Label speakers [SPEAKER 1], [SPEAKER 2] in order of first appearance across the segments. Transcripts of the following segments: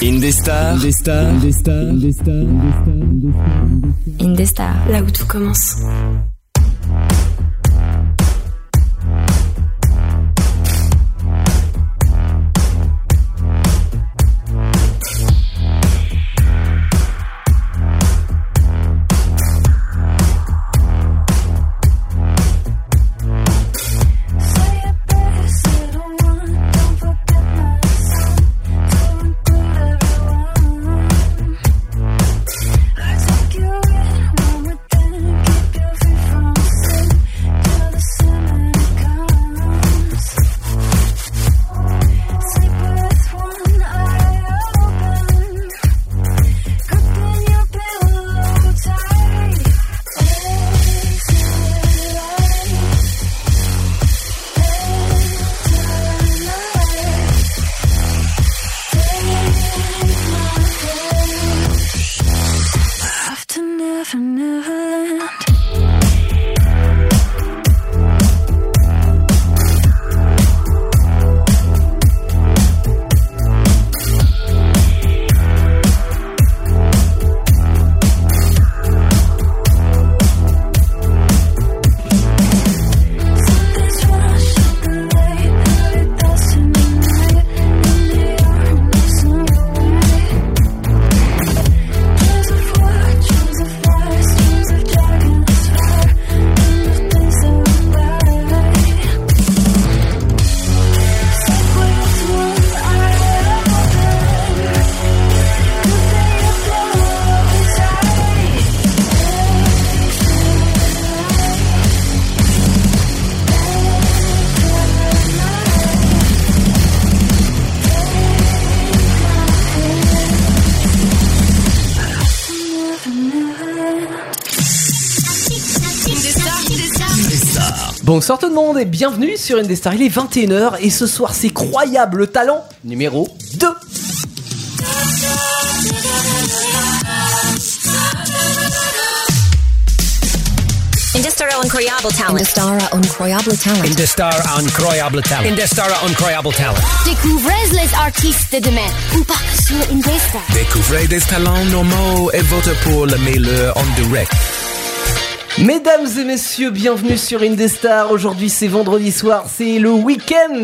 [SPEAKER 1] Indestar. Indestar.
[SPEAKER 2] Indestar,
[SPEAKER 3] là où tout commence.
[SPEAKER 4] Bonsoir tout le monde et bienvenue sur Indestar. Il est 21h et ce soir c'est Croyable Talent numéro 2.
[SPEAKER 2] Indestara Incroyable Talent.
[SPEAKER 3] Indestara Incroyable Talent.
[SPEAKER 5] Indestar Incroyable Talent. Indestar Incroyable Talent.
[SPEAKER 6] Découvrez les artistes de demain ou pas sur Indestar.
[SPEAKER 7] Découvrez des talents normaux et votez pour le meilleur en direct.
[SPEAKER 4] Mesdames et messieurs, bienvenue sur Indestar. Aujourd'hui, c'est vendredi soir, c'est le week-end.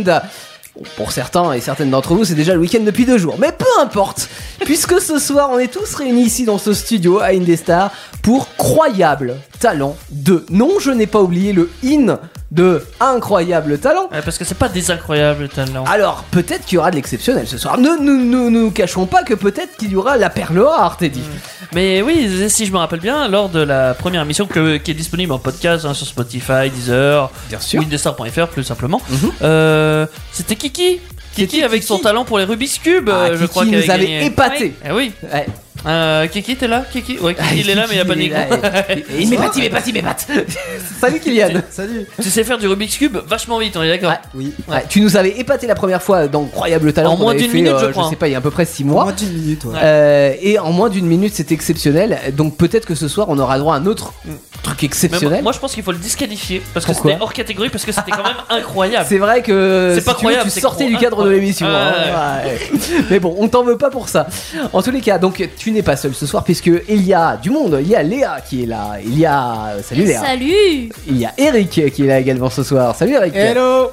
[SPEAKER 4] Bon, Pour certains et certaines d'entre vous, c'est déjà le week-end depuis deux jours. Mais peu importe, puisque ce soir, on est tous réunis ici dans ce studio à Indestar pour Croyable Talent 2. Non, je n'ai pas oublié le in de Incroyable Talent.
[SPEAKER 8] Ouais, parce que c'est pas des incroyables talents.
[SPEAKER 4] Alors, peut-être qu'il y aura de l'exceptionnel ce soir. Ne nous nous, nous cachons pas que peut-être qu'il y aura la perle rare, Teddy.
[SPEAKER 8] Mm. Mais oui, si je me rappelle bien, lors de la première émission que- qui est disponible en podcast hein, sur Spotify, Deezer,
[SPEAKER 4] Bien sûr. Mhm.
[SPEAKER 8] Windestar.fr plus simplement, euh, c'était Kiki. Kiki
[SPEAKER 4] C'était
[SPEAKER 8] avec son
[SPEAKER 4] Kiki.
[SPEAKER 8] talent pour les Rubik's Cube,
[SPEAKER 4] Ah,
[SPEAKER 8] euh, je
[SPEAKER 4] Kiki
[SPEAKER 8] crois qu'il
[SPEAKER 4] nous avait
[SPEAKER 8] gagné.
[SPEAKER 4] épatés.
[SPEAKER 8] Oui. Eh oui.
[SPEAKER 4] Ouais. Ah,
[SPEAKER 8] Euh, Kiki, t'es là Kiki Ouais, Kiki, il est là, mais il y a pas de micro.
[SPEAKER 4] Il m'épate, il m'épate, il m'épate. Salut Kylian. Salut.
[SPEAKER 8] tu sais faire du Rubik's Cube vachement vite, on est d'accord
[SPEAKER 4] Ah, Oui. Ouais, tu nous avais épaté la première fois dans Croyable Talent.
[SPEAKER 8] En
[SPEAKER 4] qu'on
[SPEAKER 8] moins
[SPEAKER 4] avait
[SPEAKER 8] d'une
[SPEAKER 4] fait,
[SPEAKER 8] minute,
[SPEAKER 4] euh,
[SPEAKER 8] je crois.
[SPEAKER 4] sais pas, il y a à peu près 6 mois.
[SPEAKER 9] d'une minute, ouais.
[SPEAKER 4] Euh, et en moins d'une minute, c'est exceptionnel. Donc peut-être que ce soir, on aura droit à un autre
[SPEAKER 8] Mais
[SPEAKER 4] truc
[SPEAKER 8] moi,
[SPEAKER 4] exceptionnel.
[SPEAKER 8] moi, je pense qu'il faut le disqualifier parce que
[SPEAKER 4] Pourquoi
[SPEAKER 8] c'était hors catégorie parce que c'était quand même incroyable.
[SPEAKER 4] C'est vrai que
[SPEAKER 8] C'est
[SPEAKER 4] si
[SPEAKER 8] pas
[SPEAKER 4] tu, veux,
[SPEAKER 8] croyable,
[SPEAKER 4] tu
[SPEAKER 8] c'est
[SPEAKER 4] sortais
[SPEAKER 8] cro-
[SPEAKER 4] du cadre de l'émission.
[SPEAKER 8] Ah
[SPEAKER 4] hein. Ouais. Mais bon, on t'en veut pas pour ça. En tous les cas, donc tu n'es pas seul ce soir puisque il y a du monde. Il y a Léa qui est là. Il y a salut Léa.
[SPEAKER 6] Salut
[SPEAKER 4] Il y a Eric qui est là également ce soir. Salut Eric.
[SPEAKER 9] Hello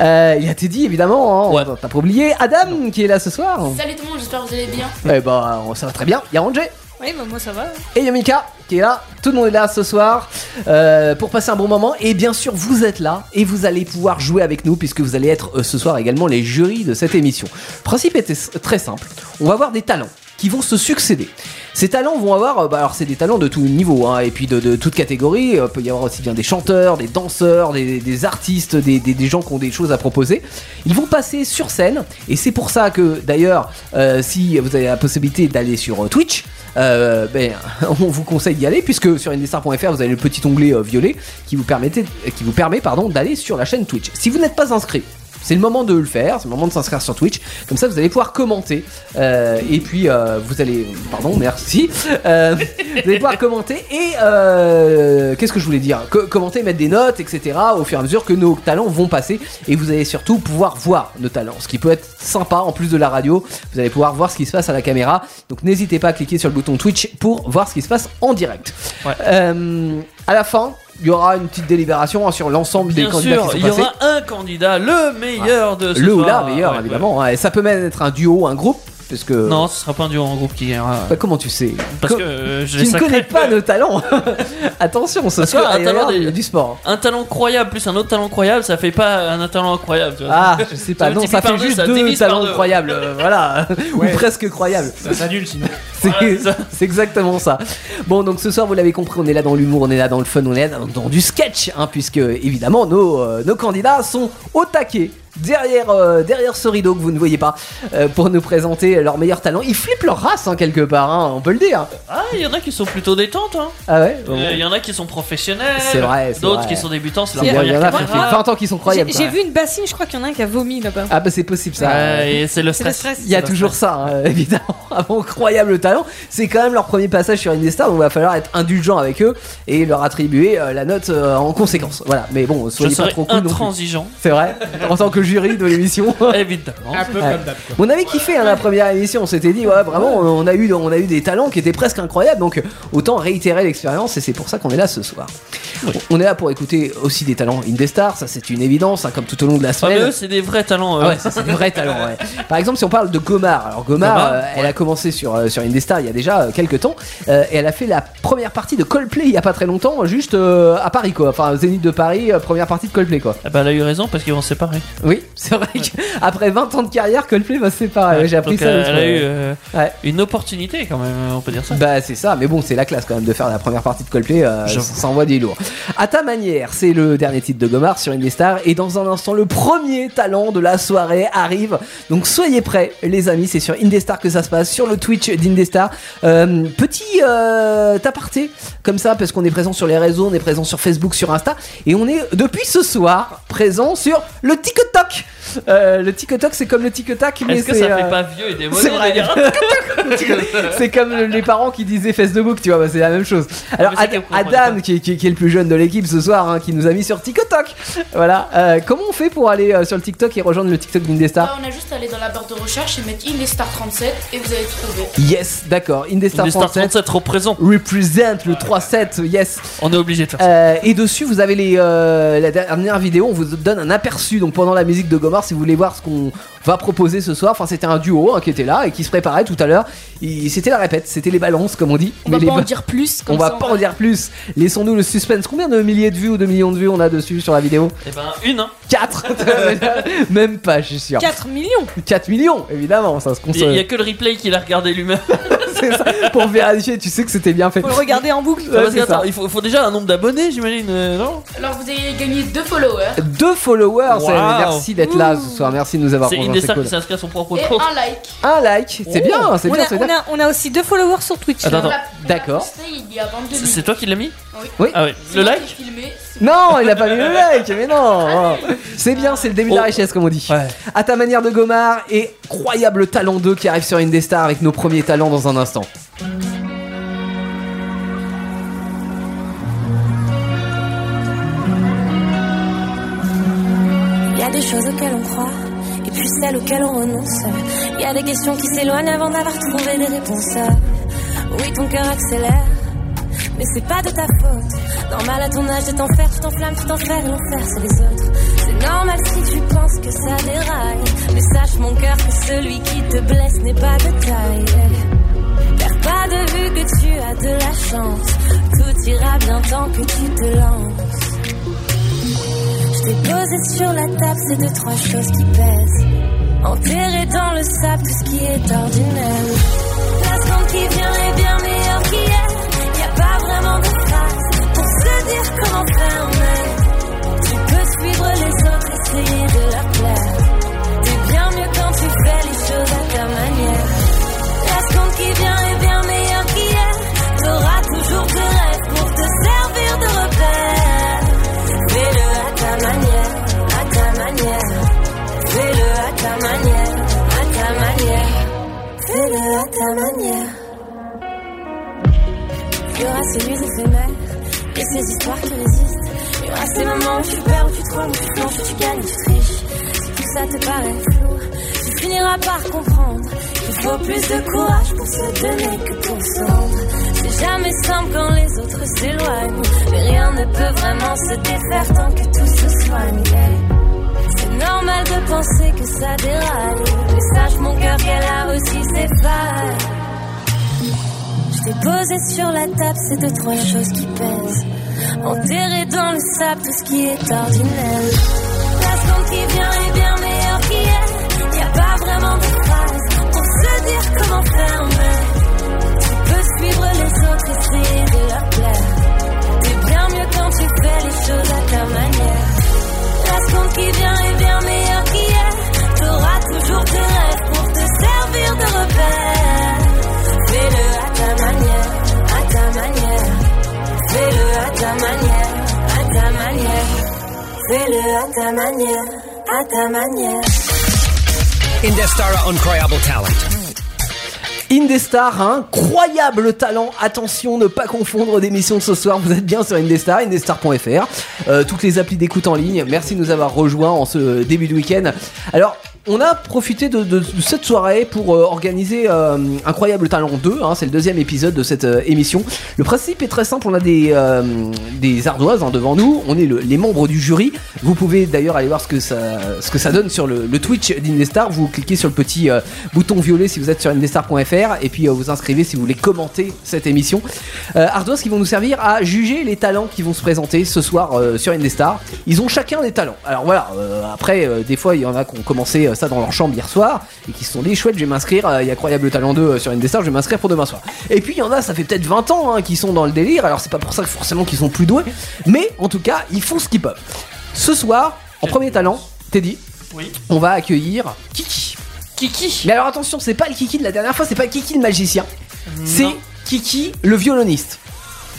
[SPEAKER 4] Euh, il y a Teddy évidemment. hein.
[SPEAKER 8] Ouais.
[SPEAKER 4] On- T'as pas oublié Adam qui est là ce soir.
[SPEAKER 10] Salut tout le monde, j'espère que vous allez bien.
[SPEAKER 4] Eh ben, on- ça va très bien. Il y a Angé.
[SPEAKER 10] Oui, bah moi ça va.
[SPEAKER 4] et Yomika qui est là. Tout le monde est là ce soir euh, pour passer un bon moment. Et bien sûr, vous êtes là et vous allez pouvoir jouer avec nous puisque vous allez être euh, ce soir également les jurys de cette émission. Le principe était s- très simple. On va avoir des talents qui vont se succéder. Ces talents vont avoir, euh, bah, alors c'est des talents de tous niveaux hein, et puis de, de toute catégorie. Il peut y avoir aussi bien des chanteurs, des danseurs, des, des artistes, des, des- des gens qui ont des choses à proposer. Ils vont passer sur scène et c'est pour ça que d'ailleurs, euh, si vous avez la possibilité d'aller sur euh, Twitch, euh, ben, on vous conseille d'y aller puisque sur indestar.fr vous avez le euh, petit onglet euh, violet qui vous, permettait- qui vous permet pardon, d'aller sur la chaîne Twitch. Si vous n'êtes pas inscrit, C'est le moment de le faire, c'est le moment de s'inscrire sur Twitch. Comme ça, vous allez pouvoir commenter. euh, et puis, euh, vous allez. Pardon, merci. Euh, vous allez pouvoir commenter et. euh, Qu'est-ce que je voulais dire Co- Commenter, mettre des notes, etc. Au fur et à mesure que nos talents vont passer. Et vous allez surtout pouvoir voir nos talents. Ce qui peut être sympa en plus de la radio. Vous allez pouvoir voir ce qui se passe à la caméra. Donc, n'hésitez pas à cliquer sur le bouton Twitch pour voir ce qui se passe en direct.
[SPEAKER 8] Ouais.
[SPEAKER 4] Euh, à la fin. Il y aura une petite délibération hein, sur l'ensemble des
[SPEAKER 8] Bien
[SPEAKER 4] candidats
[SPEAKER 8] sûr,
[SPEAKER 4] qui sont
[SPEAKER 8] il y
[SPEAKER 4] passés.
[SPEAKER 8] aura un candidat, le meilleur de ce
[SPEAKER 4] Le ou
[SPEAKER 8] soir.
[SPEAKER 4] la meilleur,
[SPEAKER 8] Ouais,
[SPEAKER 4] évidemment. hein. Et ça peut même être un duo, un groupe, parce que.
[SPEAKER 8] ouais. Non, ce sera pas un duo en groupe qui gagnera.
[SPEAKER 4] Bah, comment tu sais
[SPEAKER 8] Parce
[SPEAKER 4] Co-
[SPEAKER 8] que euh, je les
[SPEAKER 4] Tu ne
[SPEAKER 8] sacrais.
[SPEAKER 4] connais pas nos talents Attention, ce
[SPEAKER 8] Parce
[SPEAKER 4] soir,
[SPEAKER 8] que un
[SPEAKER 4] il y
[SPEAKER 8] talent
[SPEAKER 4] a
[SPEAKER 8] des-
[SPEAKER 4] du sport. hein.
[SPEAKER 8] Un talent croyable plus un autre talent croyable, ça fait pas un talent incroyable. Tu vois.
[SPEAKER 4] Ah, je sais pas,
[SPEAKER 8] Ça
[SPEAKER 4] non,
[SPEAKER 8] multiplie
[SPEAKER 4] ça
[SPEAKER 8] par
[SPEAKER 4] fait
[SPEAKER 8] deux,
[SPEAKER 4] juste
[SPEAKER 8] ça
[SPEAKER 4] deux
[SPEAKER 8] divise par
[SPEAKER 4] talents
[SPEAKER 8] deux.
[SPEAKER 4] incroyables, euh, voilà, ou presque croyables.
[SPEAKER 1] Ça s'annule sinon.
[SPEAKER 4] C'est
[SPEAKER 8] Ouais, c'est ça.
[SPEAKER 4] c'est exactement ça. Bon, donc ce soir, vous l'avez compris, on est là dans l'humour, on est là dans le fun, on est là dans, dans du sketch, hein, puisque évidemment nos, euh, nos candidats sont au taquet. Derrière, euh, derrière ce rideau que vous ne voyez pas euh, pour nous présenter leurs meilleurs talents, ils flippent leur race hein, quelque part, hein, on peut le dire.
[SPEAKER 8] Ah, il y en a qui sont plutôt détentes, hein.
[SPEAKER 4] Ah ouais
[SPEAKER 8] Euh, Il y en a qui sont professionnels.
[SPEAKER 4] C'est vrai, c'est
[SPEAKER 8] D'autres
[SPEAKER 4] vrai.
[SPEAKER 8] qui sont débutants, c'est
[SPEAKER 4] Il y,
[SPEAKER 8] leur
[SPEAKER 4] en a- il y en
[SPEAKER 8] première
[SPEAKER 4] a,
[SPEAKER 8] campagne.
[SPEAKER 4] ça fait 20 ans qu'ils sont croyables.
[SPEAKER 9] Ah, J'ai
[SPEAKER 4] quand
[SPEAKER 9] j'ai
[SPEAKER 4] même.
[SPEAKER 9] vu une bassine, je crois qu'il y en a un qui a vomi là-bas.
[SPEAKER 4] Ah bah c'est possible ça.
[SPEAKER 8] Ouais, et c'est le
[SPEAKER 9] C'est le
[SPEAKER 8] stress.
[SPEAKER 9] stress.
[SPEAKER 4] Il y a
[SPEAKER 8] Ça
[SPEAKER 4] toujours ça, hein, évidemment. Avant incroyable talent, c'est quand même leur premier passage sur Indestar, donc il va falloir être indulgent avec eux et leur attribuer euh, la note euh, en conséquence. Voilà, mais bon,
[SPEAKER 8] Je
[SPEAKER 4] soyez pas
[SPEAKER 8] serais
[SPEAKER 4] trop cool non plus.
[SPEAKER 8] intransigeant,
[SPEAKER 4] C'est vrai, en tant que jury de l'émission.
[SPEAKER 8] évidemment.
[SPEAKER 1] Un peu
[SPEAKER 4] Ouais.
[SPEAKER 1] comme d'hab quoi.
[SPEAKER 4] On avait kiffé hein, la première émission, on s'était dit, ouais, vraiment, on a, eu, on a eu des talents qui étaient presque incroyables, donc autant réitérer l'expérience, et c'est pour ça qu'on est là ce soir. On est là pour écouter aussi des talents Indestar, ça c'est une évidence, hein, comme tout au long de la
[SPEAKER 8] Ah, mais
[SPEAKER 4] semaine.
[SPEAKER 8] eux, c'est des vrais talents. euh.
[SPEAKER 4] Ah ouais, ça c'est des vrais talents. Ouais. Par exemple, si on parle de Gomar, alors Gomar,
[SPEAKER 8] Gomar,
[SPEAKER 4] euh, elle a commencé sur, euh, sur Indestar il y a déjà euh, quelques temps, euh, et elle a fait la première partie de Coldplay il y a pas très longtemps, juste euh, à Paris quoi, enfin Zénith de Paris, euh, première partie de Coldplay quoi.
[SPEAKER 8] Ah bah, elle a eu raison parce qu'ils vont se séparer.
[SPEAKER 4] Oui, c'est vrai qu'après 20 ans de carrière, Coldplay va se séparer, ouais, j'ai appris
[SPEAKER 8] Donc,
[SPEAKER 4] ça.
[SPEAKER 8] euh,
[SPEAKER 4] l'autre
[SPEAKER 8] Elle a
[SPEAKER 4] fois,
[SPEAKER 8] eu
[SPEAKER 4] ouais.
[SPEAKER 8] euh,
[SPEAKER 4] Ouais.
[SPEAKER 8] une opportunité quand même, euh, on peut dire ça.
[SPEAKER 4] Bah c'est ça, mais bon c'est la classe quand même de faire la première partie de Coldplay, euh,
[SPEAKER 8] J'avoue.
[SPEAKER 4] ça envoie du lourd. À ta manière, c'est le dernier titre de Gomard sur Indestar et dans un instant le premier talent de la soirée arrive. Donc soyez prêts les amis, c'est sur Indestar que ça se passe, sur le Twitch d'Indestar. Euh, petit euh, aparté comme ça parce qu'on est présent sur les réseaux, on est présent sur Facebook, sur Insta et on est depuis ce soir présent sur le TikTok. Euh, le TikTok c'est comme le TikTok mais
[SPEAKER 8] Est-ce que
[SPEAKER 4] c'est,
[SPEAKER 8] ça
[SPEAKER 4] euh,
[SPEAKER 8] fait pas vieux et démodé
[SPEAKER 4] c'est
[SPEAKER 8] de
[SPEAKER 4] vrai.
[SPEAKER 8] dire
[SPEAKER 4] c'est comme les parents qui disaient fesse de bouc, tu vois, bah, c'est la même chose. Alors
[SPEAKER 8] Mais c'est qu'elle
[SPEAKER 4] Ad-
[SPEAKER 8] comprend
[SPEAKER 4] Adam,
[SPEAKER 8] pas.
[SPEAKER 4] qui, est- qui est- qui est le plus jeune de l'équipe ce soir, hein, qui nous a mis sur TikTok. Voilà. Euh, comment on fait pour aller euh, sur le TikTok et rejoindre le TikTok d'Indestar
[SPEAKER 11] Bah,
[SPEAKER 10] Là, on a juste à aller dans la barre de recherche et mettre Indestar 37 et vous allez trouver.
[SPEAKER 4] Yes, d'accord. Indestar
[SPEAKER 8] Des Star
[SPEAKER 4] 37
[SPEAKER 8] 37 représente.
[SPEAKER 4] represent le 3-7, yes.
[SPEAKER 8] On est obligé de faire ça.
[SPEAKER 4] Euh, et dessus, vous avez les, euh, la dernière vidéo. On vous donne un aperçu. Donc pendant la musique de Gomar, si vous voulez voir ce qu'on va proposer ce soir. Enfin, c'était un duo hein, qui était là et qui se préparait tout à l'heure. Il- C'était la répète. C'était les balances, comme on dit.
[SPEAKER 10] On va
[SPEAKER 4] les
[SPEAKER 10] pas en
[SPEAKER 4] ba-
[SPEAKER 10] dire plus
[SPEAKER 4] on
[SPEAKER 10] comme
[SPEAKER 4] va
[SPEAKER 10] ça.
[SPEAKER 4] pas en dire plus. Laissons-nous le suspense. Combien de milliers de vues ou de millions de vues on a dessus sur la vidéo
[SPEAKER 8] Et ben, une, hein.
[SPEAKER 4] 4 Même pas, je suis sûr.
[SPEAKER 9] 4 millions
[SPEAKER 4] 4 millions, évidemment, ça se compte.
[SPEAKER 8] Il y, a que le replay qu'il a regardé lui-même.
[SPEAKER 4] C'est ça, Pour vérifier, tu sais que c'était bien fait.
[SPEAKER 9] Faut le regarder en boucle.
[SPEAKER 4] Ouais,
[SPEAKER 8] Parce que,
[SPEAKER 4] c'est ça.
[SPEAKER 8] attends, il faut, faut déjà un nombre d'abonnés, j'imagine, euh, non
[SPEAKER 10] Alors vous allez gagner deux followers
[SPEAKER 4] Deux followers,
[SPEAKER 8] Wow.
[SPEAKER 4] c'est- merci d'être là ce soir, merci de nous avoir
[SPEAKER 8] C'est une
[SPEAKER 4] rejoints,
[SPEAKER 8] des
[SPEAKER 4] c'est
[SPEAKER 8] stars
[SPEAKER 4] cool.
[SPEAKER 8] qui s'est inscrite à son propre
[SPEAKER 10] et
[SPEAKER 8] compte.
[SPEAKER 10] un like.
[SPEAKER 4] Un like, c'est bien, c'est
[SPEAKER 9] Oh. On
[SPEAKER 4] bien,
[SPEAKER 9] a,
[SPEAKER 4] c'est
[SPEAKER 9] on,
[SPEAKER 4] bien.
[SPEAKER 9] a, on a aussi deux followers sur Twitch.
[SPEAKER 8] Attends,
[SPEAKER 10] On
[SPEAKER 8] attends.
[SPEAKER 10] l'a- on l'a
[SPEAKER 4] D'accord.
[SPEAKER 10] posté Il y a 22
[SPEAKER 8] C'est
[SPEAKER 10] minutes.
[SPEAKER 8] c'est toi qui l'as mis
[SPEAKER 4] Oui.
[SPEAKER 8] Ah ouais.
[SPEAKER 10] C'est
[SPEAKER 8] Le
[SPEAKER 10] moi
[SPEAKER 8] like
[SPEAKER 10] qui ai filmé, c'est-
[SPEAKER 4] Non, il a pas mis le like, mais non. C'est bien, c'est le début de la
[SPEAKER 8] Oh.
[SPEAKER 4] richesse, comme on dit.
[SPEAKER 8] Ouais.
[SPEAKER 4] À ta manière de Gomard et croyable talent 2 qui arrive sur Indestar avec nos premiers talents dans un instant.
[SPEAKER 6] Il y a des choses auxquelles on croit, et puis celles auxquelles on renonce. Il y a des questions qui s'éloignent avant d'avoir trouvé des réponses. Oui, ton cœur accélère, mais c'est pas de ta faute. Normal à ton âge de t'en faire, tu t'enflammes, tu t'enfermes, l'enfer c'est les autres. C'est normal si tu penses que ça déraille, mais sache mon cœur que celui qui te blesse n'est pas de taille. Perds pas de vue que tu as de la chance, tout ira bien tant que tu te lances. Je t'ai posé sur la table ces deux, trois choses qui pèsent. Enterré dans le sable tout ce qui est ordinaire. La seconde qui vient est bien meilleure qu'hier. Y a pas vraiment de phrase pour se dire comment faire, mais tu peux suivre les autres, essayer de leur plaire. T'es bien mieux quand tu fais les choses à ta manière. La seconde qui vient est bien meilleure qu'hier. T'auras toujours de rêves pour te servir de repère. Fais-le à ta manière, à ta manière. éphémères et ces histoires qui résistent. Il y aura ces moments où tu perds, où tu te rends, où tu flanches, où tu gagnes, où tu triches. Si tout ça te paraît flou, tu finiras par comprendre qu'il faut plus de courage pour se donner que pour se rendre. C'est jamais simple quand les autres s'éloignent, mais rien ne peut vraiment se défaire tant que tout se soigne. C'est normal de penser que ça déraille, mais sache mon cœur qu'elle a aussi ses failles. Je t'ai posé sur la table ces deux trois choses qui pèsent. Enterré dans le sable tout ce qui est ordinaire. La seconde qui vient est bien meilleure qu'hier. Y a pas vraiment de phrase pour se dire comment faire, mais tu peux suivre les autres, essayer de leur plaire. T'es bien mieux quand tu fais les choses à ta manière. La seconde qui vient est bien meilleure qu'hier. T'auras toujours tes rêves pour te servir de repère. Fais-le à ta manière, à ta manière. Fais-le à ta manière, à ta manière. Fais-le à ta manière, à ta manière.
[SPEAKER 5] Indestara Uncroyable Talent.
[SPEAKER 4] Indestar, un incroyable talent. Attention, ne pas confondre d'émission ce soir. Vous êtes bien sur Indestar, indestar.fr. Euh, toutes les applis d'écoute en ligne. Merci de nous avoir rejoints en ce début de week-end. Alors. On a profité de, de- de cette soirée pour euh, organiser euh, Incroyable Talent 2, hein, c'est le deuxième épisode de cette euh, émission. Le principe est très simple, on a des, euh, des ardoises hein, devant nous, on est le- les membres du jury. Vous pouvez d'ailleurs aller voir ce que ça, ce que ça donne sur le, le Twitch d'Indestar. Vous cliquez sur le petit euh, bouton violet si vous êtes sur indestar.fr et puis euh, vous inscrivez si vous voulez commenter cette émission. Euh, ardoises qui vont nous servir à juger les talents qui vont se présenter ce soir euh, sur Indestar. Ils ont chacun des talents. Alors voilà, euh, après, euh, des fois, il y en a qui ont commencé euh, ça dans leur chambre hier soir et qui se sont dit chouette, je vais m'inscrire. euh, Il y a Croyable Talent 2 euh, sur Indestar, je vais m'inscrire pour demain soir. Et puis, il y en a, ça fait peut-être 20 ans hein, qui sont dans le délire. Alors, c'est pas pour ça que forcément qu'ils sont plus doués, mais en tout cas, ils font ce qu'ils peuvent. Ce soir, en premier talent, Teddy,
[SPEAKER 8] Oui.
[SPEAKER 4] on va accueillir Kiki.
[SPEAKER 8] Kiki
[SPEAKER 4] Mais alors attention, c'est pas le Kiki de la dernière fois, c'est pas Kiki le magicien, c'est
[SPEAKER 8] Non.
[SPEAKER 4] Kiki le violoniste.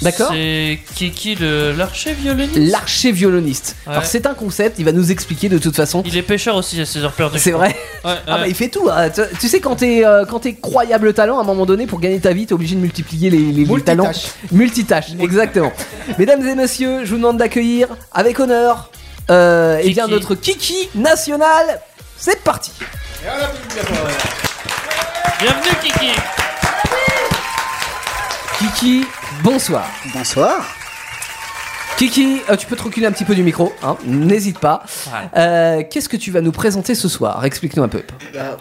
[SPEAKER 4] D'accord
[SPEAKER 8] C'est Kiki le- l'archer violoniste
[SPEAKER 4] L'archer-violoniste.
[SPEAKER 8] Ouais.
[SPEAKER 4] Alors c'est un concept, il va nous expliquer de toute façon.
[SPEAKER 8] Il est pêcheur aussi à ses heures perdues.
[SPEAKER 4] C'est vrai.
[SPEAKER 8] Ouais,
[SPEAKER 4] Ah
[SPEAKER 8] ouais.
[SPEAKER 4] bah il fait tout. hein. Tu, tu sais quand t'es euh, quand t'es croyable talent, à un moment donné, pour gagner ta vie, t'es obligé de multiplier les, les- les talents. Multitâche. Exactement. Mesdames et messieurs, je vous demande d'accueillir avec honneur euh, eh bien
[SPEAKER 8] Kiki.
[SPEAKER 4] notre Kiki national. C'est parti.
[SPEAKER 8] Bienvenue Kiki
[SPEAKER 4] Kiki, bonsoir.
[SPEAKER 1] Bonsoir.
[SPEAKER 4] Kiki, euh, tu peux te reculer un petit peu du micro, hein, n'hésite pas.
[SPEAKER 8] Ouais.
[SPEAKER 4] Euh, Qu'est-ce que tu vas nous présenter ce soir Explique-nous un peu.
[SPEAKER 1] Bah,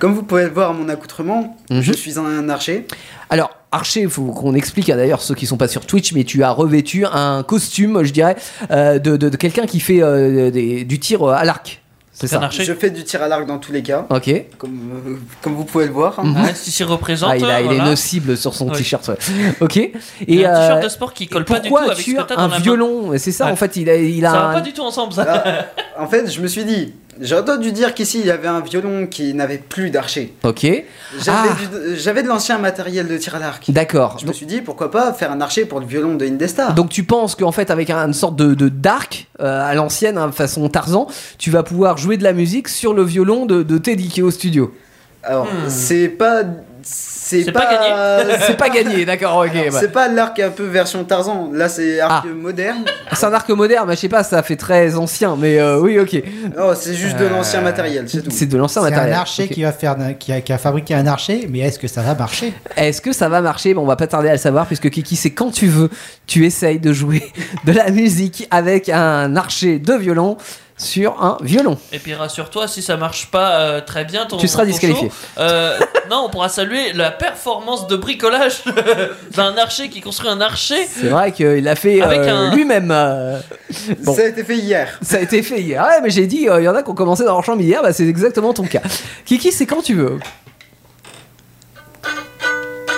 [SPEAKER 1] comme vous pouvez le voir à mon accoutrement,
[SPEAKER 4] Mhm.
[SPEAKER 1] je suis un archer.
[SPEAKER 4] Alors, Archer, il faut qu'on explique à d'ailleurs ceux qui sont pas sur Twitch, mais tu as revêtu un costume, je dirais, euh, de, de- de quelqu'un qui fait euh, des- du tir à l'arc. C'est
[SPEAKER 8] C'est un
[SPEAKER 4] ça
[SPEAKER 8] archer
[SPEAKER 1] Je fais du tir à l'arc dans tous les cas,
[SPEAKER 4] Ok.
[SPEAKER 1] comme, euh, comme vous pouvez le voir. hein.
[SPEAKER 8] Ah, si s'y représente,
[SPEAKER 4] Ah, il a, il a
[SPEAKER 8] voilà.
[SPEAKER 4] une cible sur son
[SPEAKER 8] Ouais.
[SPEAKER 4] t-shirt. ouais. Ok. Et
[SPEAKER 8] Il a un t-shirt
[SPEAKER 4] euh,
[SPEAKER 8] de sport qui colle pas du tout
[SPEAKER 4] pourquoi
[SPEAKER 8] avec ce
[SPEAKER 4] tu
[SPEAKER 8] que
[SPEAKER 4] as
[SPEAKER 8] t'as dans
[SPEAKER 4] un
[SPEAKER 8] la main.
[SPEAKER 4] violon C'est ça,
[SPEAKER 8] Ouais.
[SPEAKER 4] en fait, il a, il a
[SPEAKER 8] Ça va
[SPEAKER 4] un-
[SPEAKER 8] pas du tout ensemble ça.
[SPEAKER 1] Ah, en fait, je me suis dit, j'ai entendu dire qu'ici il y avait un violon qui n'avait plus d'archer.
[SPEAKER 4] Ok.
[SPEAKER 1] J'avais
[SPEAKER 4] Ah. Oh,
[SPEAKER 1] du- euh, j'avais de l'ancien matériel de tir à l'arc.
[SPEAKER 4] D'accord.
[SPEAKER 1] Je me suis dit, pourquoi pas faire un archer pour le violon de Indestar
[SPEAKER 4] Donc tu penses qu'en fait avec un- une sorte de, de dark euh, à l'ancienne, hein, façon Tarzan, tu vas pouvoir jouer de la musique sur le violon de, de Teddy qui est au studio.
[SPEAKER 1] Alors, c'est pas. C'est
[SPEAKER 8] Hmm. C'est pas
[SPEAKER 1] pas.
[SPEAKER 4] C'est pas gagné, d'accord, ok. bah.
[SPEAKER 1] C'est pas l'arc un peu version Tarzan, là c'est arc
[SPEAKER 4] Ah.
[SPEAKER 1] moderne.
[SPEAKER 4] C'est un arc moderne, mais je sais pas, ça fait très ancien, mais euh, oui, ok.
[SPEAKER 1] Non, c'est juste de
[SPEAKER 4] Euh.
[SPEAKER 1] l'ancien matériel, c'est tout.
[SPEAKER 4] C'est de l'ancien
[SPEAKER 12] C'est un
[SPEAKER 4] matériel.
[SPEAKER 12] archer
[SPEAKER 4] Ok.
[SPEAKER 12] qui, va faire, qui, a, qui a fabriqué un archer, mais est-ce que ça va marcher
[SPEAKER 4] Est-ce que ça va marcher Bon, On va pas tarder à le savoir, puisque Kiki, c'est quand tu veux, tu essayes de jouer de la musique avec un archer de violon sur un violon.
[SPEAKER 8] Et puis rassure-toi, si ça marche pas euh, très bien, ton
[SPEAKER 4] Tu seras
[SPEAKER 8] ton
[SPEAKER 4] disqualifié.
[SPEAKER 8] show, euh, non, on pourra saluer la performance de bricolage d'un archer qui construit un archer.
[SPEAKER 4] C'est vrai qu'il l'a fait
[SPEAKER 8] Avec
[SPEAKER 4] euh,
[SPEAKER 8] un-
[SPEAKER 4] lui-même. euh, Bon.
[SPEAKER 1] Ça a été fait hier.
[SPEAKER 4] Ça a été fait hier. Ouais, mais j'ai dit, euh, il y en a qui ont commencé dans leur chambre hier, bah, c'est exactement ton cas. Kiki, c'est quand tu veux.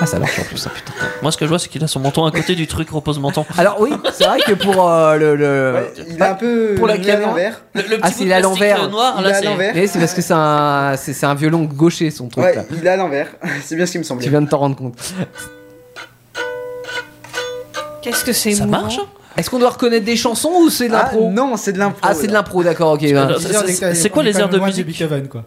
[SPEAKER 4] Ah, ça marche en plus, ça, putain.
[SPEAKER 8] Moi, ce que je vois, c'est qu'il a son menton à côté du truc repose-menton.
[SPEAKER 4] Alors, oui, c'est vrai que pour euh, le. le-
[SPEAKER 1] Ouais, il est un peu
[SPEAKER 4] Bah, pour la
[SPEAKER 1] mis à
[SPEAKER 4] caméra,
[SPEAKER 1] l'envers.
[SPEAKER 8] Le, le
[SPEAKER 4] Ah,
[SPEAKER 8] petit
[SPEAKER 4] c'est
[SPEAKER 8] bout de
[SPEAKER 4] à
[SPEAKER 8] plastique
[SPEAKER 4] l'envers.
[SPEAKER 8] euh, noir,
[SPEAKER 1] Il est
[SPEAKER 8] là,
[SPEAKER 1] à
[SPEAKER 8] c'est-
[SPEAKER 1] l'envers.
[SPEAKER 4] Mais c'est parce que c'est un, c'est, c'est un violon gaucher, son truc
[SPEAKER 1] Ouais,
[SPEAKER 4] là.
[SPEAKER 1] il est à l'envers. C'est bien ce qui me
[SPEAKER 4] Tu
[SPEAKER 1] semblait.
[SPEAKER 4] viens de t'en rendre compte.
[SPEAKER 9] Qu'est-ce que c'est
[SPEAKER 8] Ça
[SPEAKER 9] mouvant.
[SPEAKER 8] marche hein
[SPEAKER 4] Est-ce qu'on doit reconnaître des chansons ou c'est de
[SPEAKER 1] Ah,
[SPEAKER 4] l'impro
[SPEAKER 1] non, c'est de l'impro.
[SPEAKER 4] Ah, c'est de l'impro, d'accord, ok. ben.
[SPEAKER 8] Alors, c'est- C'est c'est quoi les heures de musique
[SPEAKER 12] Beethoven, quoi.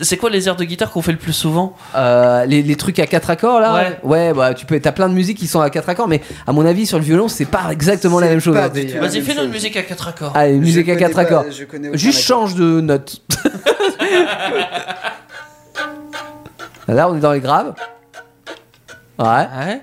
[SPEAKER 8] C'est quoi les airs de guitare qu'on fait le plus souvent
[SPEAKER 4] Euh, les, les trucs à quatre accords là
[SPEAKER 8] Ouais.
[SPEAKER 4] bah tu peux t'as plein de musiques qui sont à quatre accords mais à mon avis sur le violon c'est pas exactement la même chose. hein.
[SPEAKER 8] Vas-y, fais-nous une musique à quatre accords.
[SPEAKER 4] Allez, musique à
[SPEAKER 8] connais
[SPEAKER 4] quatre
[SPEAKER 8] pas-
[SPEAKER 4] accords.
[SPEAKER 8] je connais aucun
[SPEAKER 4] Juste
[SPEAKER 8] accord.
[SPEAKER 4] change de note. Là, on est dans les graves. Ouais.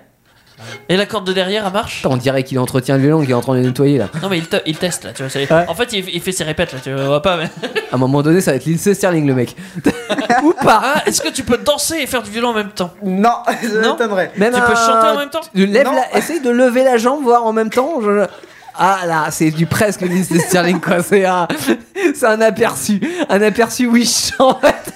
[SPEAKER 8] Et la corde de derrière, elle marche
[SPEAKER 4] On dirait qu'il entretient le violon, qu'il est en train de le nettoyer là.
[SPEAKER 8] Non, mais il, te- il teste là, tu vois. c'est-
[SPEAKER 4] Ouais.
[SPEAKER 8] En fait, il, il fait ses répètes là, tu vois pas. Mais...
[SPEAKER 4] À un moment donné, ça va être Lindsay Sterling le mec. Ou pas
[SPEAKER 8] Ah, Est-ce que tu peux danser et faire du violon en même temps
[SPEAKER 1] Non, je m'étonnerais.
[SPEAKER 4] Même
[SPEAKER 8] tu
[SPEAKER 4] un-
[SPEAKER 8] peux chanter en même temps
[SPEAKER 4] tu lèves la- Essaye de lever la jambe, voir en même temps. je- Ah là, c'est du presque Lindsay Sterling quoi. C'est un... c'est un aperçu. Un aperçu Wish en fait.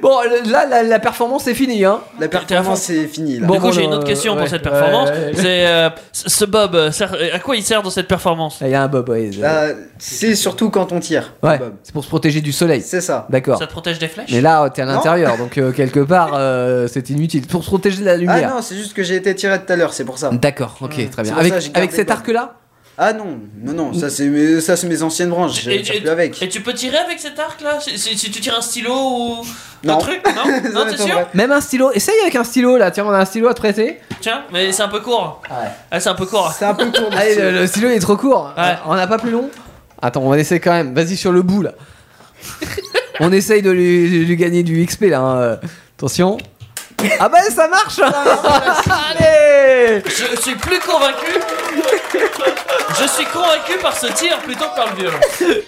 [SPEAKER 4] Bon, là, la, la performance est finie. Hein.
[SPEAKER 1] La performance est finie. Là.
[SPEAKER 8] du coup, j'ai une autre question pour cette performance. C'est euh, c- ce Bob, euh, sert- à quoi il sert dans cette performance
[SPEAKER 4] Il y a un Bob, ouais.
[SPEAKER 1] Euh, c'est surtout quand on tire.
[SPEAKER 4] Ouais, c'est pour se protéger du soleil.
[SPEAKER 1] C'est ça.
[SPEAKER 4] D'accord.
[SPEAKER 8] Ça te protège des flèches
[SPEAKER 4] Mais là, t'es à
[SPEAKER 1] Non.
[SPEAKER 4] l'intérieur, donc euh, quelque part, euh, c'est inutile. Pour se protéger de la
[SPEAKER 1] Ah
[SPEAKER 4] lumière.
[SPEAKER 1] non, c'est juste que j'ai été tiré tout à l'heure, c'est pour ça.
[SPEAKER 4] D'accord, ok, très bien.
[SPEAKER 1] C'est pour
[SPEAKER 4] Avec,
[SPEAKER 1] ça que j'ai gardé
[SPEAKER 4] avec cet
[SPEAKER 1] Bob.
[SPEAKER 4] arc-là
[SPEAKER 1] Ah non, non, non, ça c'est mes, ça, c'est mes anciennes branches, je
[SPEAKER 8] Et-
[SPEAKER 1] tire
[SPEAKER 8] et-
[SPEAKER 1] plus avec.
[SPEAKER 8] Et tu peux tirer avec cet arc là si, si- si tu tires un stylo ou
[SPEAKER 1] Non.
[SPEAKER 8] un truc Non, non t'es sûr
[SPEAKER 4] Même un stylo. Essaye avec un stylo là. Tiens, on a un stylo à te prêter.
[SPEAKER 8] Tiens, mais c'est un peu court. Ah, c'est un peu court.
[SPEAKER 1] C'est un peu court.
[SPEAKER 4] Allez, le, le stylo il est trop court. Euh, On n'a pas plus long Attends, on va laisser quand même. Vas-y sur le bout là. on essaye de lui, de lui gagner du XP là. hein. Euh, Attention. Ah bah ça marche Allez
[SPEAKER 8] Je suis plus convaincu. Je suis convaincu par ce tir plutôt que par le violon.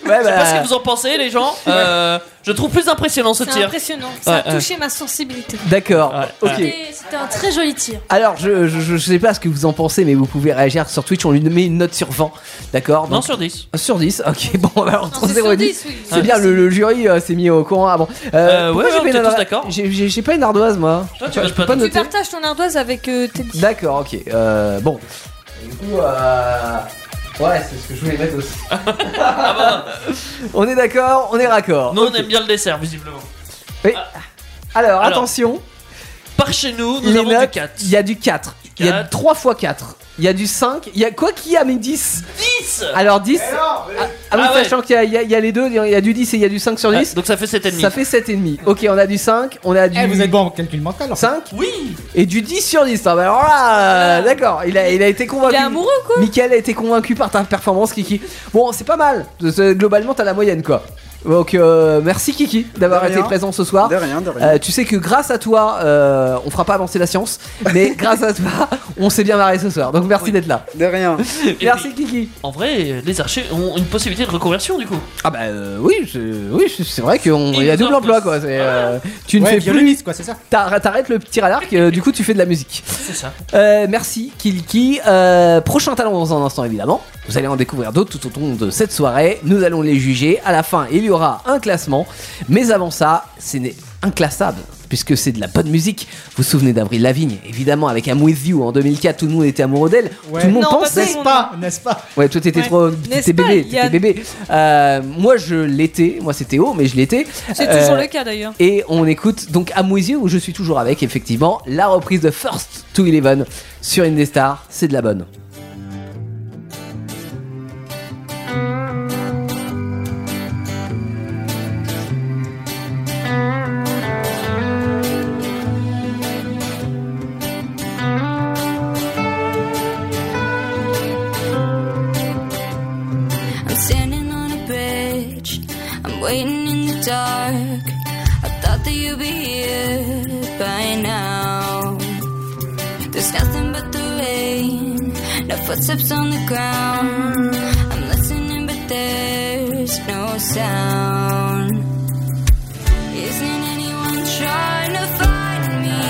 [SPEAKER 4] bah.
[SPEAKER 8] Je sais pas ce que vous en pensez, les gens. Euh, je trouve plus impressionnant ce
[SPEAKER 9] C'est
[SPEAKER 8] tir.
[SPEAKER 9] impressionnant. Ça
[SPEAKER 8] Ouais,
[SPEAKER 9] a touché ma sensibilité.
[SPEAKER 4] D'accord, ok.
[SPEAKER 9] C'était- C'était un très joli tir.
[SPEAKER 4] Alors, je, je, je sais pas ce que vous en pensez, mais vous pouvez réagir sur Twitch. On lui met une note sur 20. D'accord
[SPEAKER 8] Non,
[SPEAKER 4] donc-
[SPEAKER 8] sur 10.
[SPEAKER 4] Ah, Sur 10, ok, bon, alors entre
[SPEAKER 8] Ah, c'est
[SPEAKER 4] 0 et
[SPEAKER 8] sur 10,
[SPEAKER 4] 10.
[SPEAKER 8] oui. Ah,
[SPEAKER 4] C'est bien, le, le jury euh, s'est mis au courant. Ah bon.
[SPEAKER 8] Euh,
[SPEAKER 4] pourquoi
[SPEAKER 8] ouais,
[SPEAKER 4] j'ai
[SPEAKER 8] ouais,
[SPEAKER 4] pas une
[SPEAKER 8] on est tous
[SPEAKER 4] ardoise-
[SPEAKER 8] d'accord.
[SPEAKER 4] J'ai- J'ai j'ai pas une ardoise, moi.
[SPEAKER 8] Toi, Ah, tu
[SPEAKER 4] Je
[SPEAKER 8] vas
[SPEAKER 4] peux
[SPEAKER 8] pas
[SPEAKER 4] pas
[SPEAKER 9] Tu
[SPEAKER 8] nous-
[SPEAKER 4] noter.
[SPEAKER 9] partages ton ardoise avec euh, Teddy.
[SPEAKER 4] D'accord, ok. Euh, bon. Du coup, euh, ouais, c'est ce que je voulais mettre aussi. on est d'accord, on est raccord.
[SPEAKER 8] Nous, on aime bien le dessert, visiblement.
[SPEAKER 4] Oui. Alors,
[SPEAKER 8] Ah. Alors,
[SPEAKER 4] attention.
[SPEAKER 8] Par chez nous, nous
[SPEAKER 4] les
[SPEAKER 8] avons
[SPEAKER 4] notes,
[SPEAKER 8] du 4.
[SPEAKER 4] Il y a du 4. Il y a 3 x 4. Il y a du 5. Il y a quoi qui a mis 10
[SPEAKER 8] 10
[SPEAKER 4] Alors 10.
[SPEAKER 1] Eh
[SPEAKER 8] Ah,
[SPEAKER 4] Ah, ah oui,
[SPEAKER 8] Ah ouais.
[SPEAKER 4] sachant qu'il y a- il y, a- il y a les deux, il y a du 10 et il y a du 5 sur 10.
[SPEAKER 8] Donc ça fait 7,5.
[SPEAKER 4] Ça fait 7,5. Ok, on a du 5, on a du.
[SPEAKER 12] Eh, vous êtes bon en calcul mental. en fait.
[SPEAKER 4] 5
[SPEAKER 8] Oui
[SPEAKER 4] et du 10 sur 10. Ah bah alors là, euh, d'accord, il a, il a été convaincu.
[SPEAKER 9] Il est amoureux, quoi.
[SPEAKER 4] Michael a été convaincu par ta performance, Kiki. Bon, c'est pas mal. C'est- Globalement, t'as la moyenne, quoi. Donc, euh, merci Kiki d'avoir
[SPEAKER 1] De
[SPEAKER 4] été
[SPEAKER 1] rien.
[SPEAKER 4] présent ce soir.
[SPEAKER 1] De rien, de rien.
[SPEAKER 4] Euh, tu sais que grâce à toi, euh, on fera pas avancer la science, mais grâce à toi, on s'est bien marré ce soir. Donc merci d'être là.
[SPEAKER 1] De rien.
[SPEAKER 4] Merci Kiki.
[SPEAKER 8] En vrai, les archers ont une possibilité de reconversion du coup.
[SPEAKER 4] Ah bah euh, oui, je- oui, je- c'est vrai qu'on
[SPEAKER 8] Et
[SPEAKER 4] il y a
[SPEAKER 8] nous
[SPEAKER 4] double
[SPEAKER 8] en
[SPEAKER 4] emploi
[SPEAKER 8] plus.
[SPEAKER 4] quoi. c'est, euh, tu ne
[SPEAKER 12] Ouais,
[SPEAKER 4] fais plus,
[SPEAKER 12] violoniste, quoi, c'est ça.
[SPEAKER 4] t'arr- t'arrêtes le tir à l'arc, euh, du coup tu fais de la musique.
[SPEAKER 8] C'est ça.
[SPEAKER 4] Euh, merci Kilki. Euh, prochain talent dans un instant évidemment. Vous allez en découvrir d'autres tout au long de cette soirée. Nous allons les juger. À la fin, il y aura un classement. Mais avant ça, c'est n'est- inclassable. Puisque c'est de la bonne musique. Vous vous souvenez d'Avril Lavigne, évidemment, avec I'm With You en 2004, tout le monde était amoureux d'elle. Tout le monde
[SPEAKER 9] Non, pas
[SPEAKER 4] pensait.
[SPEAKER 9] tout le
[SPEAKER 12] N'est-ce
[SPEAKER 9] monde.
[SPEAKER 12] pas N'est-ce pas
[SPEAKER 4] Ouais, toi t'étais
[SPEAKER 9] Ouais.
[SPEAKER 4] trop.
[SPEAKER 9] N'est-ce
[SPEAKER 4] T'étais
[SPEAKER 9] pas,
[SPEAKER 4] bébé, t'étais
[SPEAKER 9] Yann
[SPEAKER 4] bébé. Euh, moi je l'étais, moi c'était haut, mais je l'étais.
[SPEAKER 9] C'est
[SPEAKER 4] Euh,
[SPEAKER 9] toujours le cas d'ailleurs.
[SPEAKER 4] Et on écoute donc à Mouisier où je suis toujours avec, effectivement, la reprise de First to Eleven sur Indestar. C'est de la bonne.
[SPEAKER 13] I'm standing on a bridge, I'm waiting in the dark. I thought that you'd be here by now. There's nothing but the rain, no footsteps on the ground. I'm listening, but there's no sound. Isn't anyone trying to find me?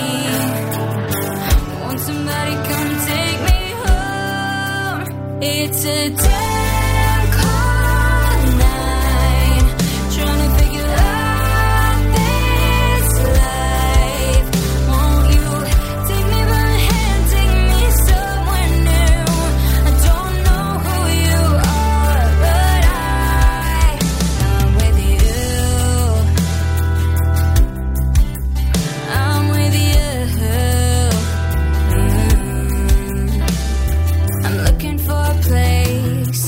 [SPEAKER 13] Won't somebody come take me home? It's a damn cold night. Trying to figure out this life. Won't you take me by the hand? Take me somewhere new. I don't know who you are, but I am with you. I'm with you. Mm. I'm looking for a place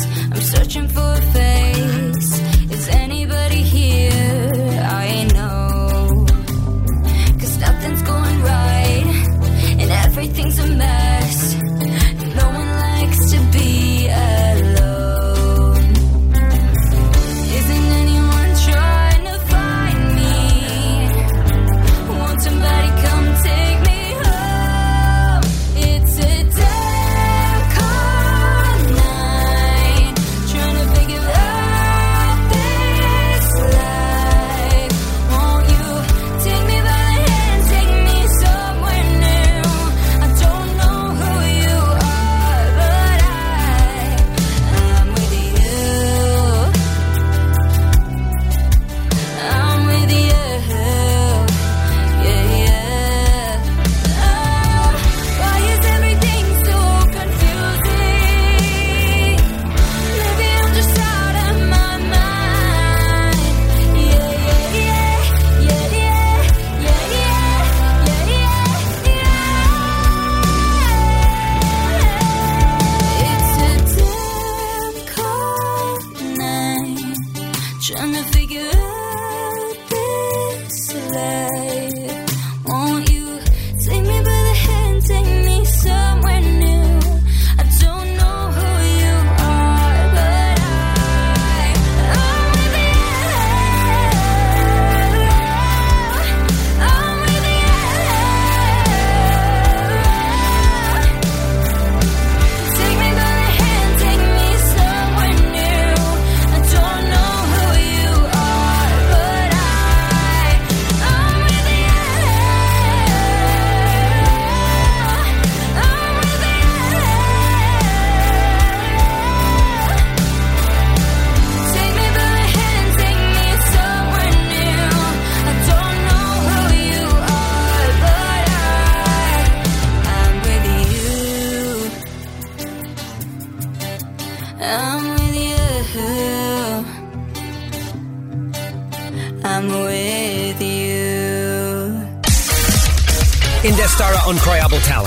[SPEAKER 14] Indestara Uncroyable Talent.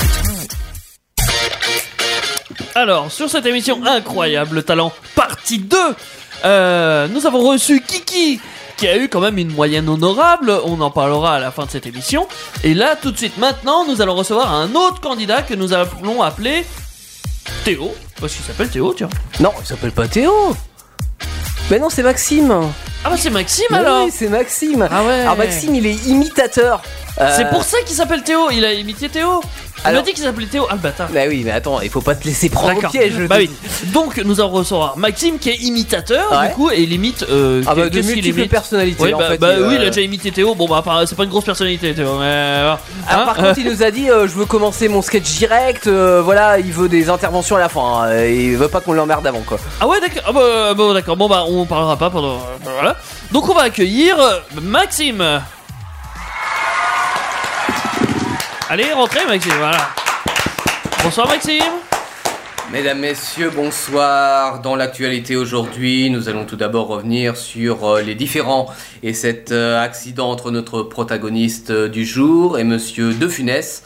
[SPEAKER 8] Alors, sur cette émission Incroyable Talent, partie 2, euh, nous avons reçu Kiki, qui a eu quand même une moyenne honorable, on en parlera à la fin de cette émission. Et là, tout de suite maintenant, nous allons recevoir un autre candidat que nous allons appeler Théo. Parce qu'il s'appelle Théo, tiens.
[SPEAKER 15] Non, il s'appelle pas Théo. Mais non, c'est Maxime.
[SPEAKER 8] Ah bah c'est Maxime
[SPEAKER 15] Mais
[SPEAKER 8] alors
[SPEAKER 15] oui, c'est Maxime.
[SPEAKER 8] Ah ouais.
[SPEAKER 15] Alors Maxime, il est imitateur. Euh,
[SPEAKER 8] C'est pour ça qu'il s'appelle Théo, il a imité Théo. Il m'a dit qu'il s'appelait Théo, ah le bâtard.
[SPEAKER 15] Bah oui, mais attends, il faut pas te laisser prendre au
[SPEAKER 8] D'accord.
[SPEAKER 15] piège. je
[SPEAKER 8] Bah
[SPEAKER 15] te-
[SPEAKER 8] oui. Donc nous allons recevoir Maxime qui est imitateur
[SPEAKER 15] Ouais.
[SPEAKER 8] du coup et il imite. euh,
[SPEAKER 15] Ah bah,
[SPEAKER 8] qu'est-
[SPEAKER 15] de
[SPEAKER 8] qu'est-ce qu'il
[SPEAKER 15] multiples
[SPEAKER 8] imite
[SPEAKER 15] personnalités,
[SPEAKER 8] Oui,
[SPEAKER 15] en
[SPEAKER 8] bah,
[SPEAKER 15] fait,
[SPEAKER 8] bah
[SPEAKER 15] il,
[SPEAKER 8] oui, il
[SPEAKER 15] euh,
[SPEAKER 8] a déjà imité Théo. Bon bah enfin, c'est pas une grosse personnalité Théo. mais, euh,
[SPEAKER 15] Ah,
[SPEAKER 8] hein,
[SPEAKER 15] par
[SPEAKER 8] euh,
[SPEAKER 15] contre, il nous a dit euh, je veux commencer mon sketch direct. euh, voilà, il veut des interventions à la fin. hein, et il veut pas qu'on l'emmerde avant quoi.
[SPEAKER 8] Ah ouais d'accord. Ah bah, bon d'accord. Bon bah on parlera pas pendant. euh, Voilà. Donc on va accueillir euh, Maxime. Allez rentrez Maxime. Voilà. Bonsoir Maxime.
[SPEAKER 4] Mesdames, Messieurs, bonsoir. Dans l'actualité aujourd'hui, nous allons tout d'abord revenir sur euh, les différends et cet euh, accident entre notre protagoniste euh, du jour et Monsieur De Funès.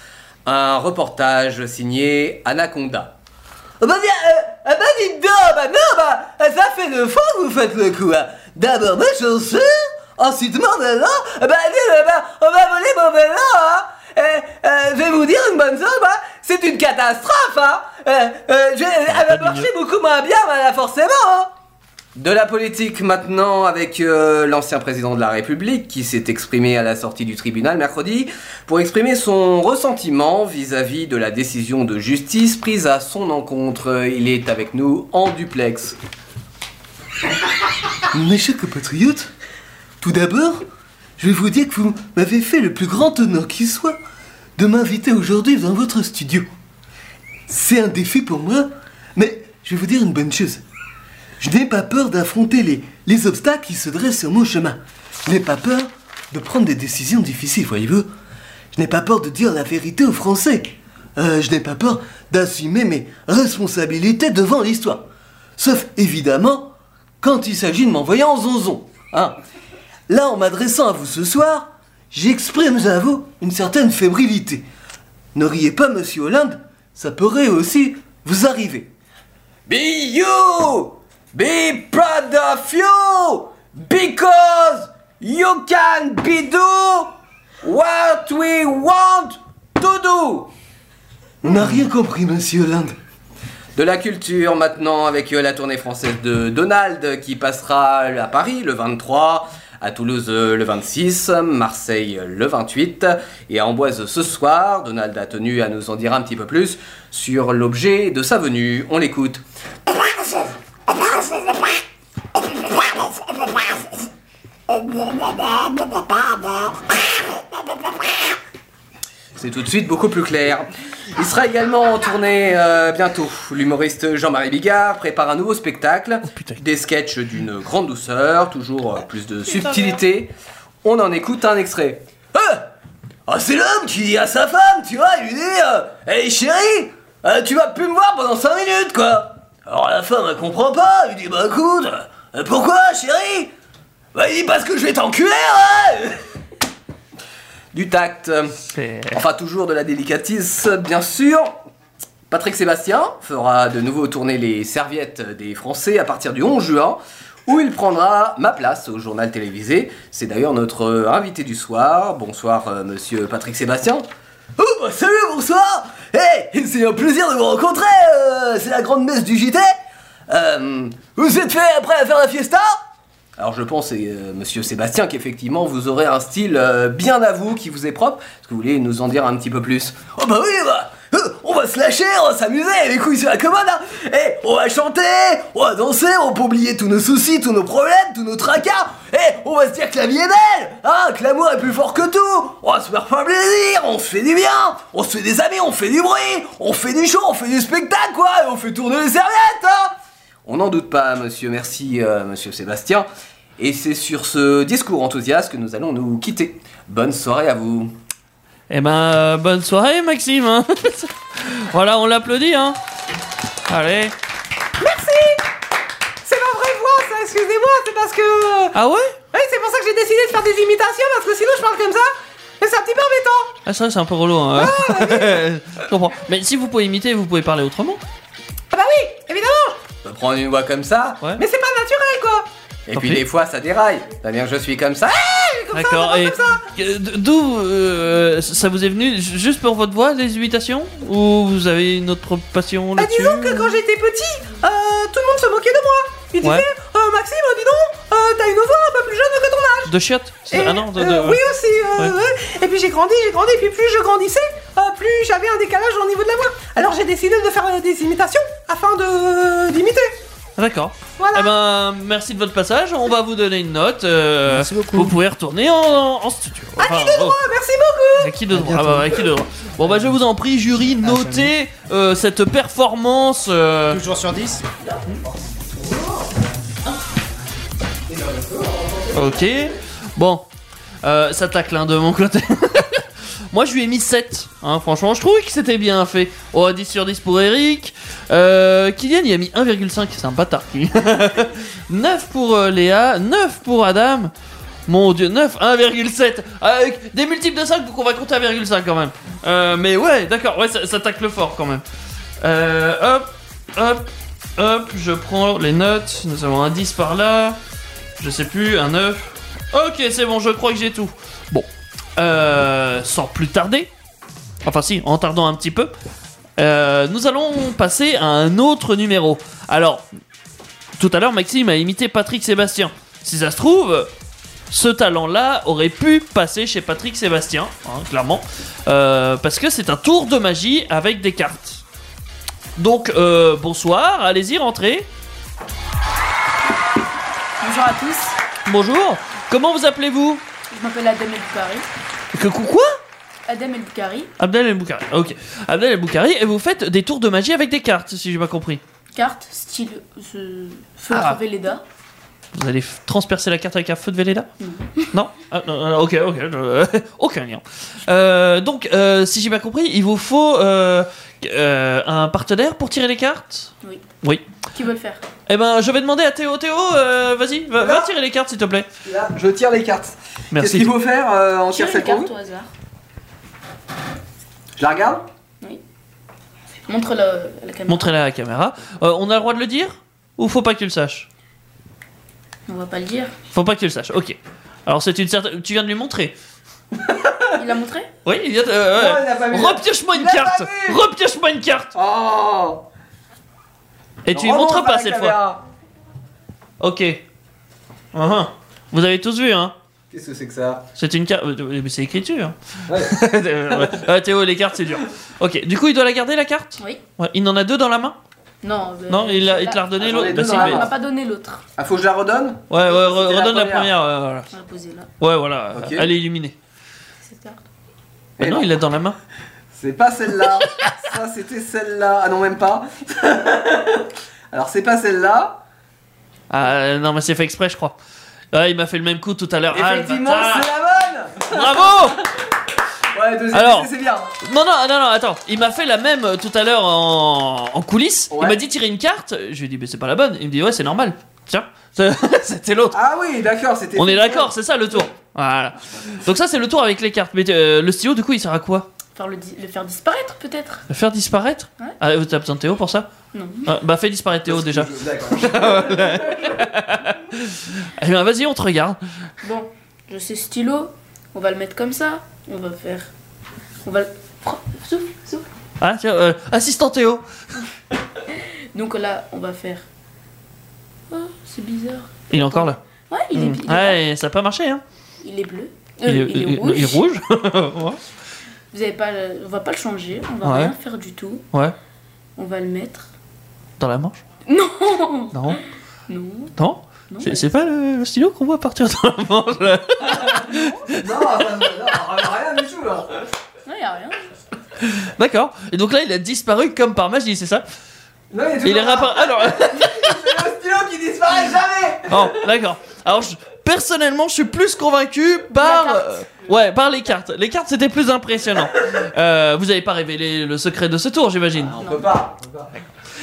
[SPEAKER 4] Un reportage signé Anaconda.
[SPEAKER 16] Ah bah bien, euh, ah bah dites donc, ah bah non, bah, ah, ça fait deux fois que vous faites le coup. hein. D'abord ma chanson, ensuite mon vélo, ah bah dis donc, bah, on va voler mon vélo, hein. Eh, euh, je vais vous dire une bonne chose, bah, c'est une catastrophe, hein. Eh, euh, je- elle va marcher beaucoup moins bien, bah, là, forcément, hein.
[SPEAKER 4] De la politique maintenant avec euh, l'ancien président de la République qui s'est exprimé à la sortie du tribunal mercredi pour exprimer son ressentiment vis-à-vis de la décision de justice prise à son encontre. Euh, Il est avec nous en duplex.
[SPEAKER 16] Mes chers compatriotes, tout d'abord, je vais vous dire que vous m'avez fait le plus grand honneur qui soit de m'inviter aujourd'hui dans votre studio. C'est un défi pour moi, mais je vais vous dire une bonne chose. Je n'ai pas peur d'affronter les, les obstacles qui se dressent sur mon chemin. Je n'ai pas peur de prendre des décisions difficiles, voyez-vous. Je n'ai pas peur de dire la vérité aux Français. Euh, je n'ai pas peur d'assumer mes responsabilités devant l'histoire. Sauf évidemment quand il s'agit de m'envoyer en zonzon. hein. Là, en m'adressant à vous ce soir, j'exprime à vous une certaine fébrilité. Ne riez pas, monsieur Hollande, ça pourrait aussi vous arriver.
[SPEAKER 4] Be you! Be proud of you! Because you can be do what we want to do!
[SPEAKER 16] On n'a rien compris, monsieur Hollande.
[SPEAKER 4] De la culture maintenant avec euh, la tournée française de Donald qui passera euh, à Paris le 23, à Toulouse euh, le 26, Marseille euh, le 28 et à Amboise ce soir. Donald a tenu à nous en dire un petit peu plus sur l'objet de sa venue. On l'écoute. C'est tout de suite beaucoup plus clair. Il sera également en tournée euh, bientôt. L'humoriste Jean-Marie Bigard prépare un nouveau spectacle, des sketchs d'une grande douceur, toujours euh, plus de subtilité. On en écoute un extrait.
[SPEAKER 16] Ah, c'est l'homme qui dit à sa femme, tu vois, il lui dit euh, Hey chérie, euh, tu vas plus me voir pendant 5 minutes, quoi Alors la femme, elle comprend pas, elle lui dit Bah écoute, euh, pourquoi chérie Bah il dit Parce que je vais t'enculer, ouais
[SPEAKER 4] du tact, euh, enfin toujours de la délicatesse, bien sûr. Patrick Sébastien fera de nouveau tourner les serviettes des Français à partir du 11 juin, où il prendra ma place au journal télévisé. C'est d'ailleurs notre euh, invité du soir. Bonsoir, euh, monsieur Patrick Sébastien.
[SPEAKER 16] Oh bah salut, bonsoir Hey, c'est un plaisir de vous rencontrer, euh, c'est la grande messe du JT
[SPEAKER 4] Euh,
[SPEAKER 16] Vous êtes fait après à faire la fiesta
[SPEAKER 4] Alors je pense, et, euh, monsieur Sébastien, qu'effectivement vous aurez un style euh, bien à vous qui vous est propre. Est-ce que vous voulez nous en dire un petit peu plus
[SPEAKER 16] Oh bah oui, bah, euh, on va se lâcher, on va s'amuser, les couilles sur la commode, hein. Eh, on va chanter, on va danser, on peut oublier tous nos soucis, tous nos problèmes, tous nos tracas Eh, on va se dire que la vie est belle Hein, que l'amour est plus fort que tout On va se faire plein plaisir, hein. on se fait du bien On se fait des amis, on fait du bruit On fait du show, on fait du spectacle, quoi Et on fait tourner les serviettes, hein
[SPEAKER 4] On n'en doute pas, monsieur, merci, euh, monsieur Sébastien. Et c'est sur ce discours enthousiaste que nous allons nous quitter. Bonne soirée à vous.
[SPEAKER 8] Eh ben euh, bonne soirée Maxime. hein. voilà on l'applaudit hein. Allez.
[SPEAKER 17] Merci C'est ma vraie voix, ça, excusez-moi, c'est parce que... euh,
[SPEAKER 8] Ah ouais
[SPEAKER 17] Oui, c'est pour ça que j'ai décidé de faire des imitations, parce que sinon je parle comme ça. Mais c'est un petit peu embêtant.
[SPEAKER 8] Ah, ça, c'est un peu relou. hein. Je comprends. Mais si vous pouvez imiter, vous pouvez parler autrement.
[SPEAKER 17] Ah bah oui, évidemment.
[SPEAKER 18] Prendre une voix comme ça.
[SPEAKER 17] Mais c'est pas naturel, quoi.
[SPEAKER 18] Et puis des fois ça déraille. Ça vient que je suis comme ça.
[SPEAKER 8] D'accord. Et euh, d- d'où euh, ça vous est venu j- Juste pour votre voix, les imitations Ou vous avez une autre passion
[SPEAKER 17] Bah,
[SPEAKER 8] là-dessus
[SPEAKER 17] disons que quand j'étais petit, euh, tout le monde se moquait de moi. Il disait,
[SPEAKER 8] Ouais.
[SPEAKER 17] euh, Maxime, dis donc, euh, t'as une voix un peu plus jeune que ton âge.
[SPEAKER 8] De chiottes C'est-
[SPEAKER 17] Et,
[SPEAKER 8] Ah non, de- de-
[SPEAKER 17] euh, oui aussi. euh,
[SPEAKER 8] Ouais.
[SPEAKER 17] ouais. Et puis j'ai grandi, j'ai grandi, et puis plus je grandissais, euh, plus j'avais un décalage au niveau de la voix. Alors j'ai décidé de faire euh, des imitations afin de d'imiter.
[SPEAKER 8] D'accord.
[SPEAKER 17] Voilà.
[SPEAKER 8] Eh ben, merci de votre passage. On va vous donner une note. euh, Vous pouvez retourner en, en studio. Enfin,
[SPEAKER 17] Qui de
[SPEAKER 8] oh.
[SPEAKER 17] droit, Ah, merci beaucoup.
[SPEAKER 8] À qui de droit Ah bah, à qui de droit Bon bah je vous en prie, jury, notez euh, cette performance. euh, Toujours sur 10 Ok. Bon. Euh, ça tacle de mon côté. Moi je lui ai mis 7. hein, franchement, je trouvais que c'était bien fait. Oh, 10 sur 10 pour Eric. Euh, Kylian il a mis 1,5. C'est un bâtard. lui. 9 pour euh, Léa. 9 pour Adam. Mon dieu, 9, 1,7. Avec des multiples de 5, donc on va compter 1,5 quand même. Euh, mais ouais, d'accord, ouais, ça, ça tacle fort quand même. Euh, hop, hop, hop, je prends les notes. Nous avons un 10 par là. Je sais plus, un 9. Ok, c'est bon, je crois que j'ai tout. Bon, euh, sans plus tarder, enfin si, en tardant un petit peu, euh, nous allons passer à un autre numéro. Alors, tout à l'heure, Maxime a imité Patrick Sébastien. Si ça se trouve, ce talent-là aurait pu passer chez Patrick Sébastien, hein, clairement, euh, parce que c'est un tour de magie avec des cartes. Donc, euh, bonsoir, allez-y, rentrez.
[SPEAKER 11] Bonjour à tous,
[SPEAKER 8] Bonjour, comment vous appelez-vous
[SPEAKER 11] je m'appelle Adem El Boukari.
[SPEAKER 8] Que cou- quoi
[SPEAKER 11] Adem El Boukari,
[SPEAKER 8] Abdel El Boukari, ok. Abdel El Boukari, et vous faites des tours de magie avec des cartes, si j'ai pas compris.
[SPEAKER 11] carte, style euh, feutre
[SPEAKER 8] Ah.
[SPEAKER 11] Velleda.
[SPEAKER 8] Vous allez f- transpercer la carte avec un feu de Véleda Non Ah, non, non, Ok, ok, je- aucun lien. Euh, donc, euh, si j'ai bien compris, il vous faut euh, euh, un partenaire pour tirer les cartes
[SPEAKER 11] Oui.
[SPEAKER 8] Oui.
[SPEAKER 11] Qui veut le faire
[SPEAKER 8] Eh ben, je vais demander à Théo. Théo, euh, vas-y, va, va tirer les cartes, s'il te plaît.
[SPEAKER 18] Là, je tire les cartes.
[SPEAKER 8] Merci.
[SPEAKER 18] Qu'est-ce qu'il faut faire euh, On tire
[SPEAKER 11] Tire une
[SPEAKER 18] cette carte
[SPEAKER 11] carte au hasard.
[SPEAKER 18] Je la regarde
[SPEAKER 11] Montre-la euh, à la caméra.
[SPEAKER 8] Montrez-la à la caméra. Euh, on a le droit de le dire Ou faut pas que tu le saches
[SPEAKER 11] On va pas le dire.
[SPEAKER 8] Faut pas que tu le saches, ok. Alors, c'est une certaine. Tu viens de lui montrer
[SPEAKER 11] Il l'a montré
[SPEAKER 8] Oui, il vient de. euh, ouais.
[SPEAKER 11] Non, il a pas vu.
[SPEAKER 8] Repioche-moi une
[SPEAKER 11] Il a pas
[SPEAKER 8] carte
[SPEAKER 11] vu.
[SPEAKER 8] Repioche-moi une carte Et tu ne
[SPEAKER 18] Oh. Remonte par
[SPEAKER 8] montres pas
[SPEAKER 18] la
[SPEAKER 8] cette fois
[SPEAKER 18] caméra.
[SPEAKER 8] Ok. Uhum. Vous avez tous vu, hein
[SPEAKER 18] Qu'est-ce que c'est que ça
[SPEAKER 8] C'est une carte. euh, Mais c'est écriture. Ah, Théo, les cartes, c'est dur. Ok, du coup, il doit la garder, la carte
[SPEAKER 11] Oui.
[SPEAKER 8] Ouais, Il en a deux dans la main
[SPEAKER 11] Non. euh,
[SPEAKER 8] Non, il l'a- il te l'a redonné,
[SPEAKER 11] Ah, j'en
[SPEAKER 8] l'autre.
[SPEAKER 11] ai
[SPEAKER 8] Bah,
[SPEAKER 11] deux
[SPEAKER 8] si,
[SPEAKER 11] dans la
[SPEAKER 8] mais-
[SPEAKER 11] main. On m'a pas donné l'autre.
[SPEAKER 18] Ah, faut que je la redonne
[SPEAKER 8] Ouais, ouais, re-
[SPEAKER 18] C'était la
[SPEAKER 8] redonne la
[SPEAKER 18] première.
[SPEAKER 8] première. euh, voilà.
[SPEAKER 11] On l'a posé là.
[SPEAKER 8] Ouais, voilà,
[SPEAKER 18] Ok.
[SPEAKER 8] euh, elle est illuminée.
[SPEAKER 11] Cette carte.
[SPEAKER 8] Bah non, il l'a dans la main.
[SPEAKER 18] C'est pas celle-là. ça, c'était celle-là. Ah non, même pas. Alors, c'est pas celle-là.
[SPEAKER 8] Ah, euh, non, mais c'est fait exprès, je crois. Ah, il m'a fait le même coup tout à l'heure. Ah, le
[SPEAKER 18] Effectivement,
[SPEAKER 8] bâtard.
[SPEAKER 18] c'est la bonne
[SPEAKER 8] Bravo
[SPEAKER 18] Ouais, deuxième
[SPEAKER 8] Alors.
[SPEAKER 18] essai, c'est bien.
[SPEAKER 8] Non, non, non, non, attends. Il m'a fait la même euh, tout à l'heure en, en coulisses. Il
[SPEAKER 18] Ouais.
[SPEAKER 8] m'a dit tirer une carte. Je lui ai dit, mais c'est pas la bonne. Il me dit, ouais, c'est normal. Tiens, c'était l'autre.
[SPEAKER 18] Ah oui, d'accord, c'était.
[SPEAKER 8] On est d'accord, c'est ça le tour. Voilà. Donc, ça, c'est le tour avec les cartes. Mais euh, le stylo, du coup, il sert à quoi
[SPEAKER 11] Faire le, di- le faire disparaître peut-être
[SPEAKER 8] Le faire disparaître
[SPEAKER 11] Ouais.
[SPEAKER 8] Ah, t'as besoin de Théo pour ça
[SPEAKER 11] Non.
[SPEAKER 8] Ah, Bah, fais disparaître Théo déjà. Ah,
[SPEAKER 18] D'accord.
[SPEAKER 8] Eh bien, vas-y, on te regarde.
[SPEAKER 11] Bon, je sais stylo. On va le mettre comme ça. On va faire. On va le. Pro- Souffle, souffle.
[SPEAKER 8] Ah, tiens, euh, assistant Théo.
[SPEAKER 11] Donc là, on va faire. Oh, c'est bizarre.
[SPEAKER 8] Il est encore là.
[SPEAKER 11] Ouais, il est,
[SPEAKER 8] Hmm.
[SPEAKER 11] il est-
[SPEAKER 8] Ouais, ça a pas marché, hein.
[SPEAKER 11] il est bleu. Euh,
[SPEAKER 8] Il est-
[SPEAKER 11] il est
[SPEAKER 8] il-
[SPEAKER 11] rouge.
[SPEAKER 8] il est rouge. Ouais.
[SPEAKER 11] Vous avez pas, le- on va pas le changer. On va
[SPEAKER 8] Ouais.
[SPEAKER 11] rien faire du tout.
[SPEAKER 8] Ouais.
[SPEAKER 11] On va le mettre.
[SPEAKER 8] Dans la manche
[SPEAKER 11] Non.
[SPEAKER 8] Non.
[SPEAKER 11] Non.
[SPEAKER 8] Non
[SPEAKER 11] Non.
[SPEAKER 8] C'est c'est pas le, le stylo qu'on voit partir dans la manche là
[SPEAKER 18] Non, ça- non, rien du tout là.
[SPEAKER 11] Non, y a rien.
[SPEAKER 8] D'accord. Et donc là, il a disparu comme par magie, c'est ça
[SPEAKER 18] Non, il est
[SPEAKER 8] Il est
[SPEAKER 18] toujours là.
[SPEAKER 8] Ah, réapparu. Alors,
[SPEAKER 18] C'est le stylo qui disparaît jamais.
[SPEAKER 8] oh, d'accord. Alors, je- personnellement, je suis plus convaincu par. euh, Ouais, par les cartes. Les cartes, c'était plus impressionnant. Euh, vous n'avez pas révélé le secret de ce tour, j'imagine.
[SPEAKER 18] On peut pas. on peut pas.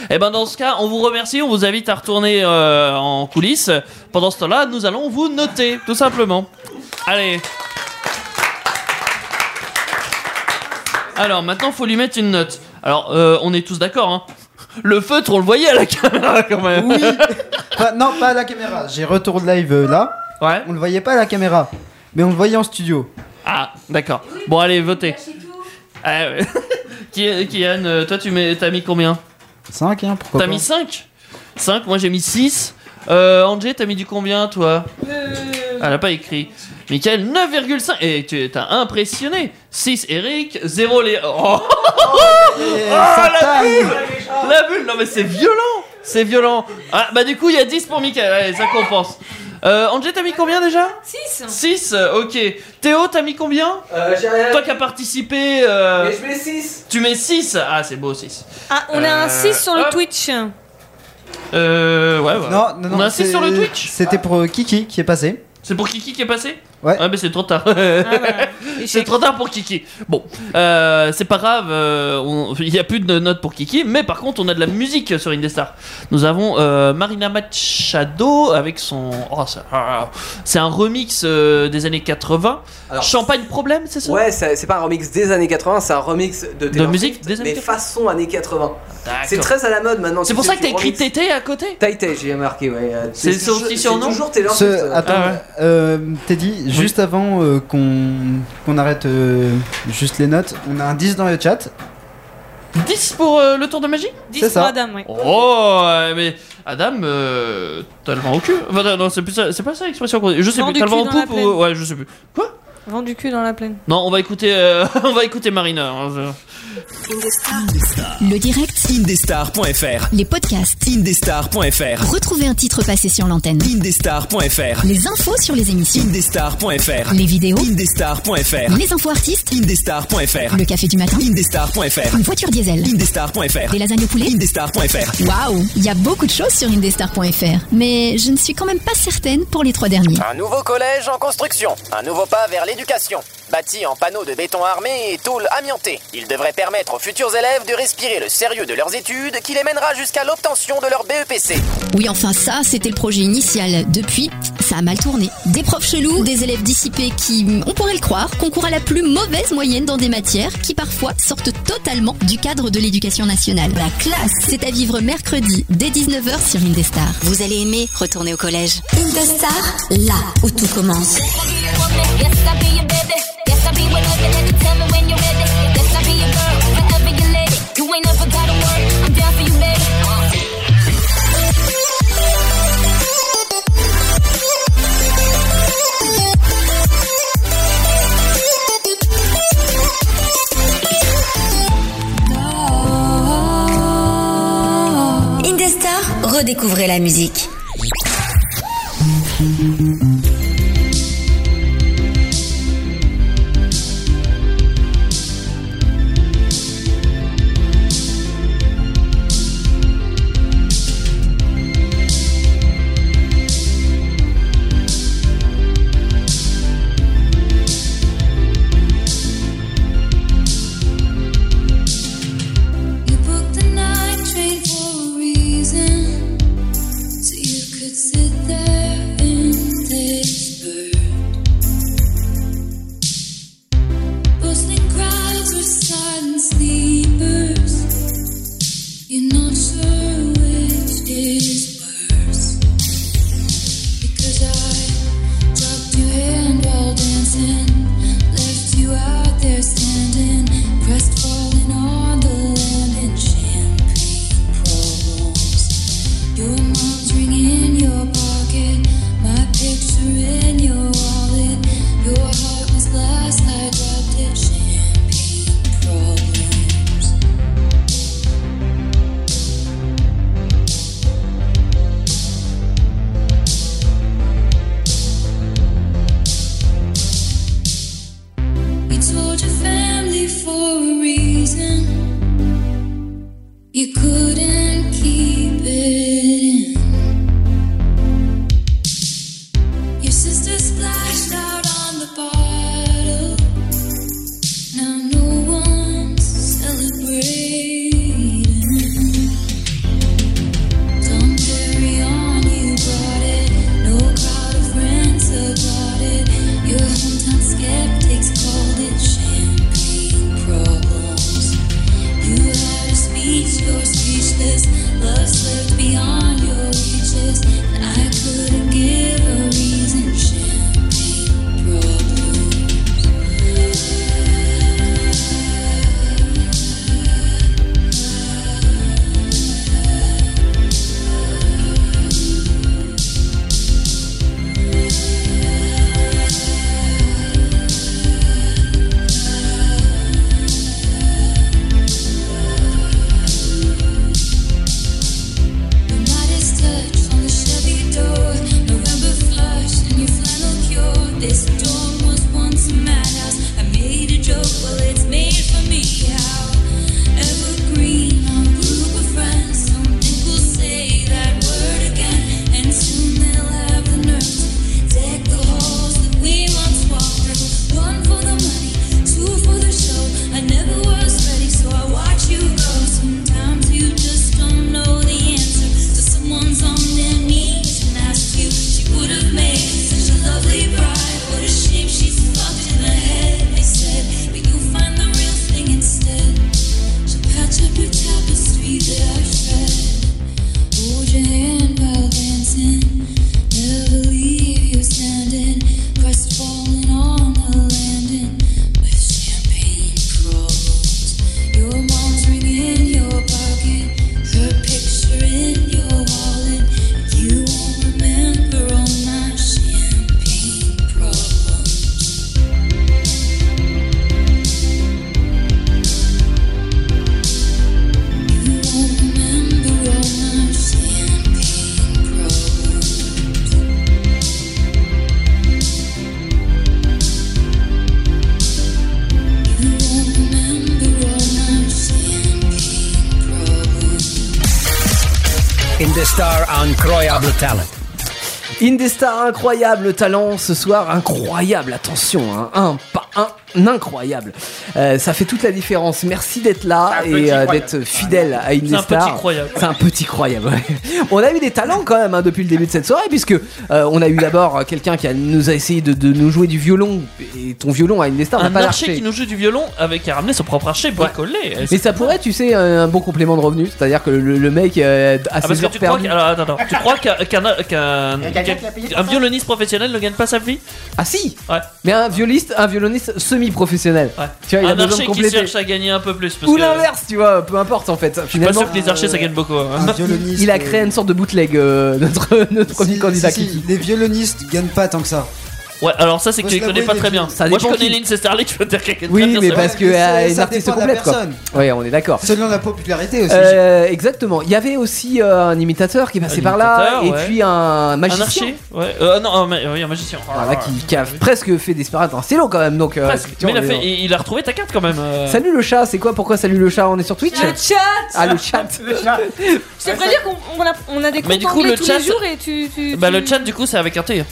[SPEAKER 8] Eh ben dans ce cas, on vous remercie, on vous invite à retourner euh, en coulisses. Pendant ce temps-là, nous allons vous noter, tout simplement. Allez. Alors maintenant, faut lui mettre une note. Alors, euh, on est tous d'accord, hein. Le feutre, on le voyait à la caméra quand même.
[SPEAKER 1] Oui. Enfin, non, pas à la caméra. J'ai retour de live euh, là.
[SPEAKER 8] Ouais.
[SPEAKER 1] On le voyait pas à la caméra, mais on le voyait en studio.
[SPEAKER 8] Ah, d'accord. Bon, allez, votez. Ah, ouais. Ki- Kian, euh, toi, tu mets, t'as mis combien
[SPEAKER 1] 5, hein, pourquoi
[SPEAKER 8] T'as
[SPEAKER 1] pas.
[SPEAKER 8] mis 5 5, moi j'ai mis 6. Euh, Angé, t'as mis du combien toi Ah, Elle a pas écrit. Michael, 9,5. Et tu t'as impressionné. 6 Eric, 0 les. Oh,
[SPEAKER 18] Eh,
[SPEAKER 13] ça
[SPEAKER 8] la
[SPEAKER 13] taille.
[SPEAKER 8] bulle La bulle Non mais c'est violent C'est violent Ah bah du coup il y a 10 pour Michael, allez, ça compense. Euh, Angé, t'as mis combien déjà
[SPEAKER 9] 6
[SPEAKER 8] 6 Ok. Théo, t'as mis combien Toi qui as participé. euh,
[SPEAKER 18] Euh, Mais je mets 6
[SPEAKER 8] Tu mets 6 Ah, c'est beau 6.
[SPEAKER 9] Ah, on a un 6 sur le
[SPEAKER 8] hop.
[SPEAKER 9] Twitch.
[SPEAKER 8] Euh, ouais, ouais.
[SPEAKER 1] Non, non, non.
[SPEAKER 8] On a 6
[SPEAKER 1] c'est-
[SPEAKER 8] sur le Twitch
[SPEAKER 1] C'était pour euh, Kiki qui est passé.
[SPEAKER 8] C'est pour Kiki qui est passé
[SPEAKER 1] Ouais.
[SPEAKER 8] Ah, mais c'est trop tard. c'est trop tard pour Kiki. Bon, euh, c'est pas grave, euh, on- il n'y a plus de notes pour Kiki, mais par contre, on a de la musique sur Indestar. Nous avons euh, Marina Machado avec son. oh, ça- ah, c'est un remix euh, des années 80. Champagne Problème, c'est ça
[SPEAKER 18] Ouais, c'est c'est pas un remix des années 80, c'est un remix de Taylor
[SPEAKER 8] musique
[SPEAKER 18] Swift,
[SPEAKER 8] des années
[SPEAKER 18] mais
[SPEAKER 8] 80.
[SPEAKER 18] façon années 80. C'est très à la mode maintenant.
[SPEAKER 8] C'est pour ça que t'as écrit TT à côté
[SPEAKER 18] Taïté, j'ai marqué, ouais. euh,
[SPEAKER 8] C'est son
[SPEAKER 18] toujours-
[SPEAKER 8] petit surnom
[SPEAKER 18] C'est toujours Taylor
[SPEAKER 1] Ce-
[SPEAKER 18] Swift. euh,
[SPEAKER 1] attends,
[SPEAKER 8] Ah
[SPEAKER 1] euh, Teddy, juste avant euh, qu'on qu'on arrête euh, juste les notes, on a un 10 dans le chat.
[SPEAKER 8] 10 pour euh, le tour de magie
[SPEAKER 1] 10 C'est ça. pour Adam,
[SPEAKER 9] ouais.
[SPEAKER 8] Oh, euh, mais Adam, euh, t'as le vent au cul Enfin, non, non, c'est plus ça- c'est pas ça l'expression qu'on dit. Je sais
[SPEAKER 9] Vent
[SPEAKER 8] plus,
[SPEAKER 9] du
[SPEAKER 8] t'as le vent
[SPEAKER 9] cul
[SPEAKER 8] en
[SPEAKER 9] dans la
[SPEAKER 8] poupe
[SPEAKER 9] plaine.
[SPEAKER 8] ou... Ouais, je sais plus.
[SPEAKER 9] Vent du cul dans la plaine.
[SPEAKER 8] Non, on va écouter, euh, on va écouter Marina. hein, je-
[SPEAKER 19] Le direct,
[SPEAKER 5] Indestar.fr.
[SPEAKER 19] les podcasts.
[SPEAKER 5] Indestar.fr.
[SPEAKER 19] Retrouvez un titre passé sur l'antenne.
[SPEAKER 5] Indestar.fr.
[SPEAKER 19] Les infos sur les émissions.
[SPEAKER 5] Indestar.fr.
[SPEAKER 19] Les vidéos.
[SPEAKER 5] Indestar.fr.
[SPEAKER 19] Les infos artistes.
[SPEAKER 5] Indestar.fr.
[SPEAKER 19] Le café du matin.
[SPEAKER 5] Indestar.fr.
[SPEAKER 19] Une voiture diesel.
[SPEAKER 5] Indestar.fr.
[SPEAKER 19] Des lasagnes au poulet.
[SPEAKER 5] Indestar.fr.
[SPEAKER 19] Waouh, il y a beaucoup de choses sur indestar.fr, mais je ne suis quand même pas certaine pour les trois derniers.
[SPEAKER 5] Ah
[SPEAKER 20] Un nouveau collège en construction, un nouveau pas vers l'éducation. Bâti en panneaux de béton armé et tôle amiantée, il devrait permettre aux futurs élèves de respirer le sérieux de leurs études qui les mènera jusqu'à l'obtention de leur E BEPC.
[SPEAKER 19] Oui, enfin ça, c'était le projet initial. Depuis, ça a mal tourné. Des profs chelous, des élèves dissipés qui, on pourrait le croire, concourent à la plus mauvaise moyenne dans des matières qui parfois sortent totalement du cadre de l'éducation nationale. La classe, c'est à vivre mercredi dès 19h sur Indestar. Vous allez aimer retourner au collège. Indestar, là où tout commence.
[SPEAKER 13] Yes, I'll be your baby. Yes, I'll be whatever that you tell me when you're ready. Yes, I'll be your girl, wherever you're lady. You ain't never gotta worry, I'm down for you, baby.
[SPEAKER 21] Indestar, redécouvrez la musique.
[SPEAKER 13] You booked the night train for a reason, so you could sit there in this bird. Bustling crowds were silent sleepers. You're not sure which is worse, because I dropped your hand while dancing. Left you out there standing, crestfallen on the lemon champagne problems. Your mom's ring in your pocket, my picture in your wallet. Your heart was glass, I dropped it. Champagne problems. You told your family for a reason. You couldn't keep it in. Your sister splashed out on the bottle. Now no one's celebrating. Don't carry on, you brought it. No crowd of friends applauded. Your hometown skeptics called it champagne problems.
[SPEAKER 22] Indestar
[SPEAKER 8] Ah.
[SPEAKER 22] Incroyable Talent.
[SPEAKER 4] Indestar, incroyable talent ce soir, incroyable, attention, hein, un, pas un, un incroyable. Euh, ça fait toute la différence. Merci d'être là
[SPEAKER 8] petit
[SPEAKER 4] et euh,
[SPEAKER 8] croyable.
[SPEAKER 4] d'être fidèle à
[SPEAKER 8] C'est un
[SPEAKER 4] Indestar.
[SPEAKER 8] petit croyable.
[SPEAKER 4] C'est un petit croyable. ouais. On a eu des talents quand même hein, depuis le début de cette soirée, puisque euh, on a eu d'abord euh, quelqu'un qui a- nous a essayé de, de nous jouer du violon, et ton violon à Indestar n'a
[SPEAKER 8] Un
[SPEAKER 4] pas
[SPEAKER 8] archer
[SPEAKER 4] lâché.
[SPEAKER 8] qui nous joue du violon avec à ramener son propre archer bricolé.
[SPEAKER 4] Mais ça pourrait, tu sais, un bon complément de revenu, c'est-à-dire que le, le mec euh, a
[SPEAKER 8] Ah, parce
[SPEAKER 4] ses
[SPEAKER 8] que
[SPEAKER 4] heures
[SPEAKER 8] tu crois,
[SPEAKER 4] perdues.
[SPEAKER 8] qu'un- alors, attends, attends. tu crois qu'un qu'un- qu'un-
[SPEAKER 4] Il y a quelqu'un qui l'a payé pour
[SPEAKER 8] un
[SPEAKER 4] ça
[SPEAKER 8] violoniste professionnel ne gagne pas sa vie
[SPEAKER 4] Ah si
[SPEAKER 8] ouais.
[SPEAKER 4] Mais un violiste, un violoniste semi-professionnel. Tu vois, il y a
[SPEAKER 8] Un
[SPEAKER 4] besoin de
[SPEAKER 8] archer qui
[SPEAKER 4] compléter.
[SPEAKER 8] cherche à gagner un peu plus. Parce
[SPEAKER 4] Ou
[SPEAKER 8] que-
[SPEAKER 4] l'inverse, tu vois, peu importe en fait.
[SPEAKER 8] Je suis pas sûr que les archers ça gagne beaucoup. hein.
[SPEAKER 4] il, il a créé une sorte de bootleg, euh, notre, notre premier candidat.
[SPEAKER 1] Si, les violonistes gagnent pas tant que ça.
[SPEAKER 8] Ouais, alors ça c'est que
[SPEAKER 1] Moi,
[SPEAKER 8] tu
[SPEAKER 1] je
[SPEAKER 8] les connais
[SPEAKER 1] l'avoue,
[SPEAKER 8] pas
[SPEAKER 1] les
[SPEAKER 8] très bien.
[SPEAKER 1] violons. Ça
[SPEAKER 8] Moi je
[SPEAKER 1] dépend
[SPEAKER 8] connais
[SPEAKER 1] qui.
[SPEAKER 8] Lindsay Starling, je peux te dire quelqu'un
[SPEAKER 4] Oui,
[SPEAKER 8] de très bien,
[SPEAKER 4] mais
[SPEAKER 8] c'est
[SPEAKER 4] parce
[SPEAKER 8] vrai.
[SPEAKER 4] que euh, les artistes se
[SPEAKER 1] dépend de la
[SPEAKER 4] complètent quoi.
[SPEAKER 1] personne.
[SPEAKER 4] Ouais, on est d'accord.
[SPEAKER 1] Selon la popularité aussi.
[SPEAKER 4] Euh, exactement. Il y avait aussi euh, un imitateur qui passait par là,
[SPEAKER 8] imitateur,
[SPEAKER 4] et
[SPEAKER 8] ouais.
[SPEAKER 4] puis un
[SPEAKER 8] Un
[SPEAKER 4] magicien.
[SPEAKER 8] archer Ouais, euh, non, un, ma- oui, un magicien.
[SPEAKER 1] Ah,
[SPEAKER 8] Ah,
[SPEAKER 4] Voilà, qui, qui
[SPEAKER 1] bah
[SPEAKER 4] a presque fait disparaître un stylo quand même. Donc, euh,
[SPEAKER 8] Presque.
[SPEAKER 4] tu
[SPEAKER 8] Mais
[SPEAKER 4] vois,
[SPEAKER 8] il a,
[SPEAKER 4] on est-
[SPEAKER 8] fait, il il a retrouvé ta carte quand même. euh.
[SPEAKER 4] Salut le chat, c'est quoi Pourquoi salut le chat On est sur Twitch
[SPEAKER 9] Le chat
[SPEAKER 4] Ah, le chat
[SPEAKER 9] Je t'ai prévenu qu'on on a, on a des
[SPEAKER 8] Mais
[SPEAKER 9] comptes
[SPEAKER 8] du coup,
[SPEAKER 9] anglais
[SPEAKER 8] le
[SPEAKER 9] tous
[SPEAKER 8] chat,
[SPEAKER 9] les jours et tu... tu,
[SPEAKER 8] Bah
[SPEAKER 9] tu-
[SPEAKER 8] le chat du coup c'est avec un T.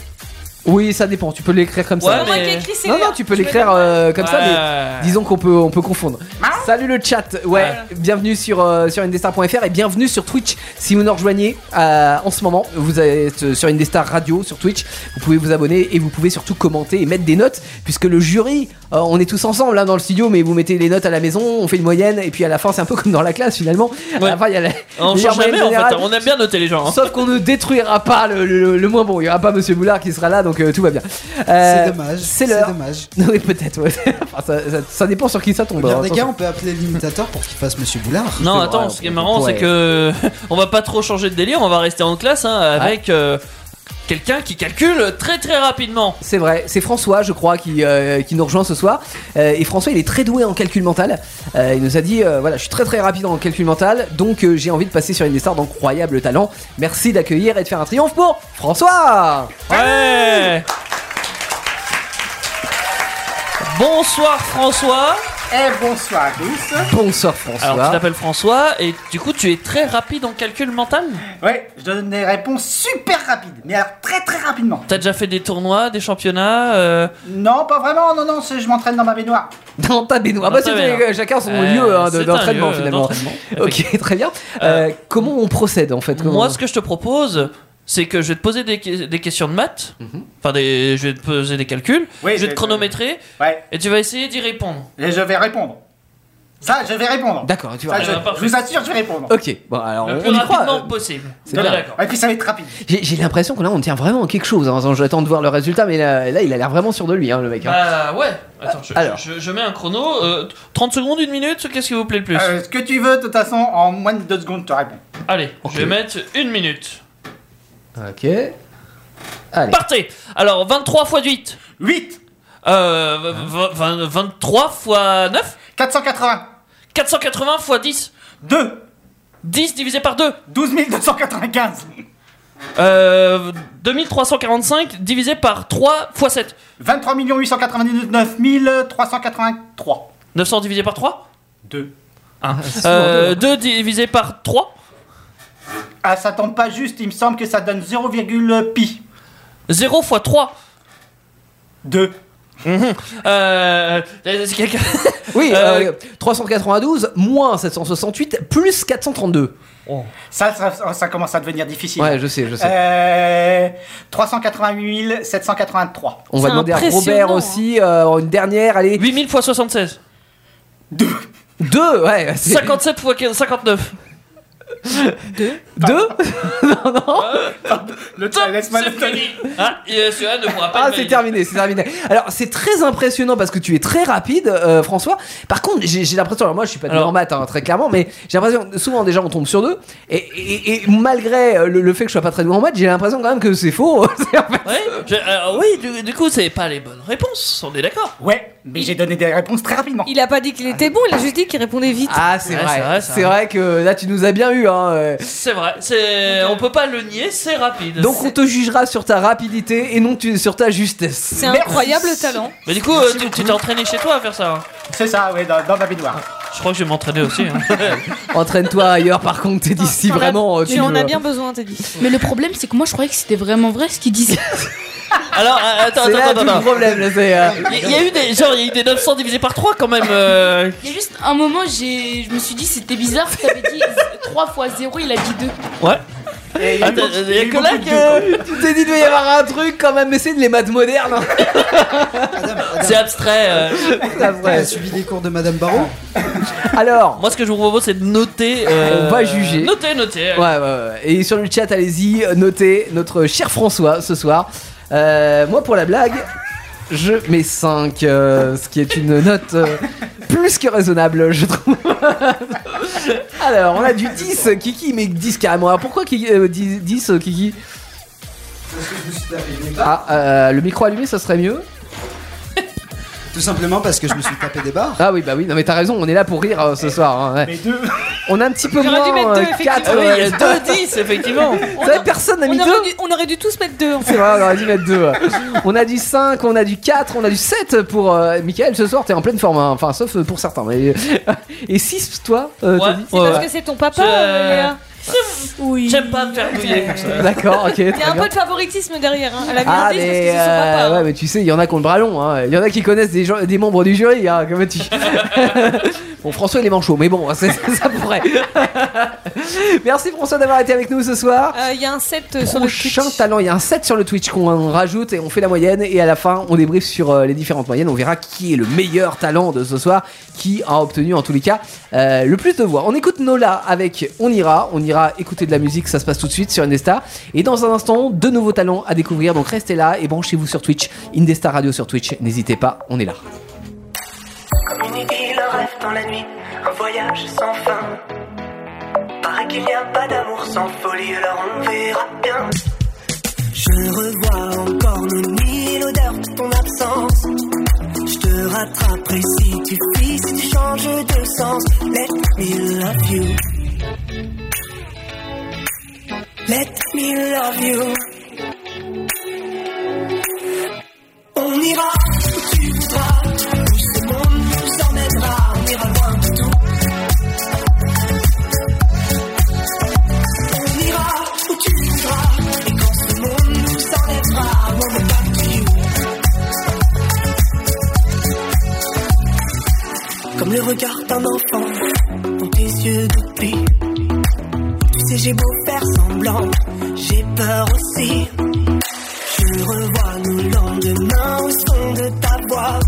[SPEAKER 4] Oui, ça dépend. Tu peux l'écrire comme
[SPEAKER 8] Ouais,
[SPEAKER 4] ça.
[SPEAKER 8] mais- Moi qui ai écrit, c'est
[SPEAKER 4] Non, non,
[SPEAKER 8] Léa.
[SPEAKER 4] tu peux
[SPEAKER 8] Je
[SPEAKER 4] l'écrire
[SPEAKER 8] vais
[SPEAKER 4] euh, comme ça.
[SPEAKER 8] Ouais.
[SPEAKER 4] Mais disons qu'on peut, on peut confondre. Salut le chat. Ouais. Bienvenue sur euh, sur indestar.fr et bienvenue sur Twitch. Si vous nous rejoignez euh, en ce moment, vous êtes sur Indestar Radio sur Twitch. Vous pouvez vous abonner et vous pouvez surtout commenter et mettre des notes puisque le jury, euh, on est tous ensemble là dans le studio, mais vous mettez les notes à la maison, on fait une moyenne et puis à la fin c'est un peu comme dans la classe finalement. À la fin, il y a la-
[SPEAKER 8] On
[SPEAKER 4] meilleure
[SPEAKER 8] change jamais
[SPEAKER 4] moyenne
[SPEAKER 8] en fait,
[SPEAKER 4] générale.
[SPEAKER 8] hein. on aime bien noter les gens. hein.
[SPEAKER 4] Sauf qu'on ne détruira pas le, le- le moins bon. Il n'y aura pas Monsieur Boulard qui sera là, donc euh, tout va bien.
[SPEAKER 1] C'est dommage, c'est
[SPEAKER 4] C'est l'heure.
[SPEAKER 1] dommage.
[SPEAKER 4] Oui, peut-être. ouais. Enfin, ça, ça- ça dépend sur qui ça tombe.
[SPEAKER 1] Regarde les
[SPEAKER 4] hein,
[SPEAKER 1] gars,
[SPEAKER 4] attention.
[SPEAKER 1] on peut appeler l'imitateur pour qu'il fasse Monsieur Boulard.
[SPEAKER 8] Non, attends, ce qui est marrant,
[SPEAKER 1] pourrait-
[SPEAKER 8] c'est que on va pas trop changer de délire, on va rester en classe hein, avec euh, quelqu'un qui calcule très très rapidement.
[SPEAKER 4] C'est vrai, c'est François, je crois, qui, euh, qui nous rejoint ce soir. Euh, et François, il est très doué en calcul mental. Euh, il nous a dit euh, voilà, je suis très très rapide en calcul mental, donc euh, j'ai envie de passer sur une des stars d'incroyable talent. Merci d'accueillir et de faire un triomphe pour François
[SPEAKER 8] Ouais Bonsoir François
[SPEAKER 23] Eh bonsoir à tous
[SPEAKER 4] Bonsoir François
[SPEAKER 8] Alors tu t'appelles François et du coup tu es très rapide en calcul mental
[SPEAKER 23] Ouais, je donne des réponses super rapides, mais alors très très rapidement.
[SPEAKER 8] T'as déjà fait des tournois, des championnats euh,
[SPEAKER 23] Non, pas vraiment, non, non, c'est- je m'entraîne dans ma baignoire.
[SPEAKER 4] Dans ta baignoire. Ah bah,
[SPEAKER 23] Dans ta
[SPEAKER 4] c'était,
[SPEAKER 23] baignoire.
[SPEAKER 4] euh, chacun son
[SPEAKER 8] Euh,
[SPEAKER 4] lieu hein, de-
[SPEAKER 8] c'est un
[SPEAKER 4] d'entraînement
[SPEAKER 8] lieu, euh,
[SPEAKER 4] finalement.
[SPEAKER 8] d'entraînement,
[SPEAKER 4] ok, très bien. Euh, comment on procède en fait comment-
[SPEAKER 8] Moi, ce que je te propose, c'est que je vais te poser des, que- des questions de maths. Enfin, des, je vais te poser des calculs.
[SPEAKER 23] Mhm. Oui,
[SPEAKER 8] je vais
[SPEAKER 23] je-
[SPEAKER 8] te chronométrer.
[SPEAKER 23] Ouais.
[SPEAKER 8] Et tu vas essayer d'y répondre.
[SPEAKER 23] Et je vais répondre. Ça, je vais répondre.
[SPEAKER 4] D'accord, tu vas
[SPEAKER 23] Ça, je,
[SPEAKER 8] répondre.
[SPEAKER 23] je vous assure, je vais répondre.
[SPEAKER 4] Ok, bon alors
[SPEAKER 8] Le
[SPEAKER 4] on,
[SPEAKER 8] plus
[SPEAKER 4] on y
[SPEAKER 8] rapidement
[SPEAKER 4] croit. euh,
[SPEAKER 8] possible.
[SPEAKER 4] C'est
[SPEAKER 8] On est
[SPEAKER 4] bien.
[SPEAKER 8] d'accord.
[SPEAKER 23] Et puis ça va être rapide.
[SPEAKER 4] J'ai j'ai l'impression que là on tient vraiment à quelque chose. hein. Attends, J'attends de voir le résultat, mais là, là, il a l'air vraiment sûr de lui, hein, le mec. hein.
[SPEAKER 8] Bah ouais. Attends, je,
[SPEAKER 4] alors.
[SPEAKER 8] je, je mets un chrono. euh, 30 secondes, une minute. Qu'est-ce qui vous plaît le plus
[SPEAKER 23] Euh, ce que tu veux, de toute façon, en moins de deux secondes, je te réponds.
[SPEAKER 8] Allez, je vais mettre une minute.
[SPEAKER 4] Ok. Allez.
[SPEAKER 8] Partez. Alors, 23 fois 8.
[SPEAKER 23] 8.
[SPEAKER 8] Euh, v- vingt- 23 fois 9.
[SPEAKER 23] 480.
[SPEAKER 8] 480 fois 10.
[SPEAKER 23] 2.
[SPEAKER 8] 10 divisé par 2.
[SPEAKER 23] 12 295.
[SPEAKER 8] Euh, 2345 divisé par 3 fois 7.
[SPEAKER 23] 23 899 383.
[SPEAKER 8] 900 divisé par 3
[SPEAKER 23] 2.
[SPEAKER 4] Ah,
[SPEAKER 8] Euh, 2 divisé par 3
[SPEAKER 23] Ah, ça tombe pas juste, il me semble que ça donne 0, pi.
[SPEAKER 8] 0 fois 3
[SPEAKER 23] 2
[SPEAKER 8] euh, c'est quelqu'un-
[SPEAKER 4] Oui,
[SPEAKER 8] Euh,
[SPEAKER 4] euh, 392 moins 768 plus 432.
[SPEAKER 23] Ça, ça, ça commence à devenir difficile.
[SPEAKER 4] Ouais, je sais, je sais.
[SPEAKER 23] Euh, 388 783.
[SPEAKER 4] On va demander à Robert aussi euh, une dernière. Allez.
[SPEAKER 8] 8000 fois 76.
[SPEAKER 4] 2 2 ouais. c'est-
[SPEAKER 8] 57 fois 15, 59
[SPEAKER 4] Deux
[SPEAKER 23] Euh, Le temps, laisse-moi le
[SPEAKER 8] Ah, et celui-là ne pourra pas
[SPEAKER 4] Ah,
[SPEAKER 8] le
[SPEAKER 4] c'est
[SPEAKER 8] valider.
[SPEAKER 4] terminé, c'est terminé. Alors, c'est très impressionnant parce que tu es très rapide, euh, François. Par contre, j'ai j'ai l'impression, alors moi je suis pas de en maths, hein, très clairement, mais j'ai l'impression que souvent déjà on tombe sur deux. Et, et- et malgré euh, le, le fait que je sois pas très doué en maths, j'ai l'impression quand même que c'est faux.
[SPEAKER 8] Ouais, je- alors oui, du, du coup, c'est pas les bonnes réponses, on est d'accord
[SPEAKER 23] Ouais, mais j'ai donné des réponses très rapidement.
[SPEAKER 9] Il a pas dit qu'il était bon, il a juste dit qu'il répondait vite.
[SPEAKER 4] Ah, c'est
[SPEAKER 8] Ouais, c'est
[SPEAKER 4] vrai.
[SPEAKER 8] vrai, c'est
[SPEAKER 4] C'est
[SPEAKER 8] vrai.
[SPEAKER 4] vrai que là tu nous as bien eu. Hein. euh.
[SPEAKER 8] C'est vrai, c'est... on peut pas le nier, c'est rapide.
[SPEAKER 4] Donc on te jugera sur ta rapidité et non tu- sur ta justesse.
[SPEAKER 9] C'est incroyable le talent.
[SPEAKER 8] Mais du coup, euh, tu tu t'es entraîné chez toi à faire ça hein
[SPEAKER 23] C'est ça, ouais, dans, dans ma baignoire.
[SPEAKER 8] Je crois que je vais m'entraîner aussi. hein.
[SPEAKER 4] Entraîne-toi ailleurs, par contre, Teddy, si vraiment. euh,
[SPEAKER 9] Tu
[SPEAKER 4] tu
[SPEAKER 9] en
[SPEAKER 4] veux.
[SPEAKER 9] as bien besoin, t'as dit.
[SPEAKER 11] Mais le problème, c'est que moi, je croyais que c'était vraiment vrai ce qu'il disait.
[SPEAKER 8] Alors, euh, attends,
[SPEAKER 11] C'est
[SPEAKER 8] attends,
[SPEAKER 11] là
[SPEAKER 8] attends,
[SPEAKER 11] tout le
[SPEAKER 8] attends.
[SPEAKER 4] problème, là, c'est.
[SPEAKER 8] Il y, a eu des, genre, il y a eu des 900 divisés par 3 quand même. euh.
[SPEAKER 11] Il y a juste un moment, j'ai, je me suis dit, c'était bizarre. T'avais dit 3 fois 0, il a dit 2.
[SPEAKER 8] Ouais.
[SPEAKER 4] Et
[SPEAKER 8] Attends, Ah, il y a que là que.
[SPEAKER 4] Tu t'es dit, il devait y avoir un truc quand même, mais c'est de les maths modernes. hein.
[SPEAKER 8] C'est abstrait. euh.
[SPEAKER 1] T'as suivi des cours de Madame Barreau
[SPEAKER 4] Alors.
[SPEAKER 8] Moi, ce que je vous propose, c'est de noter. euh,
[SPEAKER 4] On va juger.
[SPEAKER 8] Noter, noter.
[SPEAKER 4] Ouais, ouais, ouais. Et sur le chat, allez-y, notez notre cher François ce soir. Euh, moi, pour la blague, je mets 5, euh, ce qui est une note euh, plus que raisonnable, je trouve. Alors, on a du 10, Kiki, mais 10 carrément. Alors, pourquoi Kiki, euh, 10, 10, euh, Kiki Ah, euh, le micro allumé, ça serait mieux
[SPEAKER 1] Tout simplement parce que je me suis tapé des barres.
[SPEAKER 4] Ah oui, bah oui, non mais t'as raison, on est là pour rire euh, ce soir. hein, ouais. On a un petit peu
[SPEAKER 9] J'aurais dû
[SPEAKER 4] moins euh,
[SPEAKER 9] mettre deux,
[SPEAKER 4] 4.
[SPEAKER 9] effectivement. Ah oui, il y a deux
[SPEAKER 8] 10, effectivement.
[SPEAKER 4] personne n'a mis
[SPEAKER 9] on
[SPEAKER 4] 2.
[SPEAKER 9] aurait, dû, on aurait dû tous mettre deux. en fait.
[SPEAKER 4] C'est vrai, on aurait dû mettre deux. ouais. On a du 5, on a du 4, on a du 7 pour euh, Michael. Ce soir, t'es en pleine forme, hein. enfin, sauf euh, pour certains. Mais... Et 6, toi euh,
[SPEAKER 8] Ouais.
[SPEAKER 4] Teddy
[SPEAKER 8] C'est parce
[SPEAKER 9] Parce que c'est ton papa,
[SPEAKER 8] Je-
[SPEAKER 9] euh, Léa.
[SPEAKER 8] Oui. J'aime pas me faire douiller comme ça.
[SPEAKER 4] D'accord, ok.
[SPEAKER 9] Il y a
[SPEAKER 4] très
[SPEAKER 9] un
[SPEAKER 4] bien.
[SPEAKER 9] peu de favoritisme derrière. Hein. Elle a mis
[SPEAKER 4] Ah,
[SPEAKER 9] un 10 parce que
[SPEAKER 4] mais,
[SPEAKER 9] c'est son
[SPEAKER 4] euh,
[SPEAKER 9] papa.
[SPEAKER 4] ouais, mais tu sais, il y en a qui ont le bras long. hein. Il y en a qui connaissent des, gens- des membres du jury. Hein, comme tu... bon, François, il est manchot, mais bon, hein, c'est ça pourrait. euh, Merci François d'avoir été avec nous ce soir.
[SPEAKER 9] Euh, Il y a un 7 sur le
[SPEAKER 4] Prochain talent, il y a un 7 sur le Twitch qu'on rajoute et on fait la moyenne et à la fin on débriefe sur euh, les différentes moyennes, on verra qui est le meilleur talent de ce soir, qui a obtenu en tous les cas euh, le plus de voix. On écoute Nola avec On ira, on ira écouter de la musique, ça se passe tout de suite sur Indesta et dans un instant deux nouveaux talents à découvrir donc restez là et branchez-vous sur Twitch, Indesta Radio sur Twitch, n'hésitez pas, on est là.
[SPEAKER 2] Comme une idylle, un rêve dans la nuit, un voyage sans fin. Paraît qu'il n'y a pas d'amour sans folie, alors on verra bien. Je revois encore nos mille odeurs de ton absence. Je te rattraperai si tu fuis, si tu changes de sens. Let me love you. Let me love you. On ira où tu voudras, où ce monde nous emmènera, on ira loin de tout. On ira où tu voudras, et quand ce monde nous enlèvera, on est back to you. Comme le regard d'un enfant, dans tes yeux de pluie. Tu sais, j'ai beau faire semblant, j'ai peur aussi. Je revois nos lendemains au son de ta voix.